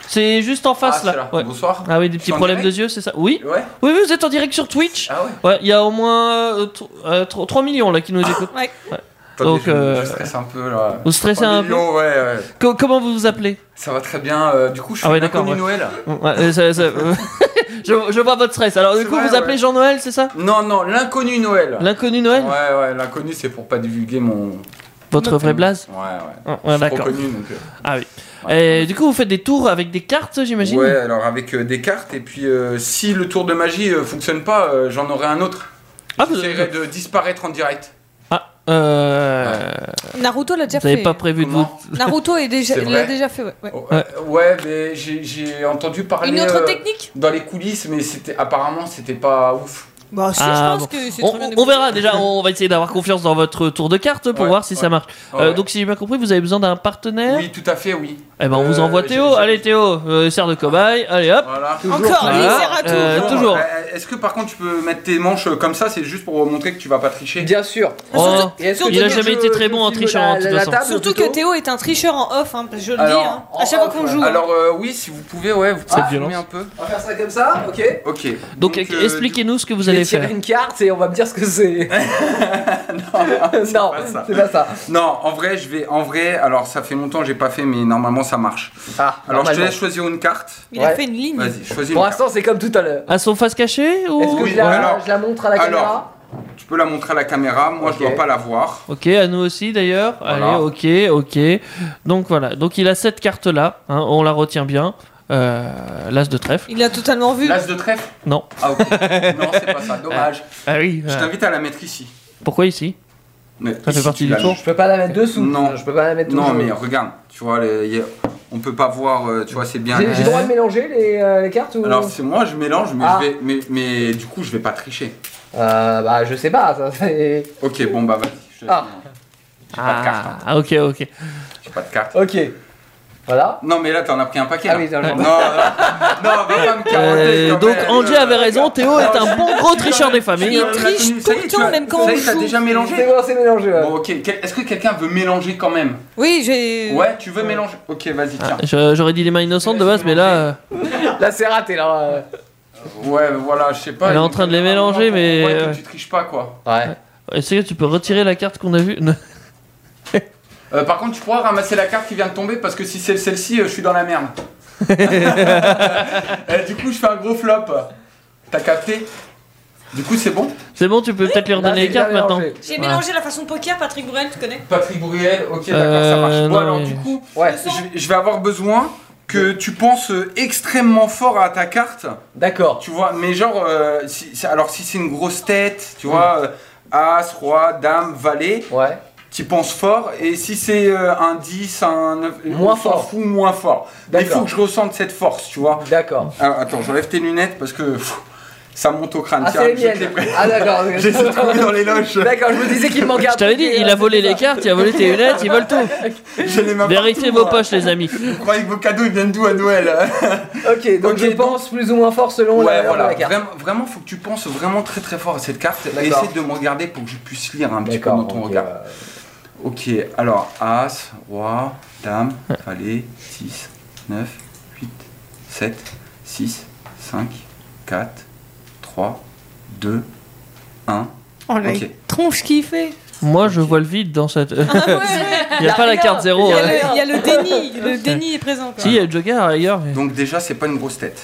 [SPEAKER 8] C'est juste en face
[SPEAKER 3] Ah,
[SPEAKER 8] là.
[SPEAKER 3] c'est là.
[SPEAKER 8] Ouais.
[SPEAKER 3] Bonsoir.
[SPEAKER 8] Ah oui, des petits
[SPEAKER 3] en
[SPEAKER 8] problèmes de
[SPEAKER 3] direct
[SPEAKER 8] yeux, c'est ça Oui.
[SPEAKER 4] Ouais.
[SPEAKER 8] Oui, oui, vous êtes en direct sur Twitch.
[SPEAKER 4] Ah
[SPEAKER 8] ouais. il y a au moins euh, tr- euh, tr- 3 millions là qui nous écoutent.
[SPEAKER 9] Ouais.
[SPEAKER 8] Donc, euh,
[SPEAKER 3] je stresse un peu là.
[SPEAKER 8] vous stressez
[SPEAKER 3] Trois
[SPEAKER 8] un
[SPEAKER 3] millions,
[SPEAKER 8] peu
[SPEAKER 3] ouais, ouais.
[SPEAKER 8] Co- Comment vous vous appelez
[SPEAKER 3] Ça va très bien. euh, du coup, je suis
[SPEAKER 8] Ah ouais,
[SPEAKER 3] un
[SPEAKER 8] d'accord,
[SPEAKER 3] inconnu
[SPEAKER 8] ouais.
[SPEAKER 3] Noël.
[SPEAKER 8] Ouais, euh, ça- ça- euh, je, je vois votre stress. Alors, du coup, vous appelez Jean-Noël, c'est ça
[SPEAKER 3] Non, non, l'inconnu Noël.
[SPEAKER 8] L'inconnu Noël
[SPEAKER 3] Ouais, ouais, l'inconnu, c'est pour pas divulguer mon.
[SPEAKER 8] Votre vrai blaze
[SPEAKER 3] Ouais, ouais.
[SPEAKER 8] Ah,
[SPEAKER 3] Je
[SPEAKER 8] ouais,
[SPEAKER 3] suis
[SPEAKER 8] d'accord.
[SPEAKER 3] trop connu, donc. euh.
[SPEAKER 8] Ah oui. Et du coup, vous faites des tours avec des cartes, j'imagine
[SPEAKER 3] Ouais, alors avec euh, des cartes, et puis euh, si le tour de magie euh, fonctionne pas, euh, j'en aurai un autre. J'essaierai de disparaître en direct.
[SPEAKER 8] Ah, euh...
[SPEAKER 2] Naruto l'a déjà
[SPEAKER 8] Vous avez
[SPEAKER 2] fait.
[SPEAKER 8] pas prévu de vous.
[SPEAKER 2] Naruto est déjà,
[SPEAKER 3] C'est
[SPEAKER 2] l'a
[SPEAKER 3] vrai
[SPEAKER 2] déjà fait. Ouais. ouais.
[SPEAKER 3] Ouais, ouais, mais j'ai- j'ai entendu parler.
[SPEAKER 2] Une autre
[SPEAKER 3] euh,
[SPEAKER 2] technique
[SPEAKER 3] Dans les coulisses, mais c'était apparemment c'était pas ouf.
[SPEAKER 2] Bah,
[SPEAKER 8] Ah, bon. on, on- on verra déjà, on va essayer d'avoir confiance dans votre tour de cartes pour
[SPEAKER 3] Ouais,
[SPEAKER 8] voir si
[SPEAKER 3] ouais.
[SPEAKER 8] ça marche.
[SPEAKER 3] Ouais,
[SPEAKER 8] Euh,
[SPEAKER 3] ouais.
[SPEAKER 8] Donc si j'ai bien compris, vous avez besoin d'un partenaire
[SPEAKER 3] Oui, tout à fait, oui.
[SPEAKER 8] Eh ben on vous
[SPEAKER 3] Euh,
[SPEAKER 8] envoie
[SPEAKER 3] j'ai-
[SPEAKER 8] Théo, allez Théo, euh, serre de cobaye, allez hop Voilà. Euh, Toujours
[SPEAKER 3] Euh, Est-ce que par contre tu peux mettre tes manches euh, comme ça C'est juste pour montrer que tu vas pas tricher.
[SPEAKER 18] Bien sûr.
[SPEAKER 8] Oh, Et est-ce que il a tu veux jamais que été je- très bon en je filme trichant, la- de toute la façon. table,
[SPEAKER 2] Surtout que Théo est un tricheur en off, hein, je le
[SPEAKER 3] Alors,
[SPEAKER 2] dis, hein, à chaque fois qu'on joue.
[SPEAKER 3] Alors euh, oui, si vous pouvez, ouais, vous
[SPEAKER 8] Cette
[SPEAKER 3] pouvez
[SPEAKER 8] violence.
[SPEAKER 3] filmer un peu.
[SPEAKER 18] On va faire ça comme ça, ok
[SPEAKER 3] Ok. euh,
[SPEAKER 8] Donc, euh, expliquez-nous ce que vous
[SPEAKER 18] Je vais
[SPEAKER 8] allez
[SPEAKER 18] tirer
[SPEAKER 8] faire.
[SPEAKER 18] une carte et on va me dire ce que c'est. non, c'est pas ça.
[SPEAKER 3] Non, en vrai, je vais. En vrai, alors ça fait longtemps que j'ai pas fait, mais normalement ça marche.
[SPEAKER 18] Ah,
[SPEAKER 3] alors je te
[SPEAKER 18] normalement.
[SPEAKER 3] laisse choisir une carte.
[SPEAKER 18] Il a Ouais. fait une ligne.
[SPEAKER 3] Vas-y, choisis
[SPEAKER 18] Pour
[SPEAKER 3] une carte.
[SPEAKER 18] l'instant, c'est comme tout à l'heure.
[SPEAKER 8] À son face cachée ou...
[SPEAKER 18] Est-ce que
[SPEAKER 3] Oui,
[SPEAKER 18] je, la,
[SPEAKER 3] alors-
[SPEAKER 18] je la montre à la
[SPEAKER 3] alors,
[SPEAKER 18] caméra
[SPEAKER 3] Tu peux la montrer à la caméra. Moi, je dois pas la voir.
[SPEAKER 8] Ok, à nous aussi d'ailleurs.
[SPEAKER 3] Voilà.
[SPEAKER 8] Allez, ok, ok. Donc voilà, donc il a cette carte là, on la retient bien. Euh, L'as de trèfle.
[SPEAKER 2] Il l'a totalement vu.
[SPEAKER 3] L'as de trèfle
[SPEAKER 8] Non.
[SPEAKER 3] Ah ok. non, c'est pas ça. Dommage.
[SPEAKER 8] Ah oui.
[SPEAKER 3] Je t'invite à la mettre ici.
[SPEAKER 8] Pourquoi ici Ça
[SPEAKER 3] ici,
[SPEAKER 8] fait partie
[SPEAKER 3] tu
[SPEAKER 8] du
[SPEAKER 3] l'as
[SPEAKER 8] tour.
[SPEAKER 3] mis.
[SPEAKER 18] Je peux pas la mettre dessous.
[SPEAKER 3] Non.
[SPEAKER 18] Je peux pas la mettre
[SPEAKER 3] Non,
[SPEAKER 18] dessous.
[SPEAKER 3] mais regarde. Tu vois, les- y a- on peut pas voir. euh, Tu vois, c'est bien.
[SPEAKER 18] J'ai j'ai le droit de mélanger les, euh, les cartes ou...
[SPEAKER 3] Alors c'est moi, je mélange, mais,
[SPEAKER 18] Ah.
[SPEAKER 3] je vais, mais, mais du coup, je vais pas tricher.
[SPEAKER 18] Euh, bah, je sais pas, ça c'est.
[SPEAKER 3] Ok, bon bah vas-y. je te laisse.
[SPEAKER 18] Ah,
[SPEAKER 3] J'ai pas de carte. hein.
[SPEAKER 8] Ah ok, ok.
[SPEAKER 3] J'ai pas de carte.
[SPEAKER 18] Ok. Voilà.
[SPEAKER 3] Non, mais là, t'en as pris un paquet.
[SPEAKER 18] Ah
[SPEAKER 3] là.
[SPEAKER 18] oui, t'as le
[SPEAKER 3] non,
[SPEAKER 18] droit.
[SPEAKER 3] non, non, va pas me carotter.
[SPEAKER 8] Euh,
[SPEAKER 3] quand
[SPEAKER 8] donc
[SPEAKER 3] même.
[SPEAKER 8] André avait raison, Théo est
[SPEAKER 3] je-
[SPEAKER 8] un bon gros
[SPEAKER 3] je-
[SPEAKER 8] tricheur des
[SPEAKER 3] je-
[SPEAKER 8] familles.
[SPEAKER 3] je- je- je- ça y est, tu as- ça y est, t'as déjà mélangé
[SPEAKER 18] C'est bon, c'est mélangé. ouais.
[SPEAKER 3] Bon, ok. Quel- Est-ce que quelqu'un veut mélanger quand même
[SPEAKER 2] Oui, j'ai.
[SPEAKER 3] Ouais, tu veux mélanger Ok, vas-y, tiens.
[SPEAKER 8] Je- J'aurais dit les mains innocentes de base, mais là, euh,
[SPEAKER 18] Là, c'est raté, là. euh.
[SPEAKER 3] Ouais, voilà, je sais pas.
[SPEAKER 8] elle est
[SPEAKER 3] il-
[SPEAKER 8] en train de les mélanger, mais.
[SPEAKER 3] Ouais, que
[SPEAKER 8] euh,
[SPEAKER 3] tu triches pas, quoi.
[SPEAKER 18] Ouais.
[SPEAKER 8] Est-ce que tu peux retirer la carte qu'on a vue Non.
[SPEAKER 3] Euh, par contre, tu pourras ramasser la carte qui vient de tomber parce que si c'est celle-ci, euh, je suis dans la merde. Euh, du coup, je fais un gros flop. T'as capté Du coup, c'est bon
[SPEAKER 8] C'est bon, tu peux peut-être lui redonner les cartes maintenant.
[SPEAKER 2] J'ai
[SPEAKER 8] Voilà.
[SPEAKER 2] mélangé la façon de poker, Patrick Bruel, tu connais
[SPEAKER 3] Patrick Bruel, ok, d'accord, ça marche.
[SPEAKER 8] Euh,
[SPEAKER 3] Bon,
[SPEAKER 8] non,
[SPEAKER 3] alors,
[SPEAKER 8] mais-
[SPEAKER 3] du coup, je, vais- je vais avoir besoin que tu penses euh, extrêmement fort à ta carte.
[SPEAKER 18] D'accord.
[SPEAKER 3] Tu vois, mais genre, euh, si- si- alors si c'est une grosse tête, tu vois, euh, As, Roi, Dame, Valet.
[SPEAKER 18] Mm. Ouais.
[SPEAKER 3] Tu penses fort, et si c'est euh, un 10, un 9,
[SPEAKER 18] Moins
[SPEAKER 3] on s'en
[SPEAKER 18] fort.
[SPEAKER 3] fout, moins fort. Mais il
[SPEAKER 18] D'accord.
[SPEAKER 3] faut que je ressente cette force, tu vois.
[SPEAKER 18] D'accord.
[SPEAKER 3] attends, j'enlève tes lunettes parce que pff, ça monte au crâne.
[SPEAKER 18] Ah,
[SPEAKER 3] Tiens,
[SPEAKER 18] c'est les
[SPEAKER 3] je te
[SPEAKER 18] miennes.
[SPEAKER 3] les-
[SPEAKER 18] Ah, d'accord.
[SPEAKER 3] J'ai tout trouvé dans les loges.
[SPEAKER 18] D'accord, je me disais qu'il me manquait un
[SPEAKER 8] Je t'avais dit,
[SPEAKER 18] truc, et,
[SPEAKER 8] il
[SPEAKER 18] euh,
[SPEAKER 8] a volé
[SPEAKER 18] c'était
[SPEAKER 8] les
[SPEAKER 18] ça.
[SPEAKER 8] cartes, il a volé tes lunettes, il vole tout.
[SPEAKER 3] J'ai les mains
[SPEAKER 8] Vérifiez
[SPEAKER 3] partout,
[SPEAKER 8] vos
[SPEAKER 3] moi.
[SPEAKER 8] poches, les amis.
[SPEAKER 3] Vous croyez que vos cadeaux ils viennent d'où à Noël
[SPEAKER 18] Ok, donc
[SPEAKER 3] Ok,
[SPEAKER 18] je pense plus ou moins fort selon la,
[SPEAKER 3] Ouais,
[SPEAKER 18] la-
[SPEAKER 3] voilà.
[SPEAKER 18] la carte.
[SPEAKER 3] Vraiment, vraiment, faut que tu penses vraiment très très fort à cette carte. Et
[SPEAKER 18] D'accord.
[SPEAKER 3] essaie de me regarder pour que je puisse lire un petit peu
[SPEAKER 18] D'accord,
[SPEAKER 3] dans ton
[SPEAKER 18] ok,
[SPEAKER 3] regard. Ok, alors As, Roi, Dame, Valet, 6, 9, 8, 7, 6, 5, 4, 3, 2, 1.
[SPEAKER 2] Oh la
[SPEAKER 3] Ok.
[SPEAKER 2] tronche qui fait
[SPEAKER 8] Moi, je vois le vide dans cette. euh, Il n'y a
[SPEAKER 2] La
[SPEAKER 8] pas la
[SPEAKER 2] rigueur.
[SPEAKER 8] carte zéro.
[SPEAKER 2] Ah, Il y a
[SPEAKER 8] hein.
[SPEAKER 2] le- il y a le déni, le déni est présent. quoi.
[SPEAKER 8] Si, il y a le Joker euh, ailleurs. mais-
[SPEAKER 3] Donc déjà, c'est pas une grosse tête.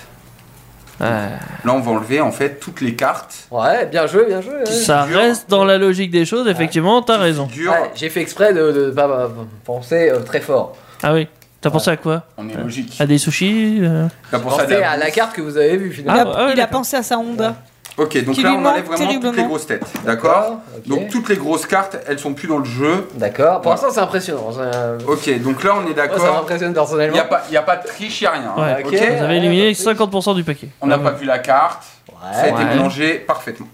[SPEAKER 3] Là, on va enlever en fait toutes les cartes.
[SPEAKER 18] Ouais, bien joué, bien joué. ouais.
[SPEAKER 8] Ça reste dans la logique des choses, effectivement, t'as raison.
[SPEAKER 18] Ouais, J'ai fait exprès de ne pas pas penser euh, très fort.
[SPEAKER 8] Ah oui. T'as pensé à quoi
[SPEAKER 3] On est logique.
[SPEAKER 8] À des sushis euh
[SPEAKER 3] T'as
[SPEAKER 18] Pensez
[SPEAKER 3] pensé à la-
[SPEAKER 18] à la carte que vous avez vue
[SPEAKER 2] Il a,
[SPEAKER 8] Ah,
[SPEAKER 18] finalement.
[SPEAKER 2] il a pensé à sa Honda.
[SPEAKER 3] Ok, donc
[SPEAKER 2] Qui
[SPEAKER 3] là
[SPEAKER 2] lui
[SPEAKER 3] on enlève
[SPEAKER 2] manque
[SPEAKER 3] vraiment toutes les
[SPEAKER 2] terriblement.
[SPEAKER 3] grosses têtes, d'accord Donc toutes les grosses cartes, elles sont plus dans le jeu.
[SPEAKER 18] D'accord. Pour l'instant, c'est impressionnant. ça-
[SPEAKER 3] Ok, donc là on est
[SPEAKER 18] Moi, ça
[SPEAKER 3] d'accord.
[SPEAKER 18] m'impressionne personnellement.
[SPEAKER 3] Il n'y a, pas de triche, il a rien. hein,
[SPEAKER 8] Ouais,
[SPEAKER 3] ok
[SPEAKER 8] Vous avez éliminé 50% du paquet.
[SPEAKER 3] On n'a
[SPEAKER 8] Ouais.
[SPEAKER 3] pas vu la carte. Ça a été
[SPEAKER 8] Ouais.
[SPEAKER 3] mélangé parfaitement.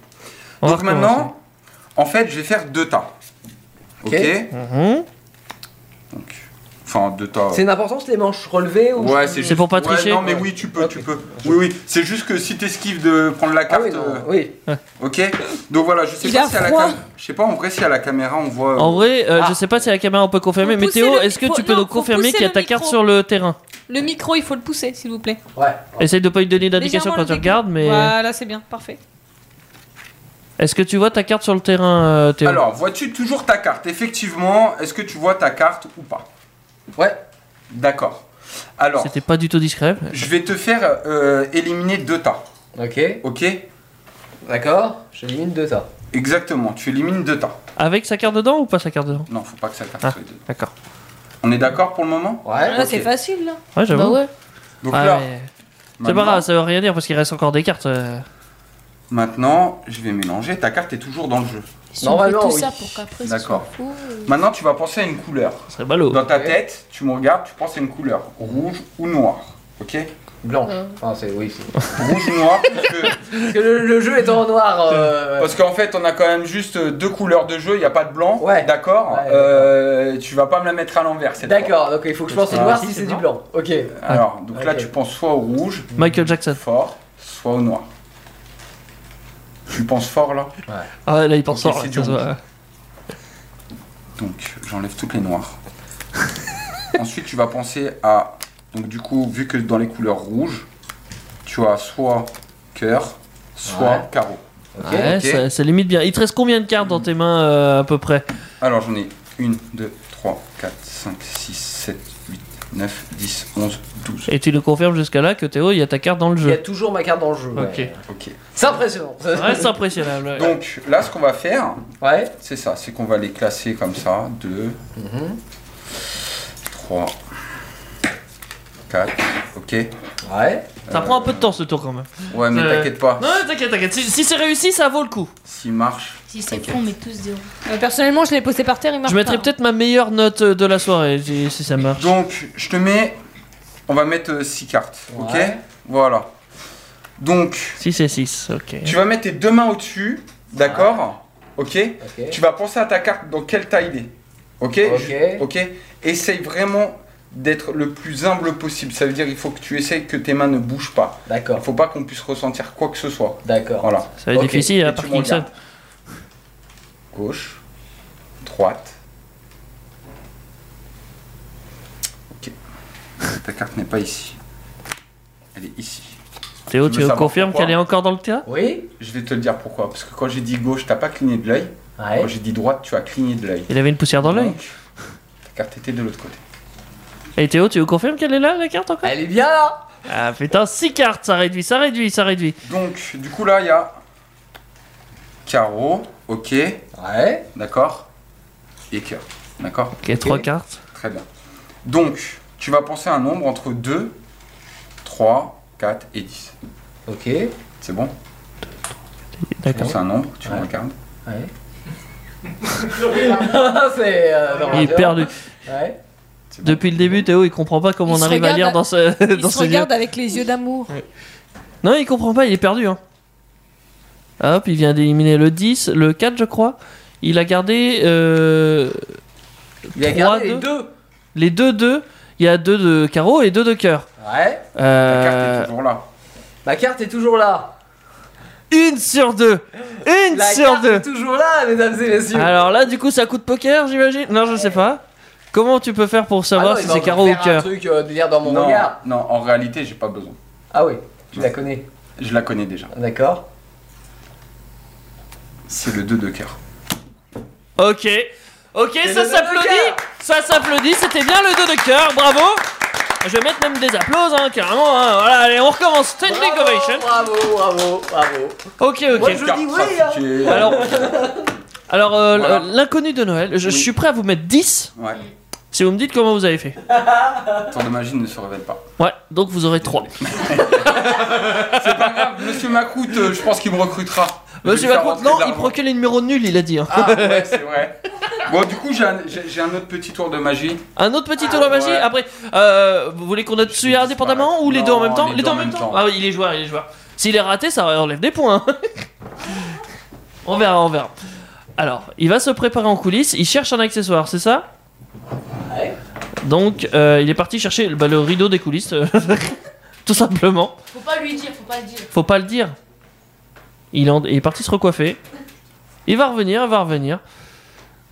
[SPEAKER 8] On va
[SPEAKER 3] donc maintenant, en fait, je vais faire deux tas. Ok,
[SPEAKER 8] Mhm.
[SPEAKER 3] Enfin, deux tas. euh,
[SPEAKER 18] C'est une importance les manches relevées ou
[SPEAKER 3] Ouais, c'est juste-
[SPEAKER 8] pour pas
[SPEAKER 3] ouais,
[SPEAKER 8] tricher,
[SPEAKER 3] Non, mais
[SPEAKER 8] quoi.
[SPEAKER 3] oui, tu peux, tu peux. Oui, oui. C'est juste que si t'esquives de prendre la carte. euh,
[SPEAKER 18] Oui.
[SPEAKER 3] Ok. Donc voilà, je sais
[SPEAKER 2] Il
[SPEAKER 3] pas
[SPEAKER 2] a
[SPEAKER 3] si à la
[SPEAKER 2] froid.
[SPEAKER 3] cam- Je sais pas en vrai si à la caméra on voit. euh,
[SPEAKER 8] En vrai, euh, je sais pas si la caméra on peut confirmer,
[SPEAKER 2] Faut
[SPEAKER 8] mais
[SPEAKER 2] pousser
[SPEAKER 8] Théo,
[SPEAKER 2] le-
[SPEAKER 8] est-ce que
[SPEAKER 2] faut-
[SPEAKER 8] tu peux
[SPEAKER 2] non,
[SPEAKER 8] nous
[SPEAKER 2] faut
[SPEAKER 8] confirmer
[SPEAKER 2] pousser
[SPEAKER 8] qu'il y a
[SPEAKER 2] le
[SPEAKER 8] ta carte
[SPEAKER 2] micro.
[SPEAKER 8] sur le terrain
[SPEAKER 2] Le micro, il faut le pousser, s'il vous plaît.
[SPEAKER 18] Ouais.
[SPEAKER 8] Essaye de pas lui donner d'indication
[SPEAKER 2] Légèrement
[SPEAKER 8] quand tu
[SPEAKER 2] le dégoût.
[SPEAKER 8] regardes, mais.
[SPEAKER 2] Voilà, c'est bien, parfait.
[SPEAKER 8] Est-ce que tu vois ta carte sur le terrain, euh, Théo
[SPEAKER 3] Alors, vois-tu toujours ta carte Effectivement, est-ce que tu vois ta carte ou pas Ouais. D'accord. Alors,
[SPEAKER 8] C'était pas du tout discret.
[SPEAKER 3] je vais te faire euh, éliminer deux tas.
[SPEAKER 18] Ok.
[SPEAKER 3] Ok D'accord, j'élimine deux tas. Exactement, tu élimines deux tas.
[SPEAKER 8] Avec sa carte dedans ou pas sa carte dedans
[SPEAKER 3] Non, faut pas que ça carte
[SPEAKER 8] Ah,
[SPEAKER 3] soit dedans.
[SPEAKER 8] d'accord.
[SPEAKER 3] On est d'accord pour le moment
[SPEAKER 18] Ouais.
[SPEAKER 2] Là, c'est facile, là.
[SPEAKER 8] Ouais, j'avoue.
[SPEAKER 2] Bah ouais.
[SPEAKER 3] Donc
[SPEAKER 8] Ah,
[SPEAKER 3] là,
[SPEAKER 8] mais C'est pas
[SPEAKER 3] maintenant-
[SPEAKER 8] grave, ça veut rien dire parce qu'il reste encore des cartes. euh.
[SPEAKER 3] Maintenant, je vais mélanger. Ta carte est toujours dans le jeu.
[SPEAKER 11] Si on fait tout ça pour qu'après ce
[SPEAKER 3] D'accord.
[SPEAKER 11] soit fou, euh,
[SPEAKER 3] Maintenant, tu vas penser à une couleur.
[SPEAKER 8] serait ballot.
[SPEAKER 3] Dans ta tête, tu me regardes, tu penses à une couleur. Rouge ou noir. Ok Blanc. Enfin, c'est oui. Rouge ou noir parce que...
[SPEAKER 18] le, jeu est en noir. euh,
[SPEAKER 3] Parce qu'en fait, on a quand même juste deux couleurs de jeu, il n'y a pas de blanc. D'accord Euh, Tu vas pas me la mettre à l'envers. cette fois.
[SPEAKER 18] D'accord, donc il faut que je pense au
[SPEAKER 3] Ah,
[SPEAKER 18] noir
[SPEAKER 3] si,
[SPEAKER 18] si
[SPEAKER 3] c'est
[SPEAKER 18] c'est du blanc. Ok.
[SPEAKER 3] Alors, donc là,
[SPEAKER 18] Ok.
[SPEAKER 3] tu penses soit au rouge.
[SPEAKER 8] Michael Jackson.
[SPEAKER 3] Mm, Fort, soit au noir. Tu penses fort là
[SPEAKER 8] Ah ouais, là il pense
[SPEAKER 3] Ok,
[SPEAKER 8] fort.
[SPEAKER 3] c'est
[SPEAKER 8] là,
[SPEAKER 3] du
[SPEAKER 8] ça se voit.
[SPEAKER 3] rouge. Donc, j'enlève toutes les noires. Ensuite, tu vas penser à. Donc, du coup, vu que dans les couleurs rouges, tu as soit cœur, soit
[SPEAKER 8] Ouais.
[SPEAKER 3] carreau. Ok.
[SPEAKER 8] Ouais,
[SPEAKER 3] Ok.
[SPEAKER 8] Ça, ça limite bien. Il te reste combien de cartes dans tes mains euh, à peu près
[SPEAKER 3] Alors, j'en ai 1, 2, 3, 4, 5, 6, 7, 8, 9, 10, 11, 12.
[SPEAKER 8] Et tu nous confirmes jusqu'à là que Théo, il y a ta carte dans le
[SPEAKER 18] Il y a
[SPEAKER 8] jeu.
[SPEAKER 18] toujours ma carte dans le jeu. ouais.
[SPEAKER 3] Ok.
[SPEAKER 18] C'est impressionnant.
[SPEAKER 8] Ouais, c'est impressionnant. ouais.
[SPEAKER 3] Donc là, ce qu'on va faire, c'est ça, c'est qu'on va les classer comme ça. 2, 3, 4, ok. Euh,
[SPEAKER 18] Ouais.
[SPEAKER 8] Ça prend un peu de temps ce tour quand même.
[SPEAKER 3] Ouais, mais
[SPEAKER 8] Euh,
[SPEAKER 3] t'inquiète pas.
[SPEAKER 8] Non, t'inquiète, t'inquiète. Si, si c'est réussi, ça vaut le coup.
[SPEAKER 3] S'il marche.
[SPEAKER 11] Si c'est fou, on met tous zéro.
[SPEAKER 2] Euh, Personnellement, je l'ai posé par terre, il marche
[SPEAKER 8] Je mettrai
[SPEAKER 2] pas. hein.
[SPEAKER 8] peut-être ma meilleure note euh, de la soirée si si ça marche.
[SPEAKER 3] Donc, je te mets. On va mettre 6 cartes, ok
[SPEAKER 8] Ouais.
[SPEAKER 3] Voilà. Donc.
[SPEAKER 8] 6 et 6, ok.
[SPEAKER 3] Tu vas mettre tes deux mains au-dessus, d'accord ok Tu vas penser à ta carte dans quelle taille il est. Ok Je- Ok. Essaye vraiment d'être le plus humble possible. Ça veut dire il faut que tu essayes que tes mains ne bougent pas.
[SPEAKER 18] D'accord.
[SPEAKER 3] Il faut pas qu'on puisse ressentir quoi que ce soit.
[SPEAKER 18] D'accord.
[SPEAKER 3] Voilà.
[SPEAKER 8] Ça va être
[SPEAKER 3] Ok.
[SPEAKER 8] difficile, hein,
[SPEAKER 3] Et
[SPEAKER 8] à
[SPEAKER 3] tu me
[SPEAKER 8] part qu'il
[SPEAKER 3] regardes.
[SPEAKER 8] sonne.
[SPEAKER 3] Gauche, droite. Ok. Ta carte n'est pas ici. Elle est ici.
[SPEAKER 8] Théo,
[SPEAKER 3] veux
[SPEAKER 8] tu me
[SPEAKER 3] savoir
[SPEAKER 8] confirmes
[SPEAKER 3] pourquoi
[SPEAKER 8] qu'elle est encore dans le théâtre
[SPEAKER 18] Oui.
[SPEAKER 3] Je vais te le dire pourquoi. Parce que quand j'ai dit gauche, t'as pas cligné de l'œil.
[SPEAKER 18] Ouais.
[SPEAKER 3] Quand j'ai dit droite, tu as cligné de l'œil.
[SPEAKER 8] Il avait une poussière dans l'œil.
[SPEAKER 3] Ta carte était de l'autre côté.
[SPEAKER 8] Et Théo, tu me confirmes qu'elle est là, la carte encore
[SPEAKER 18] Elle est bien là
[SPEAKER 8] Ah putain, 6 cartes, ça réduit, ça réduit, ça réduit.
[SPEAKER 3] Donc, du coup, là, il y a carreau, ok.
[SPEAKER 18] Ouais.
[SPEAKER 3] D'accord. Et cœur. D'accord
[SPEAKER 8] Ok, 3 cartes.
[SPEAKER 3] Très bien. Donc, tu vas penser à un nombre entre 2, 3, 4 et 10.
[SPEAKER 18] Ok.
[SPEAKER 3] C'est bon Tu
[SPEAKER 8] D'accord.
[SPEAKER 3] penses à un nombre, tu me regardes.
[SPEAKER 4] euh,
[SPEAKER 18] c'est. euh, non,
[SPEAKER 8] Il est
[SPEAKER 18] non.
[SPEAKER 8] perdu.
[SPEAKER 18] Ouais.
[SPEAKER 8] Depuis le début, Théo, il comprend pas comment
[SPEAKER 2] Il
[SPEAKER 8] on
[SPEAKER 2] se
[SPEAKER 8] arrive à
[SPEAKER 2] regarde
[SPEAKER 8] lire
[SPEAKER 2] à-
[SPEAKER 8] dans ce.
[SPEAKER 2] Il
[SPEAKER 8] dans
[SPEAKER 2] se
[SPEAKER 8] ce jeu.
[SPEAKER 2] regarde avec les yeux d'amour.
[SPEAKER 8] Non, il comprend pas, il est perdu. Hein. Ah, Hop, il vient d'éliminer le 10, le 4, je crois. Il a gardé. Euh,
[SPEAKER 18] Il a
[SPEAKER 8] trois,
[SPEAKER 18] gardé les
[SPEAKER 8] deux.
[SPEAKER 18] deux.
[SPEAKER 8] Les deux, deux. Il y a deux de carreau et deux de cœur.
[SPEAKER 18] Ouais.
[SPEAKER 8] Euh,
[SPEAKER 3] Toujours là.
[SPEAKER 18] Ma carte est toujours là.
[SPEAKER 8] Une sur deux. Une
[SPEAKER 18] La
[SPEAKER 8] sur
[SPEAKER 18] carte
[SPEAKER 8] deux.
[SPEAKER 18] est toujours là, mesdames et messieurs.
[SPEAKER 8] Alors là, du coup, c'est un coup de poker, j'imagine Non, je sais pas. Comment tu peux faire pour
[SPEAKER 18] Ah
[SPEAKER 8] savoir
[SPEAKER 18] non, il
[SPEAKER 8] si
[SPEAKER 18] va
[SPEAKER 8] c'est
[SPEAKER 18] me
[SPEAKER 8] carreau ou
[SPEAKER 18] faire un
[SPEAKER 8] cœur
[SPEAKER 18] truc euh, délire dans mon
[SPEAKER 3] non,
[SPEAKER 18] regard.
[SPEAKER 3] non, en réalité, j'ai pas besoin.
[SPEAKER 18] Ah oui, tu la connais.
[SPEAKER 3] Je la connais déjà.
[SPEAKER 18] D'accord.
[SPEAKER 3] C'est le 2 de cœur.
[SPEAKER 8] Ok. Ok,
[SPEAKER 18] C'est
[SPEAKER 8] ça
[SPEAKER 18] le deux de
[SPEAKER 8] s'applaudit.
[SPEAKER 18] cœur.
[SPEAKER 8] Ça s'applaudit. C'était bien le 2 de cœur. Bravo. Je vais mettre même des applauses, hein, carrément. hein. Voilà, allez, on recommence. Standing ovation.
[SPEAKER 18] Bravo, bravo, bravo.
[SPEAKER 8] Ok, ok.
[SPEAKER 18] Moi, je dis oui, hein.
[SPEAKER 3] Tu-
[SPEAKER 8] Alors, alors euh,
[SPEAKER 3] Voilà.
[SPEAKER 8] l- l'inconnu de Noël, je, je suis prêt à vous mettre 10
[SPEAKER 3] Ouais.
[SPEAKER 8] si vous me dites comment vous avez fait.
[SPEAKER 3] Ton de magie ne se révèle pas.
[SPEAKER 8] Ouais, donc vous aurez 3.
[SPEAKER 3] Monsieur Macoute, euh, je pense qu'il me recrutera. Je vais
[SPEAKER 8] Monsieur
[SPEAKER 3] lui faire
[SPEAKER 8] Macron,
[SPEAKER 3] rentrer
[SPEAKER 8] Bah, non,
[SPEAKER 3] de
[SPEAKER 8] il
[SPEAKER 3] l'argent.
[SPEAKER 8] procure les numéros nuls, il a dit. hein.
[SPEAKER 3] Ah ouais, c'est vrai. Bon, du coup, j'ai un, j'ai- j'ai un autre petit tour de magie.
[SPEAKER 8] Un autre petit tour de magie.
[SPEAKER 3] Ah ouais.
[SPEAKER 8] Après, euh, vous voulez qu'on note celui indépendamment ou les deux en même temps
[SPEAKER 3] les deux en même temps.
[SPEAKER 8] Ah oui, il est joueur, il est joueur. S'il est raté, ça enlève des points. on verra, on verra. Alors, il va se préparer en coulisses. Il cherche un accessoire, c'est ça Donc, euh, il est parti chercher bah, le rideau des coulisses, euh, tout simplement.
[SPEAKER 11] Faut pas lui dire, faut pas le dire.
[SPEAKER 8] Faut pas le dire. Il, en- il est parti se recoiffer. Il va revenir, il va revenir.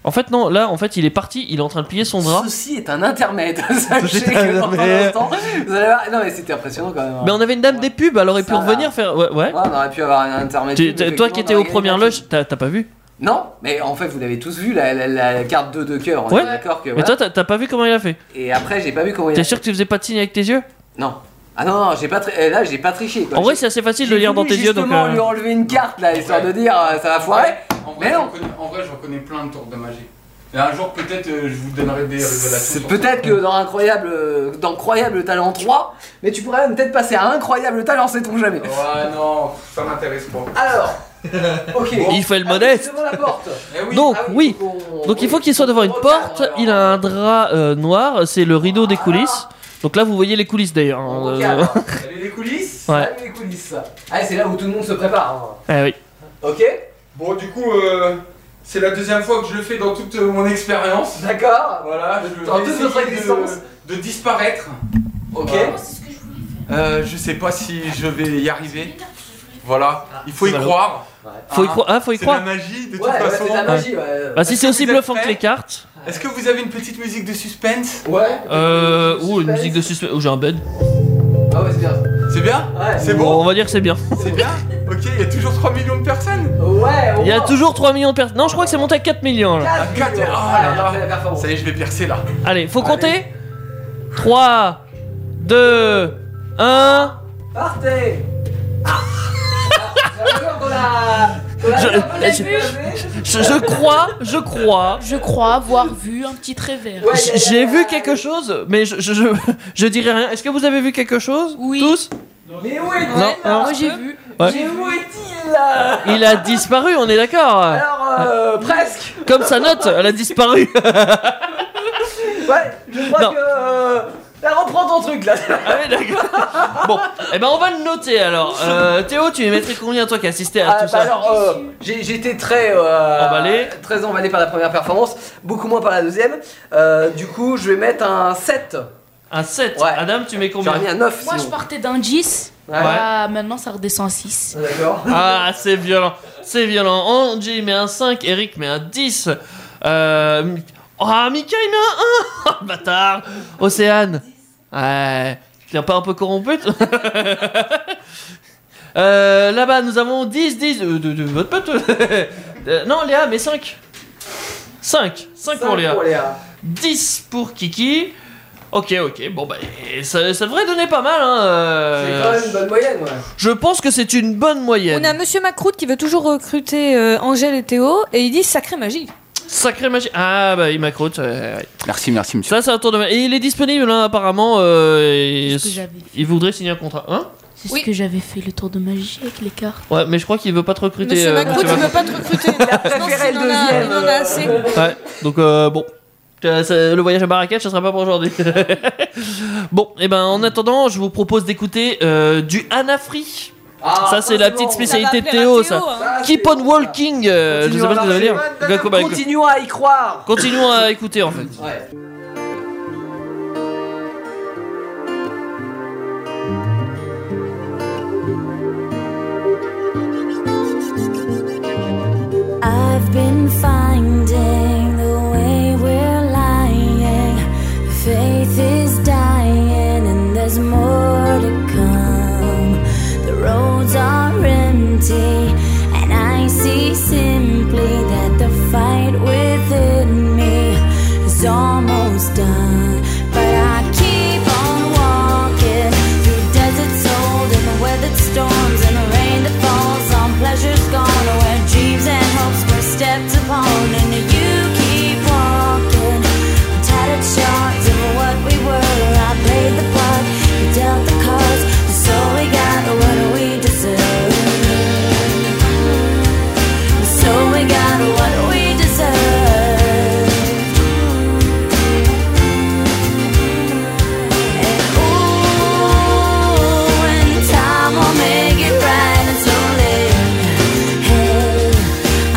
[SPEAKER 8] En fait, non, là, en fait, il est parti, il est en train de plier son drap.
[SPEAKER 4] Ceci est un intermède. Sachez
[SPEAKER 8] C'est un
[SPEAKER 4] que pendant
[SPEAKER 8] intermède.
[SPEAKER 4] l'instant, vous allez voir- Non, mais c'était impressionnant quand même. hein.
[SPEAKER 8] Ah. Mais on avait une dame des pubs, alors aurait pu revenir faire. Ouais, ouais.
[SPEAKER 4] On aurait pu avoir un intermède.
[SPEAKER 8] Tu- t'as- toi qui étais aux premières loges, t'as t'as pas vu
[SPEAKER 4] Non, mais en fait, vous l'avez tous vu, la, la- la carte 2 de cœur. On
[SPEAKER 8] Ouais.
[SPEAKER 4] est d'accord que.
[SPEAKER 8] Mais
[SPEAKER 4] voilà.
[SPEAKER 8] toi, t'as- t'as pas vu comment il a fait
[SPEAKER 4] Et après, j'ai pas vu comment il a
[SPEAKER 8] T'es sûr que tu faisais pas de signe avec tes yeux
[SPEAKER 4] Non. Ah non, non, j'ai pas tri- eh, là, j'ai pas triché. Quoi.
[SPEAKER 8] En vrai, c'est assez facile de lire dans tes yeux, donc.
[SPEAKER 4] Justement,
[SPEAKER 8] euh,
[SPEAKER 4] lui enlever une carte là, histoire de dire euh, ça va foirer.
[SPEAKER 3] En vrai, j'en connais, en vrai, j'en connais plein de tours de magie. Et un jour, peut-être, euh, je vous donnerai des révélations.
[SPEAKER 4] C'est
[SPEAKER 3] sur
[SPEAKER 4] peut-être que dans incroyable, euh, dans incroyable talent 3, mais tu pourrais même peut-être passer à incroyable talent, sait-on jamais.
[SPEAKER 3] Ouais, non, ça m'intéresse pas.
[SPEAKER 4] Alors, ok.
[SPEAKER 8] Il fait le
[SPEAKER 4] Ah oui,
[SPEAKER 8] modeste.
[SPEAKER 4] devant la porte.
[SPEAKER 3] Eh
[SPEAKER 4] ah
[SPEAKER 8] Donc oui, donc il faut qu'il soit devant
[SPEAKER 4] Oh,
[SPEAKER 8] une porte. Il a un drap euh, noir, c'est le rideau des coulisses. Donc là, vous voyez les coulisses d'ailleurs. hein,
[SPEAKER 4] Ah. Ok,
[SPEAKER 8] euh,
[SPEAKER 4] alors, Salut les coulisses.
[SPEAKER 8] Ouais.
[SPEAKER 4] Salut les coulisses. Ah, c'est là où tout le monde se prépare.
[SPEAKER 8] Ah oui.
[SPEAKER 4] hein. Ok.
[SPEAKER 3] Bon, du coup, euh, c'est la deuxième fois que je le fais dans toute euh, mon expérience.
[SPEAKER 4] D'accord.
[SPEAKER 3] Voilà, je
[SPEAKER 4] Dans
[SPEAKER 3] vais
[SPEAKER 4] toute
[SPEAKER 3] essayer
[SPEAKER 4] notre
[SPEAKER 3] de-
[SPEAKER 4] existence.
[SPEAKER 3] De, disparaître.
[SPEAKER 4] Ok.
[SPEAKER 3] Voilà. Euh, je sais pas si je vais y arriver. Voilà,
[SPEAKER 4] Ah,
[SPEAKER 3] il faut y
[SPEAKER 8] C'est
[SPEAKER 3] croire.
[SPEAKER 8] Faut y
[SPEAKER 3] Hein,
[SPEAKER 8] croire. Ah, faut y
[SPEAKER 3] c'est
[SPEAKER 8] croire.
[SPEAKER 3] de la magie, de
[SPEAKER 4] Ouais,
[SPEAKER 3] toute
[SPEAKER 4] ouais,
[SPEAKER 3] façon.
[SPEAKER 4] c'est de la magie, ouais.
[SPEAKER 8] Bah, si
[SPEAKER 4] Ah,
[SPEAKER 8] c'est
[SPEAKER 3] Est-ce
[SPEAKER 8] aussi
[SPEAKER 3] que vous êtes
[SPEAKER 8] bluffant que
[SPEAKER 3] prêts
[SPEAKER 8] les cartes.
[SPEAKER 3] Est-ce que vous avez une petite musique de suspense
[SPEAKER 4] Ouais.
[SPEAKER 8] Euh, ou une musique de suspense. Oh, j'ai un bed.
[SPEAKER 4] Ah ouais, c'est bien.
[SPEAKER 3] C'est bien
[SPEAKER 4] Ouais.
[SPEAKER 3] C'est
[SPEAKER 8] On
[SPEAKER 3] bon
[SPEAKER 8] va dire que c'est bien.
[SPEAKER 3] C'est bien Ok, il y a toujours 3 millions de personnes
[SPEAKER 4] Ouais,
[SPEAKER 8] Il y a toujours 3 millions de personnes. Non, je crois que c'est monté à 4 millions là.
[SPEAKER 3] Ah, quatre- ah là là. Ça y est, je vais percer là.
[SPEAKER 8] Allez, faut compter. 3, 2, 1.
[SPEAKER 4] Partez. Ah. Dans la- dans la- dans la-
[SPEAKER 8] Je- Je, je crois, je crois.
[SPEAKER 11] Je crois avoir vu un petit trévers.
[SPEAKER 8] J- J'ai vu quelque chose, mais je, je, je, je dirai rien. Est-ce que vous avez vu quelque chose Oui. Tous
[SPEAKER 4] Mais où est-il
[SPEAKER 8] Non, non.
[SPEAKER 11] Moi j'ai vu.
[SPEAKER 8] Ouais.
[SPEAKER 4] Mais où est-il là
[SPEAKER 8] Il a disparu, on est d'accord
[SPEAKER 4] Alors, euh, presque.
[SPEAKER 8] Comme sa note, elle a disparu.
[SPEAKER 4] Ouais, je crois
[SPEAKER 8] Non.
[SPEAKER 4] que. euh, Là, reprends ton truc là.
[SPEAKER 8] Ah oui, d'accord. Bon, eh ben on va le noter alors. Euh, Théo, tu lui mettrais combien toi qui as assisté à
[SPEAKER 4] Ah,
[SPEAKER 8] tout
[SPEAKER 4] bah
[SPEAKER 8] ça
[SPEAKER 4] alors, euh, j'ai- j'étais très euh, très emballé par la première performance, beaucoup moins par la deuxième. Euh, du coup, je vais mettre un 7.
[SPEAKER 8] Un 7 Adam, tu mets combien
[SPEAKER 4] J'aurais mis un 9.
[SPEAKER 11] Moi je partais d'un 10.
[SPEAKER 8] Ouais.
[SPEAKER 11] Bah, maintenant ça redescend à 6.
[SPEAKER 4] D'accord.
[SPEAKER 8] Ah, c'est violent, c'est violent. Angie met un 5, Eric met un 10. Euh. Mi- Ah, Mika il met un 1 Bâtard Océane Ouais. Tu viens pas un peu corrompu toi Euh, Là-bas, nous avons 10, 10. euh, de, de votre pote Euh, Non, Léa, mais 5. 5. 5 pour
[SPEAKER 4] Cinq
[SPEAKER 8] Léa.
[SPEAKER 4] pour Léa.
[SPEAKER 8] 10 pour Kiki. Ok, ok, bon bah et ça, ça devrait donner pas mal. Hein. euh.
[SPEAKER 4] C'est quand même une bonne moyenne, ouais.
[SPEAKER 8] Je pense que c'est une bonne moyenne.
[SPEAKER 9] On a Monsieur Macroute qui veut toujours recruter euh, Angèle et Théo et il dit sacrée magie.
[SPEAKER 2] Oh,
[SPEAKER 8] Sacré magie. Ah bah il m'accroche. euh, ouais.
[SPEAKER 3] Merci, merci, monsieur.
[SPEAKER 8] Ça c'est un tour de magie. Et il est disponible hein, apparemment. euh, et-
[SPEAKER 11] ce que j'avais fait.
[SPEAKER 8] il voudrait signer un contrat. Hein
[SPEAKER 11] C'est ce que j'avais fait le tour de magie avec les cartes.
[SPEAKER 8] Ouais, mais je crois qu'il veut pas te recruter.
[SPEAKER 9] Monsieur
[SPEAKER 8] euh,
[SPEAKER 9] Macroute,
[SPEAKER 8] monsieur
[SPEAKER 9] il veut pas te recruter.
[SPEAKER 4] préféré
[SPEAKER 9] le deuxième. Il en a assez.
[SPEAKER 8] Ouais, donc euh, bon. Euh, ça- Le voyage à Marrakech, ça sera pas pour aujourd'hui. bon, et ben en attendant, je vous propose d'écouter euh, du Anafri.
[SPEAKER 4] Ah,
[SPEAKER 8] ça, c'est la petite spécialité de Théo, hein. ça. Keep on walking. euh, je sais pas ce que ça veut dire. D'accord, bah, écoute.
[SPEAKER 4] Continuons à y croire.
[SPEAKER 8] Continuons à écouter en fait.
[SPEAKER 4] Ouais.
[SPEAKER 13] I've been finding the way we're lying. Faith is dying, and there's more to come. The roads are empty, and I see simply that the fight within me is almost done. But I keep on walking through deserts old and the weathered storms and the rain that falls on pleasures gone, where dreams and hopes were stepped upon. And you keep walking, tattered shards of what we were. I played the part, you dealt the cards, so we got what we deserve. So we got what we deserve.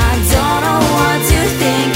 [SPEAKER 13] I don't know what to think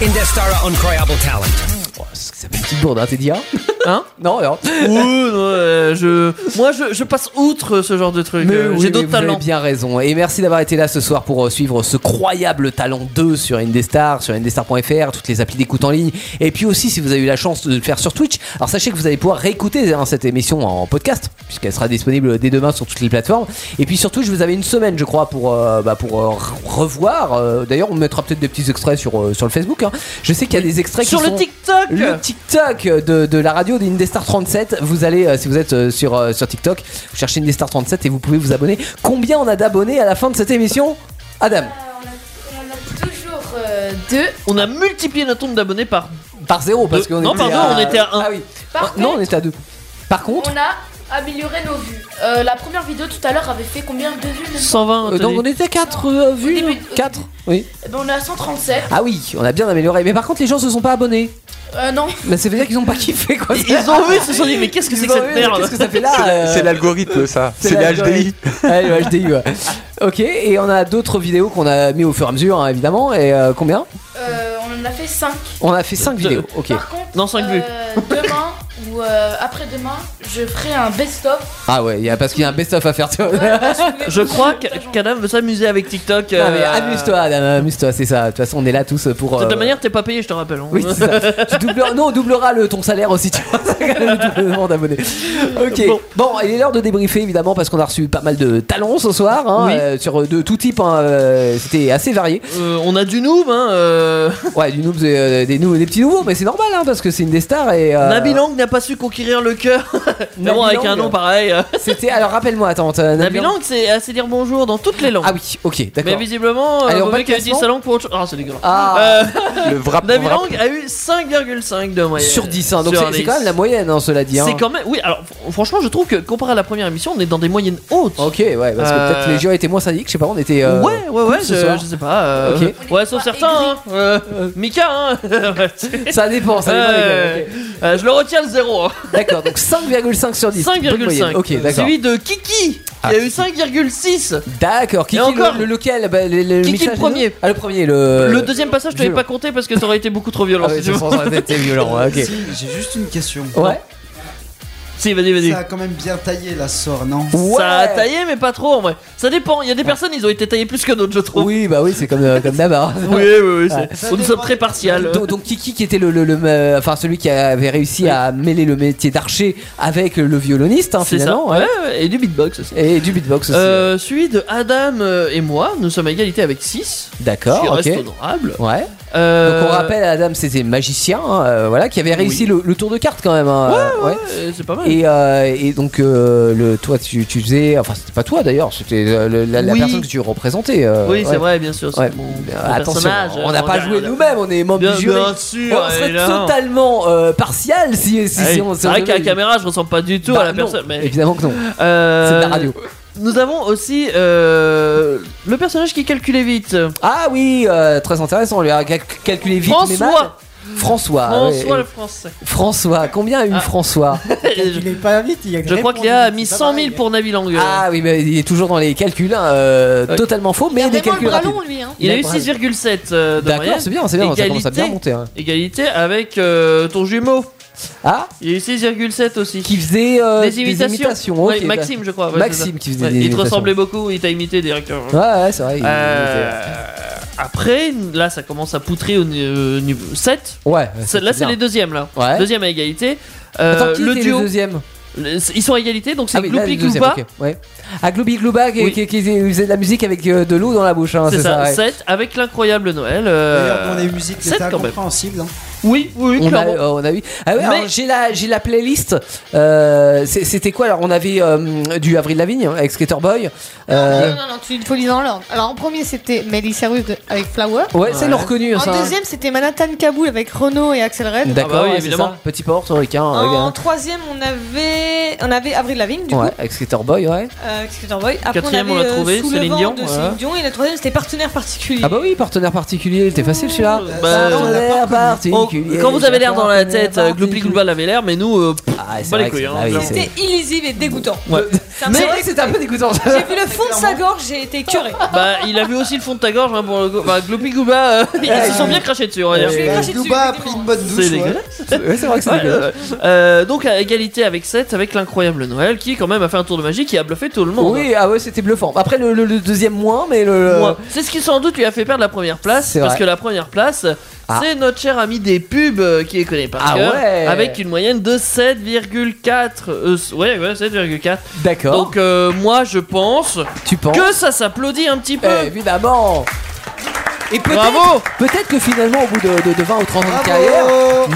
[SPEAKER 22] Indestara Uncryable Talent.
[SPEAKER 4] C'est une petite bourde, hein, t'es dit, hein
[SPEAKER 8] Hein
[SPEAKER 4] Non, non.
[SPEAKER 8] Ouh, non, euh, je... Moi, je, je passe outre ce genre de truc.
[SPEAKER 4] Mais
[SPEAKER 8] Euh,
[SPEAKER 4] oui,
[SPEAKER 8] J'ai
[SPEAKER 4] mais
[SPEAKER 8] d'autres
[SPEAKER 4] vous avez
[SPEAKER 8] talents.
[SPEAKER 4] bien raison. Et merci d'avoir été là ce soir pour euh, suivre ce croyable talent 2 sur Indestar, sur indestar.fr, toutes les applis d'écoute en ligne. Et puis aussi, si vous avez eu la chance de le faire sur Twitch, alors sachez que vous allez pouvoir réécouter hein, cette émission en podcast, puisqu'elle sera disponible dès demain sur toutes les plateformes. Et puis sur Twitch, vous avez une semaine, je crois, pour, euh, bah, pour euh, re- revoir. Euh, D'ailleurs, on mettra peut-être des petits extraits sur, euh, sur le Facebook. hein. Je sais qu'il y a des extraits qui
[SPEAKER 8] Sur le
[SPEAKER 4] sont-
[SPEAKER 8] TikTok Ah
[SPEAKER 4] Le TikTok de, de la radio d'Indestar 37. Vous allez, euh, si vous êtes euh, sur, euh, sur TikTok, vous cherchez Indestar 37 et vous pouvez vous abonner. Combien on a d'abonnés à la fin de cette émission Adam
[SPEAKER 11] Toujours 2.
[SPEAKER 8] On a multiplié notre nombre d'abonnés par.
[SPEAKER 4] Par zéro, parce qu'on
[SPEAKER 8] Non,
[SPEAKER 4] était
[SPEAKER 8] pardon,
[SPEAKER 4] à-
[SPEAKER 8] on était à 1.
[SPEAKER 4] Ah oui. Non, on était à deux. Par contre,
[SPEAKER 11] On a amélioré nos vues. Euh, la première vidéo tout à l'heure avait fait combien de vues maintenant
[SPEAKER 8] 120.
[SPEAKER 4] euh, donc on était à 4 vues. 4 Oui.
[SPEAKER 11] Eh ben, on est à 137.
[SPEAKER 4] Ah oui, on a bien amélioré. Mais par contre, les gens se sont pas abonnés.
[SPEAKER 11] Euh, non.
[SPEAKER 4] Mais ça veut dire qu'ils ont pas kiffé quoi.
[SPEAKER 8] Ils ont vu, ils se sont dit, mais qu'est-ce que
[SPEAKER 4] Ils
[SPEAKER 8] c'est
[SPEAKER 4] ont
[SPEAKER 8] que cette
[SPEAKER 4] vu,
[SPEAKER 8] merde
[SPEAKER 4] Qu'est-ce que ça fait là euh, Ah,
[SPEAKER 3] C'est l'algorithme, ça. C'est
[SPEAKER 4] la
[SPEAKER 3] les HDI.
[SPEAKER 4] Eh, Ouais, le HDI, ouais. Ok, et on a d'autres vidéos qu'on a mis au fur et à mesure, hein, évidemment. Et euh, combien
[SPEAKER 11] Euh, on en a fait 5.
[SPEAKER 4] On a fait 5 vidéos, ok.
[SPEAKER 11] Par contre, euh,
[SPEAKER 4] Non, cinq vues.
[SPEAKER 11] demain ou euh, après-demain, je ferai un best-of.
[SPEAKER 4] Ah ouais, il y a- parce qu'il y a un best-of à faire. tu vois.
[SPEAKER 8] Je crois que- qu'Adam veut s'amuser avec TikTok.
[SPEAKER 4] Non, mais
[SPEAKER 8] euh,
[SPEAKER 4] amuse-toi, Adam, amuse-toi, c'est ça. De toute façon, on est là tous pour.
[SPEAKER 8] De toute
[SPEAKER 4] euh,
[SPEAKER 8] manière, t'es pas payé, je te rappelle. hein.
[SPEAKER 4] Oui, c'est ça. Euh, tu doubleras, non, on doublera le, ton salaire aussi, tu vois. C'est quand même le doublement d'abonnés. Ok. Bon. il est l'heure de débriefer, évidemment, parce qu'on a reçu pas mal de talents ce soir, hein,
[SPEAKER 8] Oui.
[SPEAKER 4] euh, sur de tout type. hein, euh, C'était assez varié.
[SPEAKER 8] on a du noob, hein.
[SPEAKER 4] Ouais, du noob, euh, des, nou- des petits nouveaux, mais c'est normal, hein, parce que c'est une des stars. Et, euh,
[SPEAKER 8] Nabil Lang n'a pas su conquérir le cœur. Mais bon, avec
[SPEAKER 4] Nabil
[SPEAKER 8] un
[SPEAKER 4] Lang.
[SPEAKER 8] nom pareil. euh.
[SPEAKER 4] C'était, alors rappelle-moi, attends, t'as-
[SPEAKER 8] Nabil Lang, c'est assez dire bonjour dans toutes les langues. Ah
[SPEAKER 4] oui, ok, d'accord.
[SPEAKER 8] Mais visiblement,
[SPEAKER 4] Allez,
[SPEAKER 8] euh,
[SPEAKER 4] on va
[SPEAKER 8] Bobby
[SPEAKER 4] le
[SPEAKER 8] qui avait dit
[SPEAKER 4] classement
[SPEAKER 8] sa langue pour autre chose. Ah, c'est dégueulasse.
[SPEAKER 4] Ah.
[SPEAKER 8] Euh,
[SPEAKER 4] Le vrap-
[SPEAKER 8] Nabil
[SPEAKER 4] vrap.
[SPEAKER 8] Lang a eu 5,5 de moyenne.
[SPEAKER 4] Sur 10, hein, donc
[SPEAKER 8] Sur
[SPEAKER 4] c'est, c'est
[SPEAKER 8] 10.
[SPEAKER 4] quand même la moyenne, hein, cela dit. hein.
[SPEAKER 8] C'est quand même. Oui, alors fr- franchement, je trouve que comparé à la première émission, on est dans des moyennes hautes. Euh,
[SPEAKER 4] Ok, ouais, parce que peut-être les gens étaient moins sadiques, je sais pas, on était. euh,
[SPEAKER 8] Ouais, ouais,
[SPEAKER 4] cool
[SPEAKER 8] ouais,
[SPEAKER 4] ce
[SPEAKER 8] je,
[SPEAKER 4] soir.
[SPEAKER 8] je sais pas. euh,
[SPEAKER 4] Ok.
[SPEAKER 8] Ouais, sauf certains, hein. Euh, Mika, hein.
[SPEAKER 4] Ça dépend, ça dépend
[SPEAKER 8] Ouais. Euh, je le retiens le 0.
[SPEAKER 4] D'accord, donc 5,5 sur 10. bonne moyenne.
[SPEAKER 8] 5,5.
[SPEAKER 4] Ok, d'accord.
[SPEAKER 8] Celui de Kiki,
[SPEAKER 4] Ah,
[SPEAKER 8] qui a eu 5,6.
[SPEAKER 4] D'accord, Kiki,
[SPEAKER 8] Et encore-
[SPEAKER 4] le, le- lequel bah, le,
[SPEAKER 8] Kiki,
[SPEAKER 4] mixage
[SPEAKER 8] le
[SPEAKER 4] des
[SPEAKER 8] premier.
[SPEAKER 4] deux Ah, le premier, le.
[SPEAKER 8] Le deuxième passage, je t'avais
[SPEAKER 4] violent.
[SPEAKER 8] pas compté parce que ça aurait été beaucoup trop violent.
[SPEAKER 4] Ah ouais,
[SPEAKER 8] si tu
[SPEAKER 4] ça
[SPEAKER 8] veux.
[SPEAKER 4] aurait été violent, ouais, ok. Si,
[SPEAKER 1] J'ai juste une question.
[SPEAKER 4] Ouais.
[SPEAKER 8] Si, vas-y, vas-y.
[SPEAKER 1] Ça a quand même bien hein. taillé la sort, non
[SPEAKER 8] Ça a taillé, mais pas trop en vrai. Ça dépend, il y a des personnes, ils ont été taillés plus que d'autres, je trouve.
[SPEAKER 4] Oui, bah oui, c'est comme, euh, comme d'hab. hein.
[SPEAKER 8] Oui, oui, oui,
[SPEAKER 4] Ouais.
[SPEAKER 8] c'est- euh. nous sommes très partial.
[SPEAKER 4] Donc, donc Kiki qui était le, le- le- euh, enfin celui qui avait réussi à mêler le métier d'archer avec le violoniste hein,
[SPEAKER 8] C'est ça.
[SPEAKER 4] finalement
[SPEAKER 8] Ouais, ouais, et du beatbox aussi.
[SPEAKER 4] et du beatbox aussi.
[SPEAKER 8] Euh, celui de Adam euh, et moi, nous sommes à égalité avec 6.
[SPEAKER 4] D'accord,
[SPEAKER 8] Ce qui
[SPEAKER 4] ok.
[SPEAKER 8] reste honorable.
[SPEAKER 4] Ouais.
[SPEAKER 8] Euh,
[SPEAKER 4] Donc on rappelle Adam c'était magicien hein, euh, voilà qui avait réussi le, le tour de carte quand même. hein, euh, ouais.
[SPEAKER 8] euh, C'est pas mal.
[SPEAKER 4] Et, euh, et donc euh, le toi tu, tu faisais enfin c'était pas toi d'ailleurs c'était euh, le- la, la
[SPEAKER 8] Oui.
[SPEAKER 4] personne que tu représentais. euh,
[SPEAKER 8] oui, c'est
[SPEAKER 4] ouais.
[SPEAKER 8] vrai, bien sûr. c'est
[SPEAKER 4] Ouais.
[SPEAKER 8] mon- mon
[SPEAKER 4] Euh, attention,
[SPEAKER 8] personnage,
[SPEAKER 4] on n'a
[SPEAKER 8] euh,
[SPEAKER 4] pas
[SPEAKER 8] mon
[SPEAKER 4] joué
[SPEAKER 8] dernier.
[SPEAKER 4] nous-mêmes, on est membre
[SPEAKER 8] Bien-
[SPEAKER 4] du jury.
[SPEAKER 8] bien sûr,
[SPEAKER 4] on serait
[SPEAKER 8] évidemment.
[SPEAKER 4] totalement euh, partial si, si,
[SPEAKER 8] Ah oui,
[SPEAKER 4] si on si
[SPEAKER 8] c'est
[SPEAKER 4] on
[SPEAKER 8] vrai qu'à la
[SPEAKER 4] devait-
[SPEAKER 8] caméra, je ressemble pas du tout
[SPEAKER 4] Bah
[SPEAKER 8] à la
[SPEAKER 4] non,
[SPEAKER 8] personne. Mais...
[SPEAKER 4] Évidemment que non.
[SPEAKER 8] Euh,
[SPEAKER 4] C'est de la radio.
[SPEAKER 8] Nous avons aussi euh, le personnage qui calculait vite.
[SPEAKER 4] Ah oui, euh, très intéressant. On lui a cal- calculé vite.
[SPEAKER 8] François.
[SPEAKER 4] mais mal. François.
[SPEAKER 8] François
[SPEAKER 4] ouais.
[SPEAKER 8] le français.
[SPEAKER 4] François. Combien a eu François
[SPEAKER 8] Il
[SPEAKER 7] est pas vite, il y a
[SPEAKER 8] Je crois
[SPEAKER 4] répondu,
[SPEAKER 8] qu'il a mis
[SPEAKER 4] c'est
[SPEAKER 8] 100 000 pour Nabil Lang.
[SPEAKER 4] Ah oui, mais il est toujours dans les calculs, hein, euh, totalement faux, mais des calculs rapides.
[SPEAKER 7] hein.
[SPEAKER 8] Il a eu
[SPEAKER 4] D'accord,
[SPEAKER 8] 6,7 euh, de
[SPEAKER 4] D'accord,
[SPEAKER 8] moyenne.
[SPEAKER 4] c'est bien, c'est bien, ça commence à bien monter, hein.
[SPEAKER 8] Égalité avec euh, ton jumeau.
[SPEAKER 4] Ah
[SPEAKER 8] Il a eu 6,7 aussi.
[SPEAKER 4] Qui faisait euh,
[SPEAKER 8] des imitations.
[SPEAKER 4] ok,
[SPEAKER 8] Ouais, Maxime,
[SPEAKER 4] bah-
[SPEAKER 8] je crois. ouais, c'est
[SPEAKER 4] Maxime
[SPEAKER 8] ça.
[SPEAKER 4] qui faisait
[SPEAKER 8] Ouais,
[SPEAKER 4] des
[SPEAKER 8] Il te
[SPEAKER 4] imitations.
[SPEAKER 8] ressemblait beaucoup, il t'a imité directement.
[SPEAKER 4] Ouais, ouais, c'est vrai. il-
[SPEAKER 8] Euh, Après, là, ça commence à poutrer au ni- euh, niveau 7.
[SPEAKER 4] Ouais,
[SPEAKER 8] Ça-
[SPEAKER 4] c'est
[SPEAKER 8] là, c'est
[SPEAKER 4] bien.
[SPEAKER 8] les deuxièmes. Là.
[SPEAKER 4] Ouais.
[SPEAKER 8] Deuxième à égalité.
[SPEAKER 4] Attends, qui
[SPEAKER 8] Euh, le
[SPEAKER 4] était le
[SPEAKER 8] duo.
[SPEAKER 4] deuxième
[SPEAKER 8] Le- Ils sont à égalité, donc c'est
[SPEAKER 4] Ah oui, là,
[SPEAKER 8] Gloupi
[SPEAKER 4] le deuxième,
[SPEAKER 8] Gloupa.
[SPEAKER 4] ok, ouais. Ah, Gloopy Glooba qui, qui- qui faisait de la musique avec euh, de l'eau dans la bouche, hein,
[SPEAKER 8] C'est ça,
[SPEAKER 4] ouais.
[SPEAKER 8] 7 avec l'incroyable Noël. euh,
[SPEAKER 4] D'ailleurs, dans les musiques,
[SPEAKER 8] sept
[SPEAKER 4] l'État
[SPEAKER 8] quand même.
[SPEAKER 1] Compréhensible, hein.
[SPEAKER 8] Oui, oui,
[SPEAKER 4] on a,
[SPEAKER 8] clairement.
[SPEAKER 4] euh, on a eu. Ah ouais,
[SPEAKER 8] Mais-
[SPEAKER 4] alors, j'ai la, j'ai la playlist. Euh, c'est- C'était quoi alors On avait euh, du Avril Lavigne hein, avec Skater Boy. Euh,
[SPEAKER 20] Non,
[SPEAKER 8] Ah
[SPEAKER 20] non, non, tu il faut lire dans l'ordre. Alors en premier c'était Melissa Ruth avec Flower.
[SPEAKER 4] Ouais, ça, ils l'ont reconnu,
[SPEAKER 20] En
[SPEAKER 4] ça. hein.
[SPEAKER 20] deuxième c'était Manhattan Kaboul avec Renaud et Axel
[SPEAKER 8] bah
[SPEAKER 20] Red.
[SPEAKER 4] D'accord, ouais, c'est ça. Petit port, ricain.
[SPEAKER 20] En
[SPEAKER 4] hein,
[SPEAKER 20] troisième on avait on avait Avril Lavigne du
[SPEAKER 4] ouais,
[SPEAKER 20] coup.
[SPEAKER 4] avec Skater Boy, ouais.
[SPEAKER 20] Euh, Skater Boy. Après,
[SPEAKER 4] Quatrième,
[SPEAKER 20] on,
[SPEAKER 4] on
[SPEAKER 20] avait,
[SPEAKER 4] l'a
[SPEAKER 20] euh,
[SPEAKER 4] trouvé,
[SPEAKER 20] Sous le
[SPEAKER 4] Céline
[SPEAKER 20] vent
[SPEAKER 4] Dion,
[SPEAKER 20] de
[SPEAKER 4] ouais.
[SPEAKER 20] Céline Dion. Et le troisième c'était Partenaire particulier.
[SPEAKER 4] Ah bah oui, partenaire particulier, il était facile celui-là.
[SPEAKER 8] Bah,
[SPEAKER 4] partenaire particulier.
[SPEAKER 8] Quand vous avez l'air dans la tête, euh, Gloopy Gloopba l'avait l'air, mais nous, euh, pff,
[SPEAKER 4] c'est
[SPEAKER 8] pas les
[SPEAKER 4] vrai que
[SPEAKER 8] couilles.
[SPEAKER 4] c'est-
[SPEAKER 8] hein,
[SPEAKER 4] ah oui,
[SPEAKER 8] clairement.
[SPEAKER 4] c'est-
[SPEAKER 20] C'était illisible et dégoûtant.
[SPEAKER 8] Ouais.
[SPEAKER 2] un peu-
[SPEAKER 4] Mais c'est vrai que c'était un peu dégoûtant.
[SPEAKER 2] J'ai vu le fond de sa gorge, j'ai été curé.
[SPEAKER 8] Bah, il a vu aussi le fond de ta gorge, hein, pour le coup. Bah, Gloopy Gooba, euh, ils se sont bien crachés dessus, on va dire.
[SPEAKER 1] Douba Euh, a pris une bonne Eh, douche.
[SPEAKER 8] C'est
[SPEAKER 1] ouais.
[SPEAKER 8] dégueulasse.
[SPEAKER 4] c'est vrai que c'est
[SPEAKER 8] Ouais,
[SPEAKER 4] dégueulasse.
[SPEAKER 8] ouais, ouais. Euh, donc à égalité avec 7 avec l'incroyable Noël qui quand même a fait un tour de magie qui a bluffé tout le monde.
[SPEAKER 4] Oui, ah ouais, c'était bluffant. Après le, le- le deuxième moins, mais le.
[SPEAKER 8] Moi. C'est ce qui sans doute lui a fait perdre la première place
[SPEAKER 4] Euh, C'est
[SPEAKER 8] parce
[SPEAKER 4] vrai.
[SPEAKER 8] que la première place
[SPEAKER 4] Ah.
[SPEAKER 8] c'est notre cher ami des pubs euh, qui les connaît par
[SPEAKER 4] Ah
[SPEAKER 8] cœur
[SPEAKER 4] ouais.
[SPEAKER 8] avec une moyenne de 7,4 euh, ouais ouais 7,4
[SPEAKER 4] D'accord.
[SPEAKER 8] donc euh, moi je pense
[SPEAKER 4] tu penses Eh,
[SPEAKER 8] que ça s'applaudit un petit peu
[SPEAKER 4] évidemment Et
[SPEAKER 8] Bravo
[SPEAKER 4] peut-être peut-être que finalement, au bout de, de- de 20 ou 30 ans de carrière,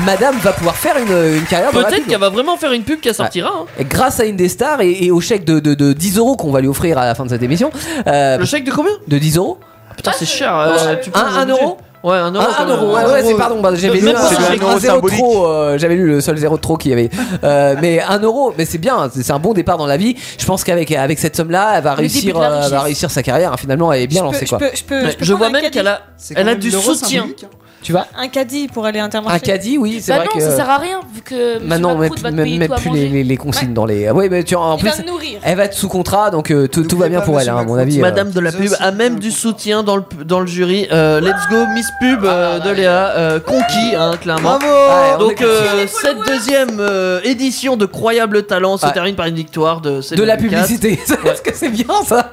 [SPEAKER 4] madame va pouvoir faire une, une carrière dans la
[SPEAKER 8] peut-être
[SPEAKER 4] pub.
[SPEAKER 8] qu'elle va vraiment faire une pub qui sortira hein.
[SPEAKER 4] Et grâce à Indestar et, et au chèque de, de- de 10 euros qu'on va lui offrir à la fin de cette émission. euh,
[SPEAKER 8] Le chèque de combien Ah,
[SPEAKER 4] De 10 euros.
[SPEAKER 8] putain c'est cher euh, tu peux
[SPEAKER 4] Un-
[SPEAKER 8] nous
[SPEAKER 4] un
[SPEAKER 8] obliger.
[SPEAKER 4] euro
[SPEAKER 8] ouais un euro
[SPEAKER 4] Ah,
[SPEAKER 8] quand
[SPEAKER 4] un
[SPEAKER 8] même.
[SPEAKER 4] euro, ouais, ouais, c'est pardon, bah, j'avais lu
[SPEAKER 8] Même pas
[SPEAKER 4] un,
[SPEAKER 8] un
[SPEAKER 4] un
[SPEAKER 8] euro
[SPEAKER 4] zéro
[SPEAKER 8] symbolique.
[SPEAKER 4] trop, euh, j'avais lu le seul zéro de trop qu'il y avait. Euh, mais un euro, mais c'est bien, c'est c'est un bon départ dans la vie. Je pense qu'avec avec cette somme-là, elle va
[SPEAKER 8] Le début
[SPEAKER 4] réussir,
[SPEAKER 8] de la
[SPEAKER 4] euh, elle va
[SPEAKER 8] richesse.
[SPEAKER 4] réussir sa carrière. hein, Finalement, elle est bien
[SPEAKER 8] Je peux-
[SPEAKER 4] lancée
[SPEAKER 8] je
[SPEAKER 4] quoi.
[SPEAKER 8] peux- je peux- je peux Je prendre vois un même caddie. qu'elle a- C'est quand elle a même du l'euro soutien. symbolique, Tu vois
[SPEAKER 2] Un caddie pour aller à Intermarché.
[SPEAKER 4] Bah. Un caddie, oui, c'est
[SPEAKER 11] bah
[SPEAKER 4] vrai
[SPEAKER 11] non,
[SPEAKER 4] que-
[SPEAKER 11] ça sert à rien vu que. monsieur
[SPEAKER 4] Maintenant, on met
[SPEAKER 11] Macron
[SPEAKER 4] plus,
[SPEAKER 11] va te
[SPEAKER 4] même-
[SPEAKER 11] payer
[SPEAKER 4] même
[SPEAKER 11] tout à
[SPEAKER 4] plus
[SPEAKER 11] manger.
[SPEAKER 4] les, les- les consignes dans les. ah Ouais, mais tu en
[SPEAKER 11] Il
[SPEAKER 4] plus,
[SPEAKER 11] va me nourrir.
[SPEAKER 4] elle va être sous contrat, donc euh, tout, tout va bien pour elle, hein, à mon avis. euh.
[SPEAKER 8] Madame de la pub a même du soutien dans le, dans le jury. Euh, let's go, Miss Pub
[SPEAKER 2] Ah,
[SPEAKER 8] euh, de Léa, euh, conquis, hein, clairement.
[SPEAKER 4] Bravo Ouais, on
[SPEAKER 8] Donc,
[SPEAKER 4] est
[SPEAKER 8] euh, cette deuxième euh, édition de Croyable Talent se
[SPEAKER 4] Ouais.
[SPEAKER 8] termine par une victoire de
[SPEAKER 4] de la
[SPEAKER 8] 7,4.
[SPEAKER 4] publicité. Est-ce que c'est bien ça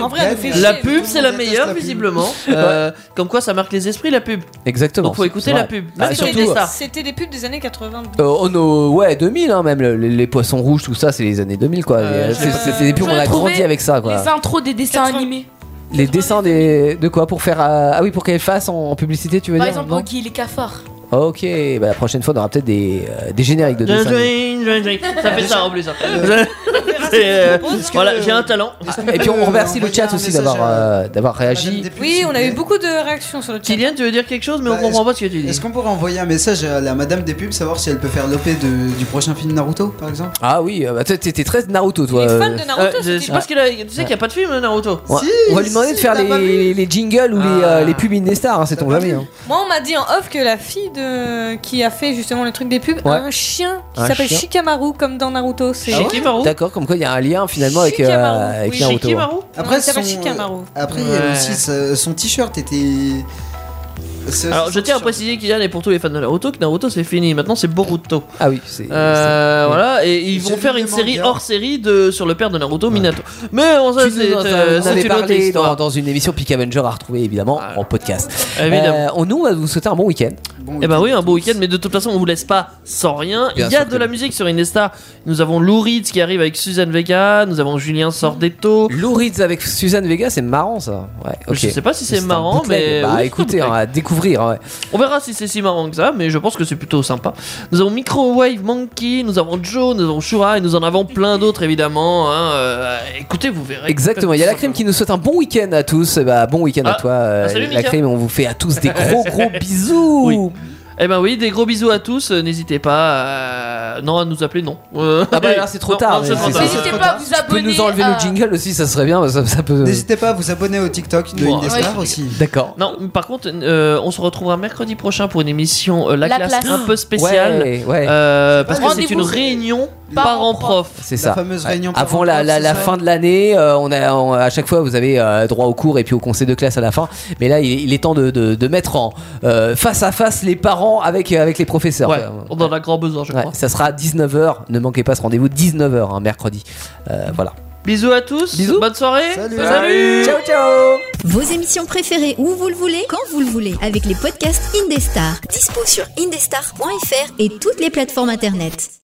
[SPEAKER 8] En vrai, elle fait chier. La pub, c'est la meilleure, visiblement. Euh, Comme quoi, ça marque les esprits, la pub.
[SPEAKER 4] Exactement.
[SPEAKER 8] Donc, faut
[SPEAKER 4] c'est-
[SPEAKER 8] écouter
[SPEAKER 4] c'est
[SPEAKER 8] la
[SPEAKER 4] vrai.
[SPEAKER 8] pub.
[SPEAKER 4] Ah,
[SPEAKER 8] Même sur
[SPEAKER 4] surtout,
[SPEAKER 8] les stars.
[SPEAKER 2] C'était des pubs des années 90.
[SPEAKER 4] Euh, oh no, ouais, 2000 hein, même le- les, les poissons rouges, tout ça, c'est les années 2000 quoi.
[SPEAKER 11] Euh,
[SPEAKER 4] C'est-
[SPEAKER 11] je-
[SPEAKER 4] c'est c'est des pubs,
[SPEAKER 11] je
[SPEAKER 4] on a
[SPEAKER 11] trouvais
[SPEAKER 4] grandi avec ça quoi.
[SPEAKER 11] Les intros des dessins animés.
[SPEAKER 4] Les, dessins des de quoi pour faire euh, ah oui pour qu'elles fassent en, en publicité, tu veux
[SPEAKER 11] Par
[SPEAKER 4] dire
[SPEAKER 11] exemple,
[SPEAKER 4] non
[SPEAKER 11] Oggy, les cafards.
[SPEAKER 4] Ok, bah, la prochaine fois on aura peut-être des, euh, des génériques de dessins. animés.
[SPEAKER 8] Ça fait ça en plus. hein.
[SPEAKER 4] Euh,
[SPEAKER 8] C'est, euh,
[SPEAKER 4] Est-ce que-
[SPEAKER 8] Voilà, j'ai un talent.
[SPEAKER 4] Ah, Et puis on remercie le chat aussi d'avoir euh, d'avoir réagi.
[SPEAKER 2] Oui, on a eu beaucoup de réactions sur le chat.
[SPEAKER 8] Kylian, tu veux dire quelque chose,
[SPEAKER 4] Bah,
[SPEAKER 8] mais on comprend pas ce que tu dis.
[SPEAKER 1] Bah, Est-ce qu'on pourrait envoyer un message à la madame des pubs, savoir si elle peut faire l'OP de- du prochain film Naruto, par exemple
[SPEAKER 4] Ah oui, euh, bah, t'es- t'es très Naruto toi. euh.
[SPEAKER 8] Euh, je sais pas ce qu'il a- Tu sais qu'il n'y a pas de film, hein, Naruto.
[SPEAKER 4] Ouais. on va lui demander de faire les, les jingles ou les, euh, les pubs Indestar, hein, c'est ton jamais. hein.
[SPEAKER 2] Moi, on m'a dit en off que la fille de... qui a fait justement le truc des pubs
[SPEAKER 4] Ouais.
[SPEAKER 2] a un chien qui
[SPEAKER 4] Un
[SPEAKER 2] s'appelle
[SPEAKER 4] chien.
[SPEAKER 2] Shikamaru, comme dans Naruto. C'est
[SPEAKER 4] Ah D'accord, comme quoi il y a un lien finalement avec, euh,
[SPEAKER 2] Shikamaru,
[SPEAKER 4] avec
[SPEAKER 2] oui.
[SPEAKER 4] Naruto.
[SPEAKER 2] Shikamaru
[SPEAKER 1] Après,
[SPEAKER 2] il s'appelle
[SPEAKER 1] son-
[SPEAKER 2] Shikamaru.
[SPEAKER 4] euh,
[SPEAKER 1] Après,
[SPEAKER 8] Ouais.
[SPEAKER 1] elle aussi, sa- son t-shirt était. ce-
[SPEAKER 8] Alors je tiens à préciser qu'il y a les pour tous les fans de Naruto que Naruto c'est fini, maintenant c'est Boruto.
[SPEAKER 4] Ah oui, c'est
[SPEAKER 8] Euh,
[SPEAKER 4] c'est-
[SPEAKER 8] voilà et ils
[SPEAKER 4] J'ai
[SPEAKER 8] vont
[SPEAKER 4] vu
[SPEAKER 8] faire
[SPEAKER 4] le
[SPEAKER 8] une série
[SPEAKER 4] manga.
[SPEAKER 8] hors série de sur le père de Naruto Minato. Mais on ça
[SPEAKER 4] Tu
[SPEAKER 8] c'est
[SPEAKER 4] nous en
[SPEAKER 8] euh,
[SPEAKER 4] en avais
[SPEAKER 8] c'est une autre
[SPEAKER 4] parlé dans,
[SPEAKER 8] histoire.
[SPEAKER 4] dans une émission Peak Avenger à retrouver évidemment en podcast.
[SPEAKER 8] Ah, Évidemment.
[SPEAKER 4] Euh, on- nous, on va vous souhaiter un bon week-end.
[SPEAKER 8] Eh ben oui, un beau week-end, mais de toute façon, on vous laisse pas sans rien.
[SPEAKER 4] Bien
[SPEAKER 8] Il y a
[SPEAKER 4] sûr
[SPEAKER 8] de la musique sur Indestar. Nous avons Lou Reed qui arrive avec Suzanne Vega, nous avons Julien Sordetto.
[SPEAKER 4] Lou Reed avec Suzanne Vega, c'est marrant ça. Ouais, ok.
[SPEAKER 8] Je sais pas si c'est
[SPEAKER 4] un
[SPEAKER 8] marrant,
[SPEAKER 4] bootleg.
[SPEAKER 8] mais-
[SPEAKER 4] Bah
[SPEAKER 8] oui, c'est
[SPEAKER 4] écoutez,
[SPEAKER 8] un
[SPEAKER 4] hein,
[SPEAKER 8] bootleg.
[SPEAKER 4] à découvrir. hein, ouais.
[SPEAKER 8] On verra si c'est si marrant que ça, mais je pense que c'est plutôt sympa. Nous avons Microwave Monkey, nous avons Joe, nous avons Shura et nous en avons plein d'autres évidemment. hein, euh, écoutez, vous verrez.
[SPEAKER 4] Exactement, il y a la crème qui nous souhaite un bon week-end à tous. Et bah, bon week-end à toi, euh,
[SPEAKER 8] Ah, salut,
[SPEAKER 4] la
[SPEAKER 8] Mika.
[SPEAKER 4] crème. On vous fait à tous des gros gros bisous.
[SPEAKER 8] Eh ben oui, des gros bisous à tous. euh, N'hésitez pas. euh, Non, à nous appeler, non. Euh,
[SPEAKER 4] Ah bah là, c'est trop
[SPEAKER 8] non,
[SPEAKER 4] tard.
[SPEAKER 8] non, c'est
[SPEAKER 4] mais
[SPEAKER 8] trop
[SPEAKER 4] c'est-
[SPEAKER 8] tard.
[SPEAKER 4] c'est trop tard.
[SPEAKER 11] vous
[SPEAKER 4] Tu peux nous
[SPEAKER 11] abonner
[SPEAKER 4] enlever
[SPEAKER 11] à-
[SPEAKER 4] le jingle aussi, ça serait bien. Ça, ça peut.
[SPEAKER 1] N'hésitez pas à vous abonner au TikTok de
[SPEAKER 8] Bon,
[SPEAKER 1] Indestar
[SPEAKER 8] ouais.
[SPEAKER 1] aussi.
[SPEAKER 4] D'accord.
[SPEAKER 8] Non, mais par contre, euh, on se retrouvera mercredi prochain pour une émission euh, la,
[SPEAKER 1] La
[SPEAKER 8] classe,
[SPEAKER 1] classe.
[SPEAKER 8] un peu spéciale.
[SPEAKER 4] Ouais, ouais.
[SPEAKER 8] euh, parce que c'est
[SPEAKER 4] Rendez-vous,
[SPEAKER 8] une
[SPEAKER 4] c'est-
[SPEAKER 8] réunion
[SPEAKER 4] parents
[SPEAKER 8] parents-prof.
[SPEAKER 4] C'est ça. Ouais. Avant
[SPEAKER 8] parents-prof,
[SPEAKER 4] la, la,
[SPEAKER 8] c'est
[SPEAKER 4] la
[SPEAKER 8] ça.
[SPEAKER 4] fin de l'année, euh, on a on- à chaque fois vous avez euh, droit au cours et puis au conseil de classe à la fin. Mais là, il, il est temps de, de, de mettre en euh, face à face les parents avec euh, avec les professeurs.
[SPEAKER 8] Ouais, on en a grand besoin, je
[SPEAKER 4] Ouais,
[SPEAKER 8] crois.
[SPEAKER 4] ça sera à 19h. Ne manquez pas ce rendez-vous 19h hein, mercredi. Euh, voilà.
[SPEAKER 8] Bisous à tous. Bisous. Bonne soirée.
[SPEAKER 4] Ciao ciao.
[SPEAKER 7] Vos émissions préférées où vous le voulez, quand vous le voulez, avec les podcasts Indestar. Dispo sur indestar.fr et toutes les plateformes internet.